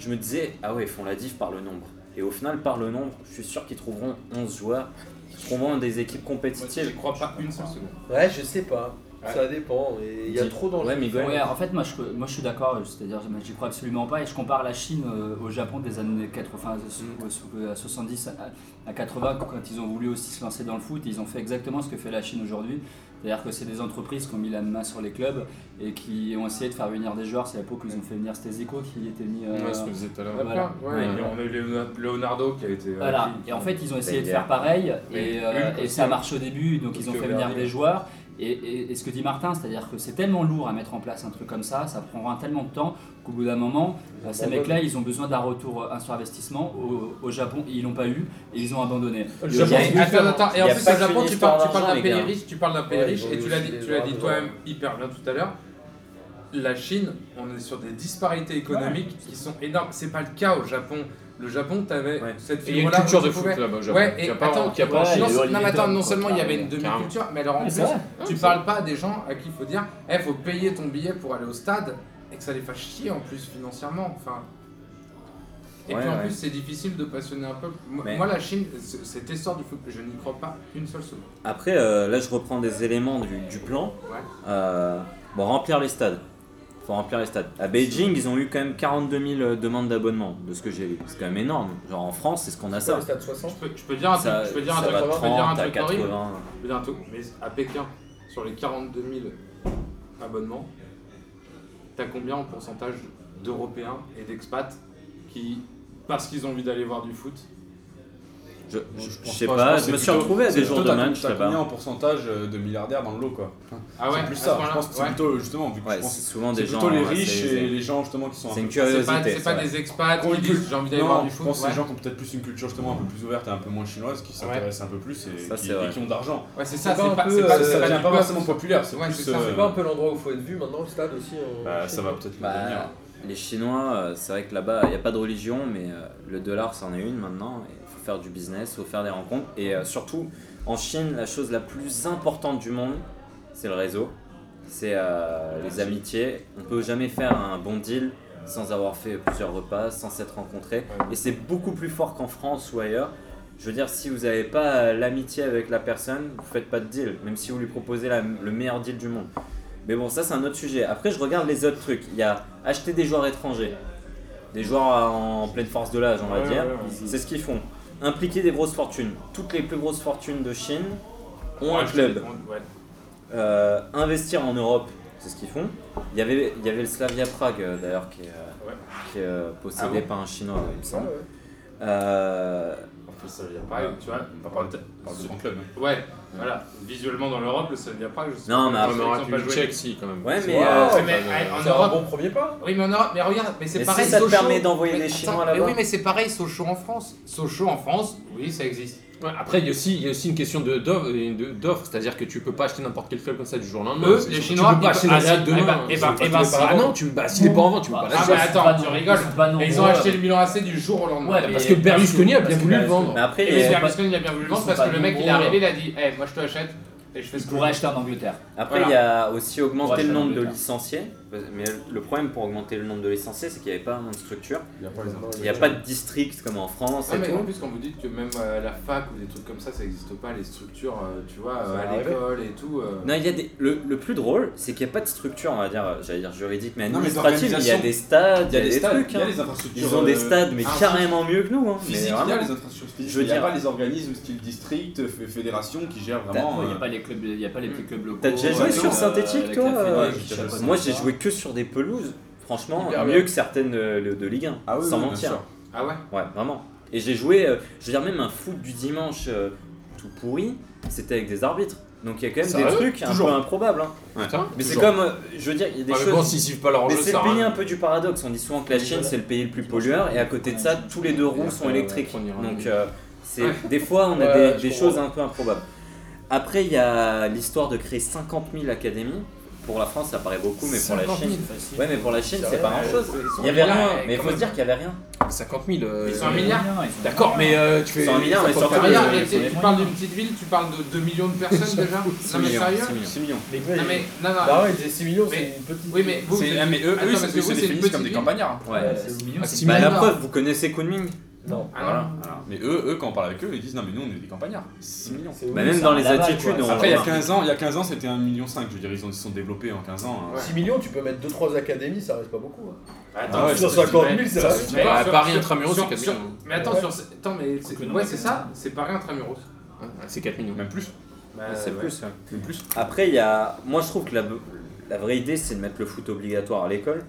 je me disais, ah ouais, ils font la diff par le nombre. Et au final, par le nombre, je suis sûr qu'ils trouveront 11 joueurs, ils trouveront des équipes Moi, compétitives. j'y crois pas une seule seconde. Ouais, je sais pas. Ça dépend. et Il y a Dis- trop d'enjeux. Ouais, mais Gohan, Ouais, en fait, moi je, moi, je suis d'accord, c'est-à-dire, moi, j'y crois absolument pas, et je compare la Chine euh, au Japon des années 80, euh, sous- euh, 70 à- à 80, quand ils ont voulu aussi se lancer dans le foot, ils ont fait exactement ce que fait la Chine aujourd'hui. C'est-à-dire que c'est des entreprises qui ont mis la main sur les clubs et qui ont essayé de faire venir des joueurs. C'est la peau qu'ils ont fait venir Stesico qui était mis. euh, Ouais, ce que vous êtes tout à l'heure. voilà. Ouais, et on a eu Leonardo- Leonardo qui a été. euh, Voilà, qui- et en fait ils ont essayé de Wenger. faire pareil, Mais et, euh, Hulk et aussi, ça hein. marche au début, donc Parce ils ont que fait venir Verdier- des joueurs. Et, et- et ce que dit Martin, c'est-à-dire que c'est tellement lourd à mettre en place un truc comme ça, ça prendra tellement de temps qu'au bout d'un moment, euh, ces abandonnent. mecs-là, ils ont besoin d'un retour euh, un sur investissement. Au, au Japon, ils l'ont pas eu et ils ont abandonné. Le Il y a- Japon, Ah, il y a- attends, attends, et il en y a plus, pas au Japon, qu'une tu histoire parles, tu parles d'un d'argent, les pays gars. riche, tu parles d'un pays Ouais, riche, ils ont et tu l'as aussi dit, des tu l'as dit arabes, toi-même ouais. hyper bien tout à l'heure. La Chine, on est sur des disparités économiques qui sont énormes. C'est pas le cas au Japon. Le Japon, t'avais Ouais. cette Et il y a une figure-là. culture où de tu foot pouvais- là-bas au Japon. Ouais, qui et a pas- attends, qui a pas en ouais, non, Chine. il y a eu non, mais attends, l'énorme non seulement il y avait une contrat, demi-culture, mais alors en Ouais, plus, c'est vrai. tu parles pas à des gens à qui il faut dire, eh, faut payer ton billet pour aller au stade, et que ça les fasse chier en plus financièrement. Enfin. Et Ouais, puis en ouais. plus, c'est difficile de passionner un peuple. Moi, Mais- moi, la Chine, c- cet essor du foot, je n'y crois pas une seule seconde. Après, euh, là, je reprends des éléments du, du plan. Ouais. Euh, bon, remplir les stades. Faut remplir les stades. À Beijing, ils ont eu quand même 42 000 demandes d'abonnement, de ce que j'ai vu. C'est quand même énorme. Genre en France, c'est ce qu'on a Sur ça. le stade 60. Je peux, je peux dire un truc, Ça, je Ah, peux dire un ça truc, va je peux dire un 30 à truc horrible. 80. Je peux dire un truc, mais à Pékin, sur les 42 000 abonnements, t'as combien en pourcentage d'Européens et d'expats qui, parce qu'ils ont envie d'aller voir du foot, Je, je, je sais pense pas, que je, c'est me suis plutôt- retrouvé à c'est des jours de plutôt, t'as- match T'as combien là-bas. en pourcentage euh, de milliardaires dans le lot quoi Ah ouais, C'est plus à ce ça. Je point-là, pense que c'est ouais. plutôt justement vu que je Ouais, pense c'est souvent c'est des gens. plutôt les ouais, riches c'est- et c'est- les gens justement qui sont un C'est peu une C'est pas, curiosité. c'est pas ça. des expats qui Convaincus. disent j'ai envie d'aller Non, voir du je foot. pense que c'est ouais. les gens qui ont peut-être plus une culture justement un peu plus ouverte et un peu moins chinoise qui s'intéressent un peu plus et, Ça, qui, c'est vrai. et qui ont d'argent. Ouais, c'est ça, C'est pas c'est un pas, peu, c'est pas, euh, c'est ça pas devient du pas pop. forcément populaire, c'est Ouais, plus. c'est ça, euh, C'est pas un peu l'endroit où faut être vu maintenant, le stade aussi en- bah, ça va peut-être le Bah, devenir. les Chinois, euh, c'est vrai que là-bas, il n'y a pas de religion, mais euh, le dollar, c'en est une maintenant. Il faut faire du business, il faut faire des rencontres. Et euh, surtout, en Chine, la chose la plus importante du monde, c'est le réseau, c'est euh, les amitiés. On peut jamais faire un bon deal sans avoir fait plusieurs repas, sans s'être rencontré. Et c'est beaucoup plus fort qu'en France ou ailleurs. Je veux dire, si vous n'avez pas euh, l'amitié avec la personne, vous faites pas de deal, même si vous lui proposez la- le meilleur deal du monde. Mais bon, ça c'est un autre sujet. Après, je regarde les autres trucs. Il y a acheter des joueurs étrangers, des joueurs euh, en pleine force de l'âge, on va dire. C'est ce qu'ils font. Impliquer des grosses fortunes. Toutes les plus grosses fortunes de Chine ont un club. Ouais. Euh, investir en Europe, c'est ce qu'ils font. Il y avait, il y avait le Slavia Prague euh, d'ailleurs qui est, euh, Ouais. qui est, euh, possédé Ah bon par un Chinois, il me Ouais, semble. ouais. Euh, En plus, ça vient Ouais, tu vois. On va parler de parle de grand club. hein. Ouais, voilà. Visuellement dans l'Europe, le Slavia Prague, je sais Non, mais pas. après, ils ont On aurait pas pu le joué. check, si, quand même. ouais, mais, Wow. euh, Oh, Ouais, bah, mais en C'est un Europe, bon premier pas. Oui, mais en Europe, mais regarde, mais c'est Mais pareil. si ça te Sochaux- permet d'envoyer mais des attends, Chinois Mais là-bas. oui, mais c'est pareil, Sochaux en France. Sochaux en France, oui, ça existe. Ouais, après, il y, a aussi, il y a aussi une question de- d'offre, de- d'offre, c'est-à-dire que tu peux pas acheter n'importe quel club comme ça du jour au lendemain. Eux, C'est- les tu Chinois, peux pas ils acheter peuvent- Naya ah, si, eh demain. ben, hein, eh c'est ben, pas eh qu'il ben, est pas- si. Ah non, tu, bah, s'il est pas en vente, tu peux pas Bah, Ah, l'acheter. mais attends, tu non- rigoles. ils sont pas Et ils nombreux. ont acheté le Milan AC du jour au lendemain. Ouais, mais- Parce que Berlusconi a parce bien que voulu le Berlusconi- vendre. euh, mais après, Et il y a- Monsieur Berlusconi, il a bien voulu le Ils vendre sont parce pas que le mec, il est nombreux. arrivé, il a dit Eh, moi je te l'achète et je fais ce Ils que pourraient je acheter en Angleterre. Après, Voilà. il y a aussi augmenté Ouais, le nombre j'en ai de pas. licenciés. Mais le problème pour augmenter le nombre de licenciés, c'est qu'il n'y avait pas vraiment de structure. Il y a pas les Il n'y a pas de district comme en France. veux. Ouais, et mais tout. en plus, quand vous dites que même euh, la fac ou des trucs comme ça, ça n'existe pas, les structures, euh, tu vois, euh, va à arriver. l'école et tout. euh, Non, il y a des... le, le plus drôle, c'est qu'il n'y a pas de structure, on va dire, euh, j'allais dire juridique, mais Non, mais administrative. Il y a d'organisation. des stades, il y a des, stades, trucs. il y a hein. les infrastructures. Ils ont des euh, stades, mais un carrément mieux que nous. Hein. Mais physiques, il y a vraiment. les infrastructures physiques. Je veux Il n'y a dire- pas les organismes style district, f- fédération qui gèrent vraiment. Il n'y a euh, pas les clubs, il y a pas les petits clubs locaux. T'as déjà joué euh, sur euh, synthétique, avec toi la fédé euh, qui j'ai- chapeaute Moi, ça. j'ai joué que sur des pelouses. Franchement, Hyper mieux bien. que certaines euh, de, de Ligue 1. Ah oui, sans oui, bien mentir. sûr. Ah ouais Ouais, vraiment. Et j'ai joué, euh, je veux dire, même un foot du dimanche euh, tout pourri, c'était avec des arbitres. Donc il y a quand même des Sérieux trucs un Toujours. peu improbables. hein. Putain. Mais c'est Toujours. comme, euh, je veux dire, il y a Ah, des Ouais, mais choses. bon, s'ils suivent pas leur Mais enjeu, c'est ça le sert à pays hein. rien. un peu du paradoxe. On dit souvent que la Chine, c'est le pays le plus pollueur, et à côté de ça, tous les deux roues sont électriques. Donc, euh, c'est des fois, on Ouais, a des, je des comprends. choses un peu improbables. Après, il y a l'histoire de créer 50 000 académies. Pour la France, ça paraît beaucoup, mais pour la Chine, ouais, mais pour la Chine, c'est pas grand-chose. Il y avait rien. Mais il faut se dire qu'il y avait rien. 50 000. euh, Ils sont un milliard. D'accord, mais euh, tu fais. 100 milliards, mais ça surtout, porte à il y a- rien. Ah, Regarde, et tu tu parles d'une petite ville, tu parles de 2 millions de personnes déjà Non mais sérieux Les gars, Non ils- mais, non, non, Bah ouais, des 6 millions, Mais- c'est une petite. oui mais vous, vous C'est- êtes- ah, mais eux, Attends, eux, ils parce se- que ils se vous, c'est une définissent petite comme des ville. campagnards. Ouais. Ah, Bah, la Voilà. preuve, vous connaissez Kunming Non. Ah, non. Mais eux, eux, quand on parle avec eux, ils disent non, mais nous, on est des campagnards. 6 millions. Bah, Même dans les attitudes, on Après, il y a remarque. 15 ans, il y a 15 ans, c'était 1,5 million. Je veux dire, ils ont- ils se sont développés en 15 ans. hein. 6 millions, tu peux mettre 2-3 académies, ça reste pas beaucoup. hein. Bah, Ah ouais, Sur ça- 50 000, ça Ça reste. suffit Mais pas. À sur- Paris, sur- intramuros, c'est sur- 4 sur- millions. Mais attends, Ouais. sur ce- attends, mais c'est- Quoique, non, ouais mais- c'est ça, c'est Paris intramuros. C'est 4 millions. Même plus. Euh, C'est plus, Après, il y a. Moi, je trouve que la, la vraie idée, c'est de mettre le foot obligatoire à l'école.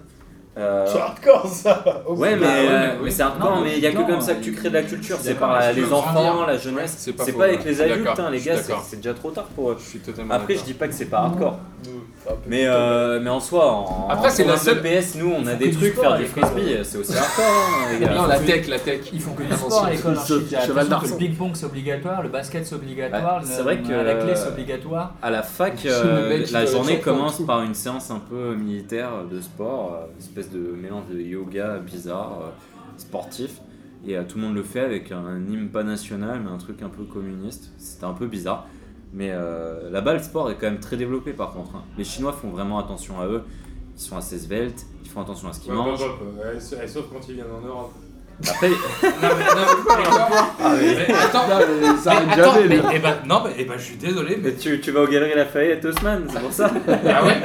Euh, C'est hardcore ça Au Ouais, fond. mais, euh, ouais, mais c'est hardcore, Non, mais il n'y a que non, comme ça que euh, tu crées de la culture. je suis C'est d'accord, par la- mais les c'est enfants, grandir. la jeunesse. c'est pas C'est faux, pas ouais. avec les Je suis adultes, d'accord, hein, les je suis gars, c'est d'accord. c'est déjà trop tard pour eux. Je suis totalement. Après, je d'accord. dis pas que c'est pas hardcore, Nous, c'est un peu- mais, euh, mais en soi, en, Après, c'est la seule- PS, nous on a faut des que du trucs, sport faire à du l'école, frisbee, c'est aussi hardcore, hein, les Bah, gars. Non, la tech, la tech. Ils font que du sport à l'école. Attention, ensuite, il y a cheval attention que d'Arçon. Le ping-pong c'est obligatoire, le basket c'est Ouais, obligatoire, le- c'est vrai que- la clé c'est obligatoire. À la fac, Chine, euh, le mec, la il doit journée être champion commence par une séance un peu militaire euh, de sport, euh, espèce de mélange de yoga bizarre, euh, sportif. Et euh, tout le monde le fait avec un hymne pas national, mais un truc un peu communiste. C'était un peu bizarre. Mais euh, là-bas, le sport est quand même très développé par contre. hein. Les Chinois font vraiment attention à eux. Ils sont assez sveltes, ils font attention à ce qu'ils Ouais, mangent. Bob, Bob, euh, sa- Sauf quand ils viennent en Europe. Après, Non, mais- non, mais- mais attends, Là, mais ça mais arrête attends, jamais. mais- là. eh ben, non, mais eh ben, je suis désolé, mais. mais tu, tu vas aux galeries Lafayette, Haussmann, c'est pour ça. Ah ouais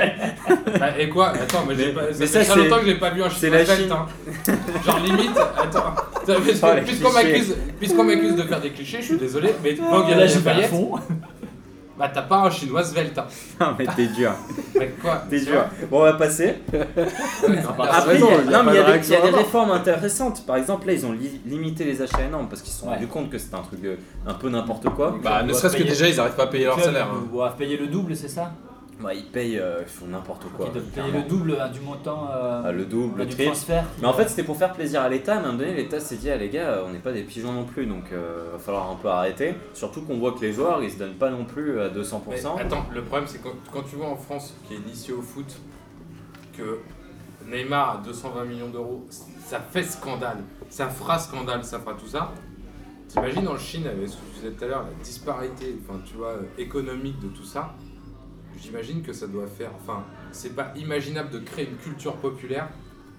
Bah, Et quoi Attends, mais, j'ai pas, ça mais fait ça, très c'est- longtemps que j'ai pas vu un c'est chien la Asphalt, Chine. hein. Genre limite, attends. Puisqu'on Oh, les puisqu'on clichés. m'accuse puisqu'on m'accuse de faire des clichés, je suis désolé, mais Van Là, Galerie j'ai pas le Lafayette, fond. bah t'as pas un chinois svelte. Hein. non, mais t'es dur. Mais quoi T'es dur. Bon, on va passer. Après, il y raison, a, il y a non, pas mais il y a de des- il réaction y a des avant. réformes intéressantes. Par exemple, là, ils ont li- limité les achats énormes parce qu'ils se sont Ouais. rendus compte que c'était un truc euh, un peu n'importe quoi. Bah, ne serait-ce que déjà, ils arrivent pas à payer leur salaire. hein. Ils doivent payer le double, c'est ça Bah, ils payent, euh, ils font n'importe quoi. Ils doivent payer clairement. le double euh, du montant euh, Ah, le double, le du triple. transfert. Mais en fait, c'était pour faire plaisir à l'État. Mais à un moment donné, l'État s'est dit, ah, les gars, on n'est pas des pigeons non plus, donc euh, va falloir un peu arrêter. Surtout qu'on voit que les joueurs, ils se donnent pas non plus à 200%. Mais attends, le problème c'est que quand tu vois en France qui est initié au foot que Neymar à 220 millions d'euros, ça fait scandale, ça fera scandale, ça fera tout ça. T'imagines en Chine avec ce que tu disais tout à l'heure, la disparité, enfin tu vois, euh, économique de tout ça. J'imagine que ça doit faire, enfin, c'est pas imaginable de créer une culture populaire.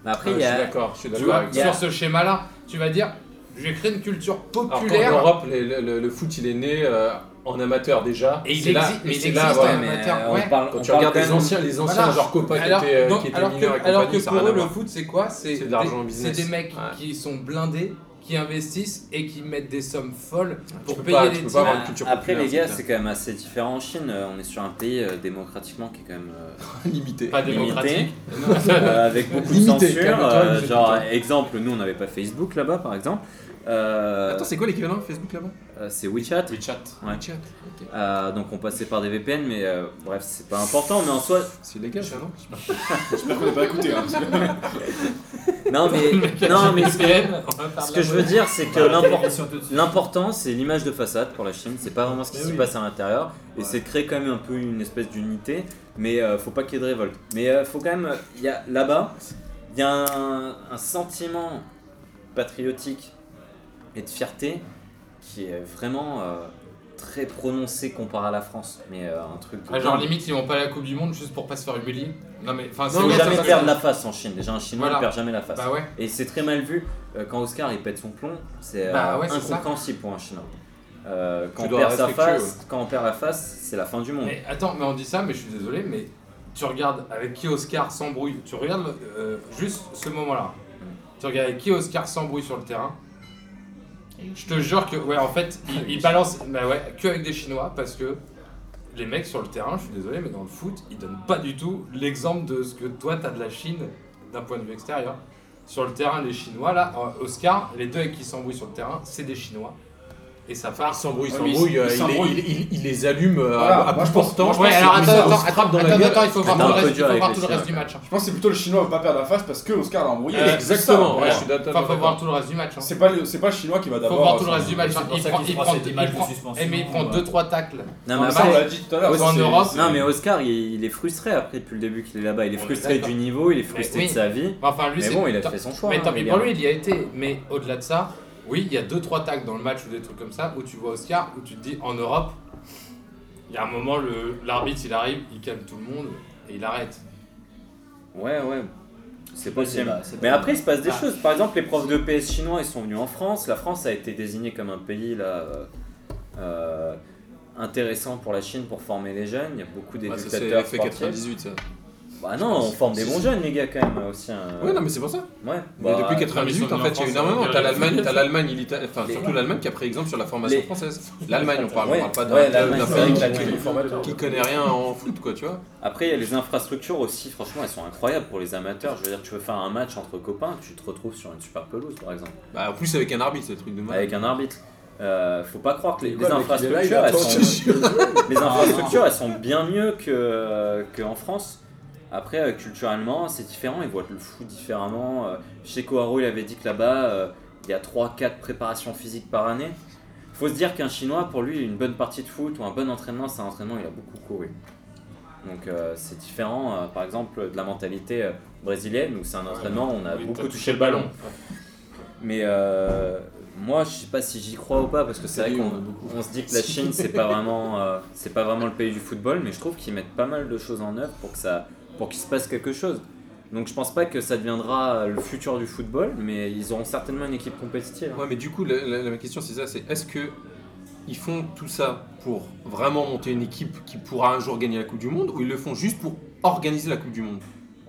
Mais après, Euh, il Je y suis a. d'accord, je suis Tu d'accord. vois, avec y a- sur ce schéma-là, tu vas dire, je vais créer une culture Alors qu'en populaire. Europe, les- le, le- le foot il est né euh, en amateur déjà. Et il C'est là- existe- mais et il c'est là, existe, voilà. hein. amateur, euh, on ouais. parle- Quand on tu parle regardes quand les même- anciens, les anciens, Voilà. genre Copa Alors, qui étaient, euh, donc, qui étaient alors mineurs que, et alors compagnie, que ça a pour rien à eux, le voir. foot, c'est quoi C'est C'est de l'argent des- business. C'est des mecs Ouais. qui sont blindés, qui investissent et qui mettent des sommes folles Tu pour peux payer pas- les tu peux teams. pas avoir une culture Après, populaire, les gars, c'est c'est quand même assez différent en Chine. Euh, On est sur un pays euh, démocratiquement qui est quand même. euh, limité. Pas limité, démocratique. euh, avec beaucoup Limité, de censure. calme-toi, euh, je genre, t'écoute. exemple, nous on n'avait pas Facebook là-bas par exemple. Euh, Attends, c'est quoi l'équivalent Facebook là-bas euh, c'est WeChat. WeChat. Ouais. WeChat. Euh, donc on passait par des VPN, mais euh, bref, c'est pas important. Mais en soi, C'est légal, ça, non J'espère qu'on n'a pas écouté. hein, parce que- non, mais, non, mais ce que, ce Ce que je veux dire, c'est que l'important. l'important. L'important, c'est l'image de façade pour la Chine. C'est pas vraiment ce qui Mais se oui. passe à l'intérieur. Et c'est de créer quand même un peu une espèce d'unité. Mais euh, faut pas qu'il y ait de révolte. Mais euh, faut quand même. euh, il y a- Là-bas, il y a un, un sentiment patriotique et de fierté qui est vraiment euh, très prononcé comparé à la France. Mais euh, un truc. de Ah, genre dingue. limite ils vont pas à la Coupe du Monde juste pour pas se faire humilier. Non mais enfin c'est Faut ouais, jamais ça- perdre la face en Chine. Déjà, un Chinois Voilà. ne perd jamais la face. Bah ouais. Et c'est très mal vu euh, quand Oscar il pète son plomb, c'est euh, Bah ouais, c'est ça. incompréhensible pour un Chinois. Euh, quand, Tu on dois perd sa respectueux, face, quand on perd la face, c'est la fin du monde. Mais attends, mais on dit ça, mais je suis désolé, mais tu regardes avec qui Oscar s'embrouille. Tu regardes euh, juste ce moment-là. Tu regardes avec qui Oscar s'embrouille sur le terrain. Je te jure que ouais, en fait, il, il balance, bah ouais, que avec des Chinois parce que les mecs sur le terrain, je suis désolé, mais dans le foot, ils donnent pas du tout l'exemple de ce que toi t'as de la Chine d'un point de vue extérieur. Sur le terrain, les Chinois, là, euh, Oscar, les deux avec qui s'embrouillent sur le terrain, c'est des Chinois. et ça Il part. s'embrouille, il Ouais, mais s'embrouille, il euh, il, s'embrouille. les- il- il- il les allume euh, Voilà, à moi, bout je pense- portant. Ouais, alors il attends, se attends, frappe attends, dans la attends, gueule. attends, il faut voir Attends, tout le un peu reste- il dur faut avec voir les tout le reste du chiens. match. hein. Je pense que c'est plutôt le Chinois va pas perdre la face parce que Oscar l'a embrouillé. Euh, Exactement, Voilà. ouais, je suis d'accord. Enfin, faut voir tout le reste du match. hein. C'est pas le, c'est pas le Chinois qui va Faut d'abord. voir tout le reste du match. c'est hein. pour Il ça prend, qu'il il fera prend, ces il images de prend- suspension, eh, mais il prend ouais. 2-3 tacles. Non, Dans mais le Ça, on après, l'a dit tout à l'heure. Soit en c'est- Europe. c'est- non, mais Oscar, il, il est frustré après depuis le début qu'il est là-bas. Il est On est frustré d'accord. du niveau, il est frustré Mais de sa vie. Enfin, lui, Mais c'est- bon, il a tant- fait son choix. Mais hein, tant pis les pour gars. lui, il y a été. Mais au-delà de ça, oui, il y a 2-3 tacles dans le match ou des trucs comme ça où tu vois Oscar, où tu te dis en Europe, il y a un moment, le- l'arbitre il arrive, il calme tout le monde et il arrête. Ouais, ouais. C'est C'est possible. pas- c'est Mais pas- après, il se passe des Ah. choses. Par exemple, les profs de PS chinois, ils sont venus en France. La France a été désignée comme un pays là, euh, euh, intéressant pour la Chine pour former les jeunes. Il y a beaucoup Ouais, ça, d'éducateurs c'est l'effet sportifs. 98. ça. Bah non, on forme des Si, bons si. jeunes, les gars, quand même, euh, aussi. hein. Ouais, non, mais c'est pour ça. Ouais. Mais Bah, depuis ils 98, sont en mis fait, il y a en eu France, énormément. euh, T'as les- l'Allemagne, t'as l'Allemagne, et l'Ita- enfin les- surtout l'Allemagne qui a pris exemple sur la formation les- française. L'Allemagne, on parle, on Ouais, parle pas d'un- ouais, d'un l'Allemagne, d'un c'est pays vrai qui- que la- qui connaît rien en foot, quoi, tu vois. Après, il y a les infrastructures aussi, franchement, elles sont incroyables pour les amateurs. Je veux dire, tu veux faire un match entre copains, tu te retrouves sur une super pelouse, par exemple, Bah, en plus, avec un arbitre, c'est le truc de mal. avec un arbitre. Euh, faut pas croire que les, Quoi, les le mec, il est là, il infrastructures, elles attend- sont, les infrastructures, elles sont bien mieux que euh, qu'en France. Après, euh, culturellement, c'est différent, ils voient le foot différemment. Euh, Je sais qu'Oharo, il avait dit que là-bas, euh, il y a 3-4 préparations physiques par année. Faut se dire qu'un Chinois, pour lui, une bonne partie de foot ou un bon entraînement, c'est un entraînement, il a beaucoup couru. Donc euh, c'est différent, euh, par exemple, de la mentalité euh, brésilienne où c'est un entraînement, où on a Oui, beaucoup t'as touché le ballon. Mais euh, moi, je sais pas si j'y crois ou pas parce que c'est vrai qu'on on se dit que la Chine c'est pas vraiment euh, c'est pas vraiment le pays du football, mais je trouve qu'ils mettent pas mal de choses en œuvre pour que ça pour qu'il se passe quelque chose. Donc je pense pas que ça deviendra euh, le futur du football, mais ils auront certainement une équipe compétitive. hein. Ouais, mais du coup, la, la- la- ma question c'est ça c'est est-ce que ils font tout ça pour vraiment monter une équipe qui pourra un jour gagner la Coupe du Monde ou ils le font juste pour organiser la Coupe du Monde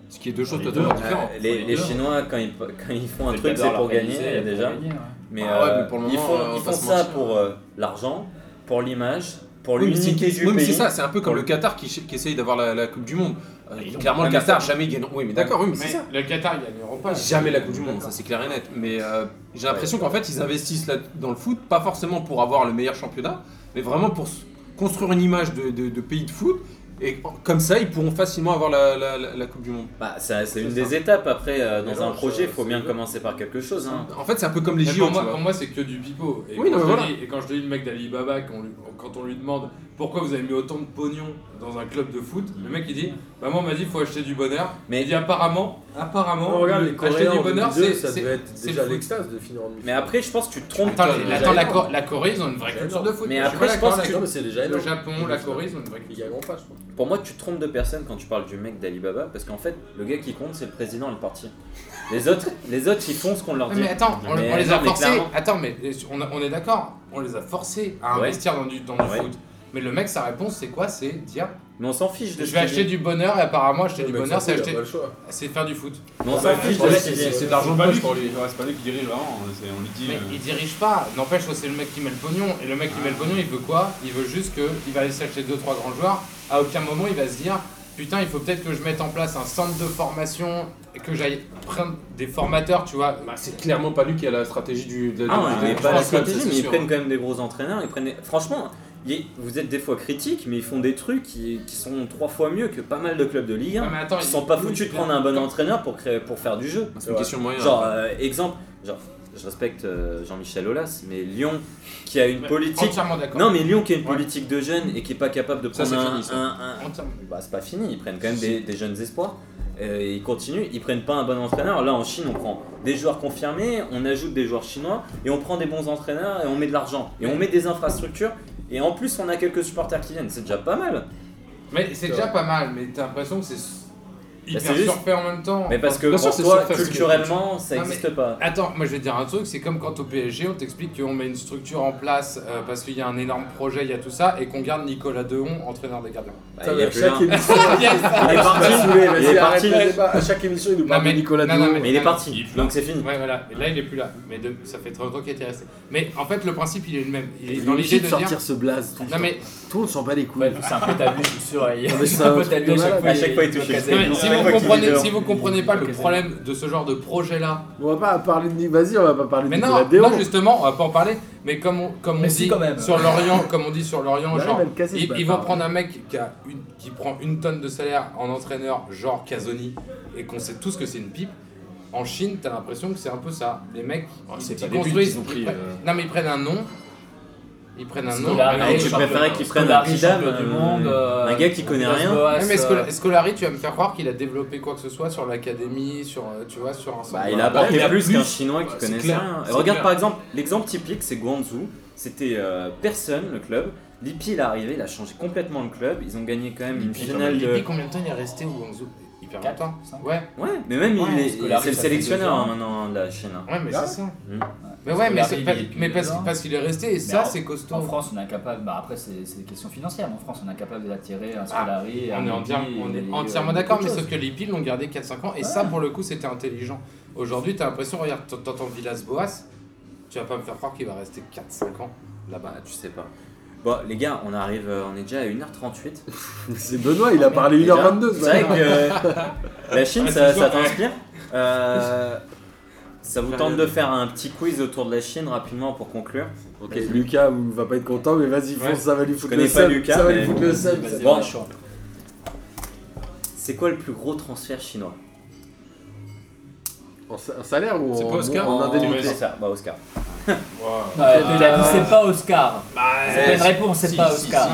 Ce qui est deux choses Les deux, totalement Euh, différentes. les, les Chinois quand ils, quand ils font un Ils truc adorent c'est pour l'organiser, gagner pour déjà, gagner, ouais. mais, Ah ouais, euh, mais pour le ils moment, font, euh, on va ils font pas se ça mentir. pour euh, l'argent, pour l'image, pour Oui, mais c'est- l'unité du oui, mais pays. c'est ça, c'est un peu comme le Qatar qui, qui essaye d'avoir la, la Coupe du Monde. Euh, clairement, le Ouais, mais Qatar ça- jamais gagne. Oui, mais d'accord, oui, mais c'est ça. Mais le Qatar, il gagnera pas. Jamais la Coupe du Monde, ça c'est clair et net. Mais euh, j'ai l'impression qu'en fait, ils investissent là- dans le foot, pas forcément pour avoir le meilleur championnat, mais vraiment pour s- construire une image de, de- de pays de foot. Et comme ça, ils pourront facilement avoir la, la- la- la Coupe du Monde. Bah, ça- c'est une des étapes après euh, dans Mais un non, projet, il ça- faut c'est bien bien. commencer par quelque chose. hein. En fait, c'est un peu comme les Mais JO. pour, tu moi, vois. pour moi, c'est que du pipeau. Et, Oui, non, quand mais je te voilà. dis- et quand je te dis le mec d'Alibaba, quand, on lui- quand on lui demande pourquoi vous avez mis autant de pognon dans un club de foot, le mec il dit Bah, moi, on m'a dit faut acheter du bonheur. Mais- il dit apparemment, apparemment, Non, regarde, le- les acheter Coréens du en bonheur, 2002, c'est. ça c'est- devait être c'est déjà le foot. l'extase de finir en demi Mais après, je pense que tu te trompes. Attends, Putain, la, déjà attends, la, Cor- la Corée, ils ont une vraie culture de foot. Mais Je suis après, pas je d'accord pense là-dessus. Non, mais c'est déjà Le énorme. Japon, la Corée, ils ont une vraie Ils culture. gagneront pas, je pense. Pour moi, tu te trompes de personne quand tu parles du mec d'Alibaba, parce qu'en fait, le gars qui compte, c'est le président et le parti. Les autres, les autres, ils font ce qu'on leur Ouais, dit. Ah, mais attends, on, Mais on les non, a mais forcés. clairement. Attends, mais on, a- on est d'accord, on les a forcés à Ouais. investir dans du, dans du Ouais. foot. Mais le mec, sa réponse, c'est quoi C'est dire Mais on s'en fiche de je ce vais qu'il acheter dit. du bonheur et apparemment, acheter Le du mec, bonheur, ça, c'est il a acheter, pas le choix. c'est faire du foot. Mais on Bah, s'en fiche c'est- de ce c'est- qu'il dit. C'est de l'argent l'argent de pas poche lui pour lui. qui- ouais, c'est pas lui qui dirige vraiment. c'est- On lui dit. Mais euh, il dirige pas. N'empêche que c'est le mec qui met le pognon. Et le mec qui met le pognon, il veut quoi Il veut juste qu'il va aller s'acheter 2-3 grands joueurs. À aucun moment, il va se dire Putain, il faut peut-être que je mette en place un centre de formation et que j'aille prendre des formateurs, tu vois. Bah, c'est clairement pas lui qui a la stratégie du. de- Ah, du- ouais, du- mais du pas la club, ça, stratégie, c'est mais ils sûr. prennent quand même des gros entraîneurs. Ils prennent des- Franchement, il- vous êtes des fois critiques, mais ils font des trucs qui, qui sont trois fois mieux que pas mal de clubs de Ligue 1. Ouais, Ah, mais attends, ils il- sont pas oui, foutus de mais- prendre un bon entraîneur pour, créer, pour faire du jeu. hein. C'est une question de hein. moyens. Genre, euh, exemple, genre, je respecte euh, Jean-Michel Aulas, mais Lyon, qui a une politique. Entièrement d'accord. Non, mais Lyon, qui a une politique de jeunes et qui est pas capable de Ça, prendre c'est un. fini, ça. un- un- Entièrement. Bah, c'est pas fini, ils prennent quand même des, des jeunes espoirs. Euh, ils continuent, ils prennent pas un bon entraîneur. Là en Chine, on prend des joueurs confirmés, on ajoute des joueurs chinois et on prend des bons entraîneurs et on met de l'argent et on met des infrastructures et en plus on a quelques supporters qui viennent. C'est déjà pas mal. Mais c'est déjà pas mal, mais t'as l'impression que c'est hyper Bah, c'est juste- surfait en même temps. Mais parce que Bien sûr, pour c'est toi, surface, mais- culturellement, ça Non, mais- n'existe pas. Attends, moi je vais te dire un truc, c'est comme quand au PSG on t'explique qu'on met une structure en place euh, parce qu'il y a un énorme projet, il y a tout ça, et qu'on garde Nicolas Dehon, entraîneur des gardiens. Bah, Putain, il mais y a à plus chaque rien. émission, Il est parti. Il est arrête parti. le débat. À chaque émission, il nous parle de mais- Nicolas non, non, Dehon. Mais il est parti. Il est là. Donc c'est fini. Ouais voilà, et là il est plus là, mais de- ça fait trop longtemps qu'il était resté. Mais en fait le principe il est le même, il est Il dans est l'idée obligé de de dire... sortir ce blaze. tout le Non temps. mais, Tout le monde s'en bat les couilles. Ouais, c'est un peu tabu, je suis sûr. Il mais c'est un un peu truc tabu à de chaque malade. fois. À chaque fois, il touche. casse non, mais les dents. si vous fois qu'il comprenez, leader. si vous comprenez pas le problème de ce genre de projet-là, On va pas parler de vas-y, on va pas parler de mais Nicolas non, Déo. non, justement, on va pas en parler. Mais comme on, comme on Mais si, dit quand même. sur l'Orient, comme on dit sur l'Orient, Ouais, genre, Bah mais le casser, ils, ce ils bâtard. vont prendre un mec qui, a une- qui prend une tonne de salaire en entraîneur, genre Casoni, et qu'on sait tous que c'est une pipe. En Chine, t'as l'impression que c'est un peu ça. Les mecs, ils, c'est ils pas des buts construisent. qu'ils ont ils pris, prennent- euh. Non, mais ils prennent un nom. Ils prennent un Parce nom. que la- et- tu champion- préférais qu'ils prennent un Scolari, pidam, champion du euh, monde, euh, un gars qui connaît Lucas rien. Boas, Ouais, mais euh, Scola- Scolari, tu vas me faire croire qu'il a développé quoi que ce soit sur l'académie, sur, euh, tu vois, sur un Bah, centre. il a apporté il a plus plus. qu'un chinois qui Ouais, c'est connaissait clair, rien. Et c'est regarde clair. par exemple, l'exemple typique c'est Guangzhou. C'était euh, personne le club. Lippi il est arrivé, il a changé complètement le club. Ils ont gagné quand même une Puis, finale il de. dit combien de temps il est resté au Guangzhou Hyper Quatre, longtemps. cinq. Ouais, Ouais, mais même Ouais, il est, parce c'est le que la Russie, ça fait sélectionneur deux ans. hein, maintenant de la Chine. hein. ouais, mais Ah. c'est ça. Mm. Mais ouais, mais, Parce que c'est Larry, pas- il est plus mais parce, dedans. parce qu'il est resté, et ça, en- c'est Euh, En costaud. France, on est incapable. Bah après, c'est c'est des questions financières. Mais en France, on est incapable d'attirer un Scolari. Ah, On un est, Mendy, entière- on est et- entièrement et d'accord, beaucoup mais de sauf choses. que les piles l'ont gardé 4-5 ans, et Ouais. ça, pour le coup, c'était intelligent. Aujourd'hui, t'as l'impression, regarde, t'en- t'entends Villas-Boas, tu vas pas me faire croire qu'il va rester 4-5 ans là-bas. Bah, tu sais pas. Bon, les gars, on arrive, euh, on est déjà à 1h38. C'est Benoît, il a parlé Déjà, 1h22. C'est vrai que la Chine, Ah, ça, c'est ça sûr, t'inspire Euh, Ça vous tente de faire un petit quiz autour de la Chine rapidement pour conclure Ok, Lucas vous- va pas être content, mais vas-y, fonce, Ouais. ça va lui foutre connais le pas seum. Lucas, ça va lui mais- foutre le seum. Vas-y, ça. vas-y, Bon. je suis en- C'est quoi le plus gros transfert chinois En sa- en salaire ou C'est en, pas Oscar en indemnité ça, bah Oscar. Euh, Il a dit c'est pas Oscar. Bah, C'est pas une réponse, c'est pas Oscar.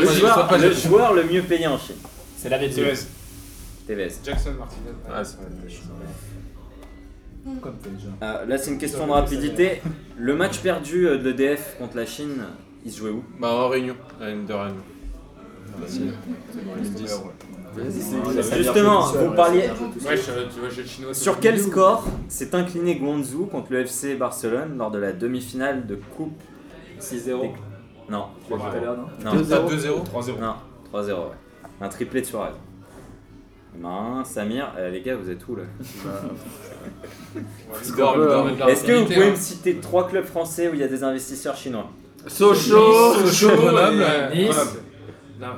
Le joueur, le joueur le mieux payé en Chine. C'est la vérité. TVS. Jackson Martinez. Comme t'es déjà. Euh, là, c'est une question de rapidité. Le match perdu euh, de l'EDF contre la Chine, il se jouait où Bah, en réunion, à une de réunion. Vas-y, c'est- Justement, vous parliez. Ouais, je- tu vois, j'ai le chinois. Sur quel score s'est incliné Guangzhou contre le FC Barcelone lors de la demi-finale de Coupe 6-0. Non, Tu l'as dit tout à l'heure, non non. 2-0 3-0. Non, 3-0, ouais. Un triplé de Suarez. Main, Samir, euh, les gars, vous êtes où là Il dort, il dort. Est-ce que vous pouvez hein. me citer trois clubs français où il y a des investisseurs chinois Sochaux Sochaux, Grenoble, Nice.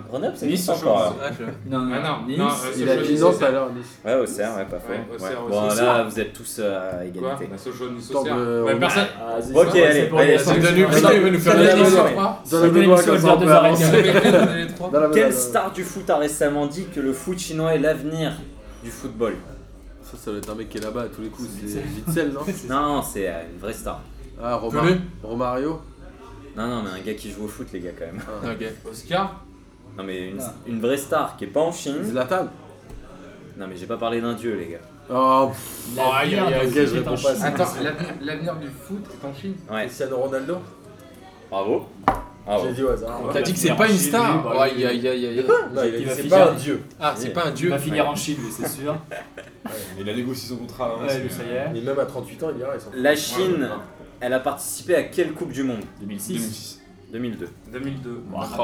Grenoble, c'est Nice Nice, encore. Ah, je- Non, non, Ah non, Nice. non, Il a Sochaux, dit Nice, non tout Auxerre. à l'heure, Nice. Ouais, Auxerre, ouais, pas faux. Ouais, Auxerre Ouais. aussi, Bon, c'est là, vous êtes tous euh, à Quoi égalité. Bah, Sochaux, Nice, Tant Auxerre. que- Ouais, on- personne. Ah, vas-y, Ok, c'est bon, allez, c'est pour allez, les- c'est c'est Danube, pour les- putain, il va nous faire Salut, la Danube. démission. Je crois. Dans la Salut, Benoît, Nicolas, comme ça, on deux peut heures avancer. Les trois. Dans la Quelle Benoît. star du foot a récemment dit que le foot chinois est l'avenir du football Ça, ça doit être un mec qui est là-bas à tous les coups. C'est Vitzel, non Non, c'est euh, une vraie star. Ah, Romar- Pelé Romario Non, non, mais un gars qui joue au foot, les gars, quand même. Oscar Non, mais une, Ah. une vraie star qui est pas en Chine. Zlatan Non, mais j'ai pas parlé d'un dieu, les gars. Oh, L'avenir aïe, aïe, ok, du foot je réponds est en pas à Chine. ça. Attends, l'avenir- l'avenir du foot est en Chine Ouais, Cristiano Ronaldo bravo. Bravo. J'ai dit au hasard. T'as dit que c'est pas une star bah, Aïe, aïe, aïe, aïe. Non, il a dit, Il va C'est finir. pas un dieu. Ah, c'est pas un Il dieu. va finir en Chine, lui, c'est sûr. Il a négocié son contrat. hein, Ouais, lui, ça c'est- y est. Mais même à 38 ans, il y a, ils sont. La Chine, elle a participé à quelle Coupe du Monde 2006. 2002. 2002. Bon, à Oh, 4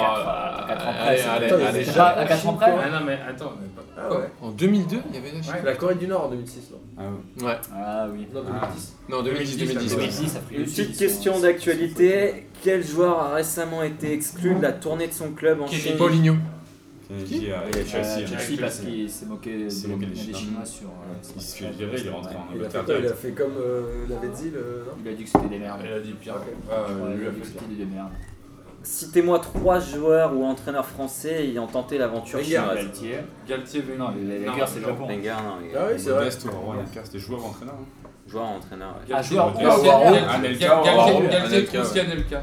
ans près, allez, c'est- allez, Putain, allez. c'est déjà à 4 ans près Ah non, mais attends, mais pas- Ah ouais. En 2002, il y avait la Chine. Ouais. La Corée du Nord en 2006, non Ah ouais. Ouais. Ah oui. Non, 2010. Non, 2010, 2010, 2010. ouais. 2010, après Une petite question d'actualité. Quel joueur a récemment été exclu de la tournée de son club en Chine Paulinho. Et Qui a- Qui et Chelsea. hein. Chelsea parce qu'il s'est moqué Il s'est moqué des des des Chinois. Chinois sur. euh, son Il se fait match. virer, il est rentré en Il a Angleterre. fait, il a direct. fait comme euh, l'avait dit le. Non Il a dit que c'était des merdes. Elle a dit pire. Ouais, Euh, Il lui a a dit que fait pire. c'était des merdes. Citez-moi trois joueurs ou entraîneurs français ayant tenté l'aventure chinoise. Galtier. Galtier, Wenger. Non, les Lakers, c'est le Japon. Wenger, non, les gars. Ah oui, c'est vrai. Modeste ou Rouen, Lacker, c'était joueur hein. entraîneur. Joueur entraîneur. ouais. Ah, joueur Galtier, pro, Galtier, Waro. Galtier, Anelka, Galtier, Waro, Galtier, Anelka, Troussi, Anelka.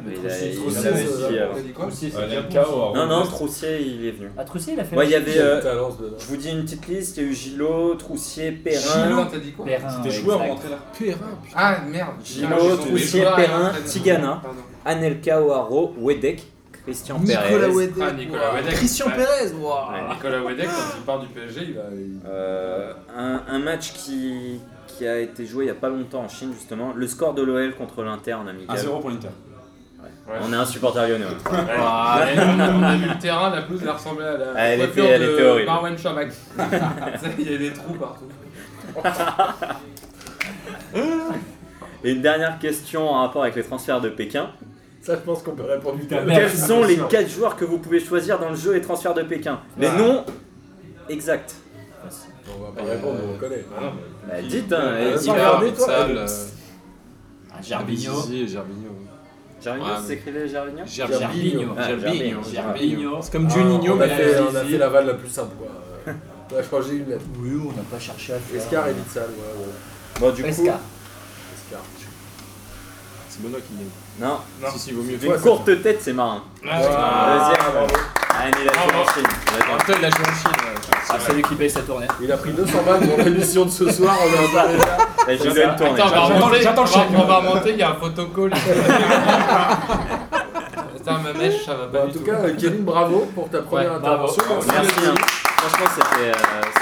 Mais Mais il a- Troussier, il c'est- savait c'est- qui, euh, T'as dit quoi Troussier, c'est le Japon. Anelka ou Rouen Non, non, Troussier, il est venu. Ah, Troussier, il a fait. Ouais, il y match. avait. euh, Talence de. je vous dis une petite liste il y a eu Gillot, Troussier, Gino, Perrin. t'as dit quoi Perrin, C'était ouais, joueur hein, exact. ou entraîneur Perrin, putain. Ah merde. Gino, Putain, j'ai Troussier, son- joueur et Perrin, entraîneur. Tigana. Pardon. Anelka Oaro, Wedek, Christian Nicolas Perez. Wedek. Ah, Nicolas Wedek. Christian Ouais. Perez, waouh. Ah, Nicolas Wedek, quand il part du PSG, il va. il- Euh, un, un match qui, qui a été joué il n'y a pas longtemps en Chine, justement. Le score de l'OL contre l'Inter en amical. 1-0 pour l'Inter. Ouais. On est un supporter lyonnais. ouais. Ah, ouais, on a on a vu le terrain, la pelouse, elle ressemblait à la Elle coiffure était- elle était de horrible. Marwan Chamak. Il y a des trous partout. Et une dernière question en rapport avec les transferts de Pékin. Ça, je pense qu'on peut répondre tout à l'heure. Quels sont les 4 joueurs que vous pouvez choisir dans le jeu Les transferts de Pékin Les noms exacts. facile. On va pas répondre, on connaît. Ah, Bah, dites, hein, Euh, et Iver- sans regarder, toi, Sable, euh, Ah, Gervinho. Abizizi et Gervinho. Gervinho, Ouais, c'est écrit les Gervinho Gervinho. Ah, Gervinho. Gervinho, Gervinho. C'est comme Ah, Juninho, on a, mais fait, on a fait la vanne la plus simple, quoi. Euh, Là, je crois que j'ai une lettre. Oui, on n'a pas cherché à faire. Ah, Escar et Vitsal, ouais, ouais. Bon, du coup, Escar. Escar. c'est Benoît qui gagne. non, Si, si, vaut mieux. une courte tête, c'est marrant. Ah, Deuxième, bravo. Ah, il a joué en Chine. J'adore. Après, il a joué en Chine. ouais. Ah, c'est lui qui paye sa tournée. Il a pris 200 balles pour l'émission de ce soir, on est en train de Là, je vous ai le Attends, on tourné. va J'adore. remonter, on va- on va remonter, il y a un photocall. Putain, ma mèche, ça va pas Bah, en du tout tout. cas, euh, Kevin, bravo pour ta première Ouais, bravo. intervention. Merci. hein. Franchement, c'était, euh,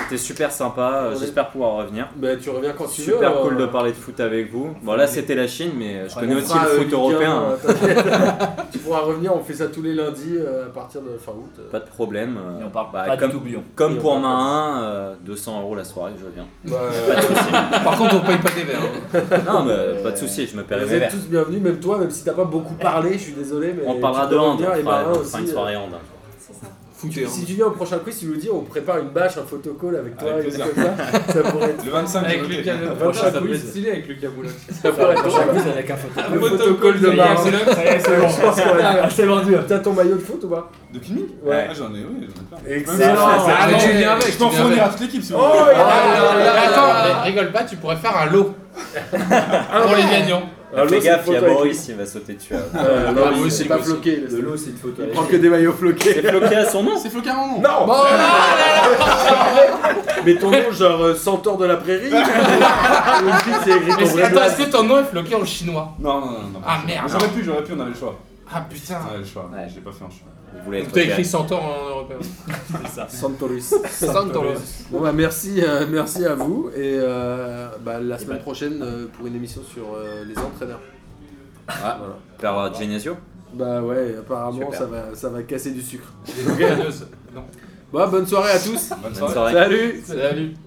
c'était super sympa. Euh, Ouais. J'espère pouvoir revenir. Bah, tu reviens quand tu veux. Super euh, cool de parler de foot avec vous. Bon, là, c'était la Chine, mais je Ouais, connais on aussi fera, le euh, foot Ligue un, européen. euh, t'inquiète. tu pourras revenir, on fait ça tous les lundis euh, à partir de fin août. Pas de problème. Et euh, on parle bah, pas comme, du tout Lyon. comme Et on pour parle pas Main 1, euh, 200 euros la soirée, je viens. Bah, euh, Pas de soucis. Par contre, on paye pas des verres. hein. non, mais pas de soucis, je me paierai vous mes êtes verres. tous bienvenus, même toi, même si t'as pas beaucoup parlé, je suis désolé. Mais On parlera tu de peux Hand. revenir, et On fera Marin on fera une aussi, euh, soirée Hand. C'est ça. Foutez. hein. Si tu viens au prochain quiz, tu nous dis on prépare une bâche, un photocall avec toi, Avec et tout plaisir. comme ça, ça pourrait être. Le 25 Avec j'ai noté. Lucas, le Prochain prochain, ça peut quiz. être stylé avec Lucas Boulogne. Ça pourrait être J'abuse avec un photo. le photocall de Marin. Marseille. c'est bon, je pense qu'on va le faire. C'est vendu. T'as ton maillot de foot ou pas De Pimmy Ouais. Ah, j'en ai, oui, j'en ai plein. Excellent Ah, mais tu viens avec, Je t'en tu viens fournirai à avec. toute l'équipe si vous Oh, voulez. Ah, il y a- Attends, rigole pas, tu pourrais faire un lot pour les gagnants. Alors, Fais c'est gaffe, une il y a photo avec- Boris, il va sauter dessus. euh. Ah, bah, Euh, Ah, Le lot, oui, c'est pas floqué. Le lot, c'est une photo Il avec- prend que des maillots floqués. C'est floqué à son nom C'est Floquin mon nom. Non Oh Mais ton nom, genre euh, Centaure de la Prairie Aussi, c'est écrit ton Est-ce- vrai Attends, blaze. est-ce que ton nom est floqué en chinois Non, non, non, non. Ah merde J'aurais pu, j'aurais pu, on avait le choix. Ah putain On avait le choix, Ouais. j'ai pas fait un choix. Vous voulez être T'as écrit clair. 100 ans en européen. Santorus. Santoros. Bon bah merci, euh, merci à vous et euh, bah, la semaine prochaine euh, pour une émission sur euh, les entraîneurs. Ah, Par euh, Genesio Bah ouais, apparemment Super. ça va, ça va casser du sucre. Gagneuse. Non. Bah bonne soirée à tous. Bonne soirée. Salut. Salut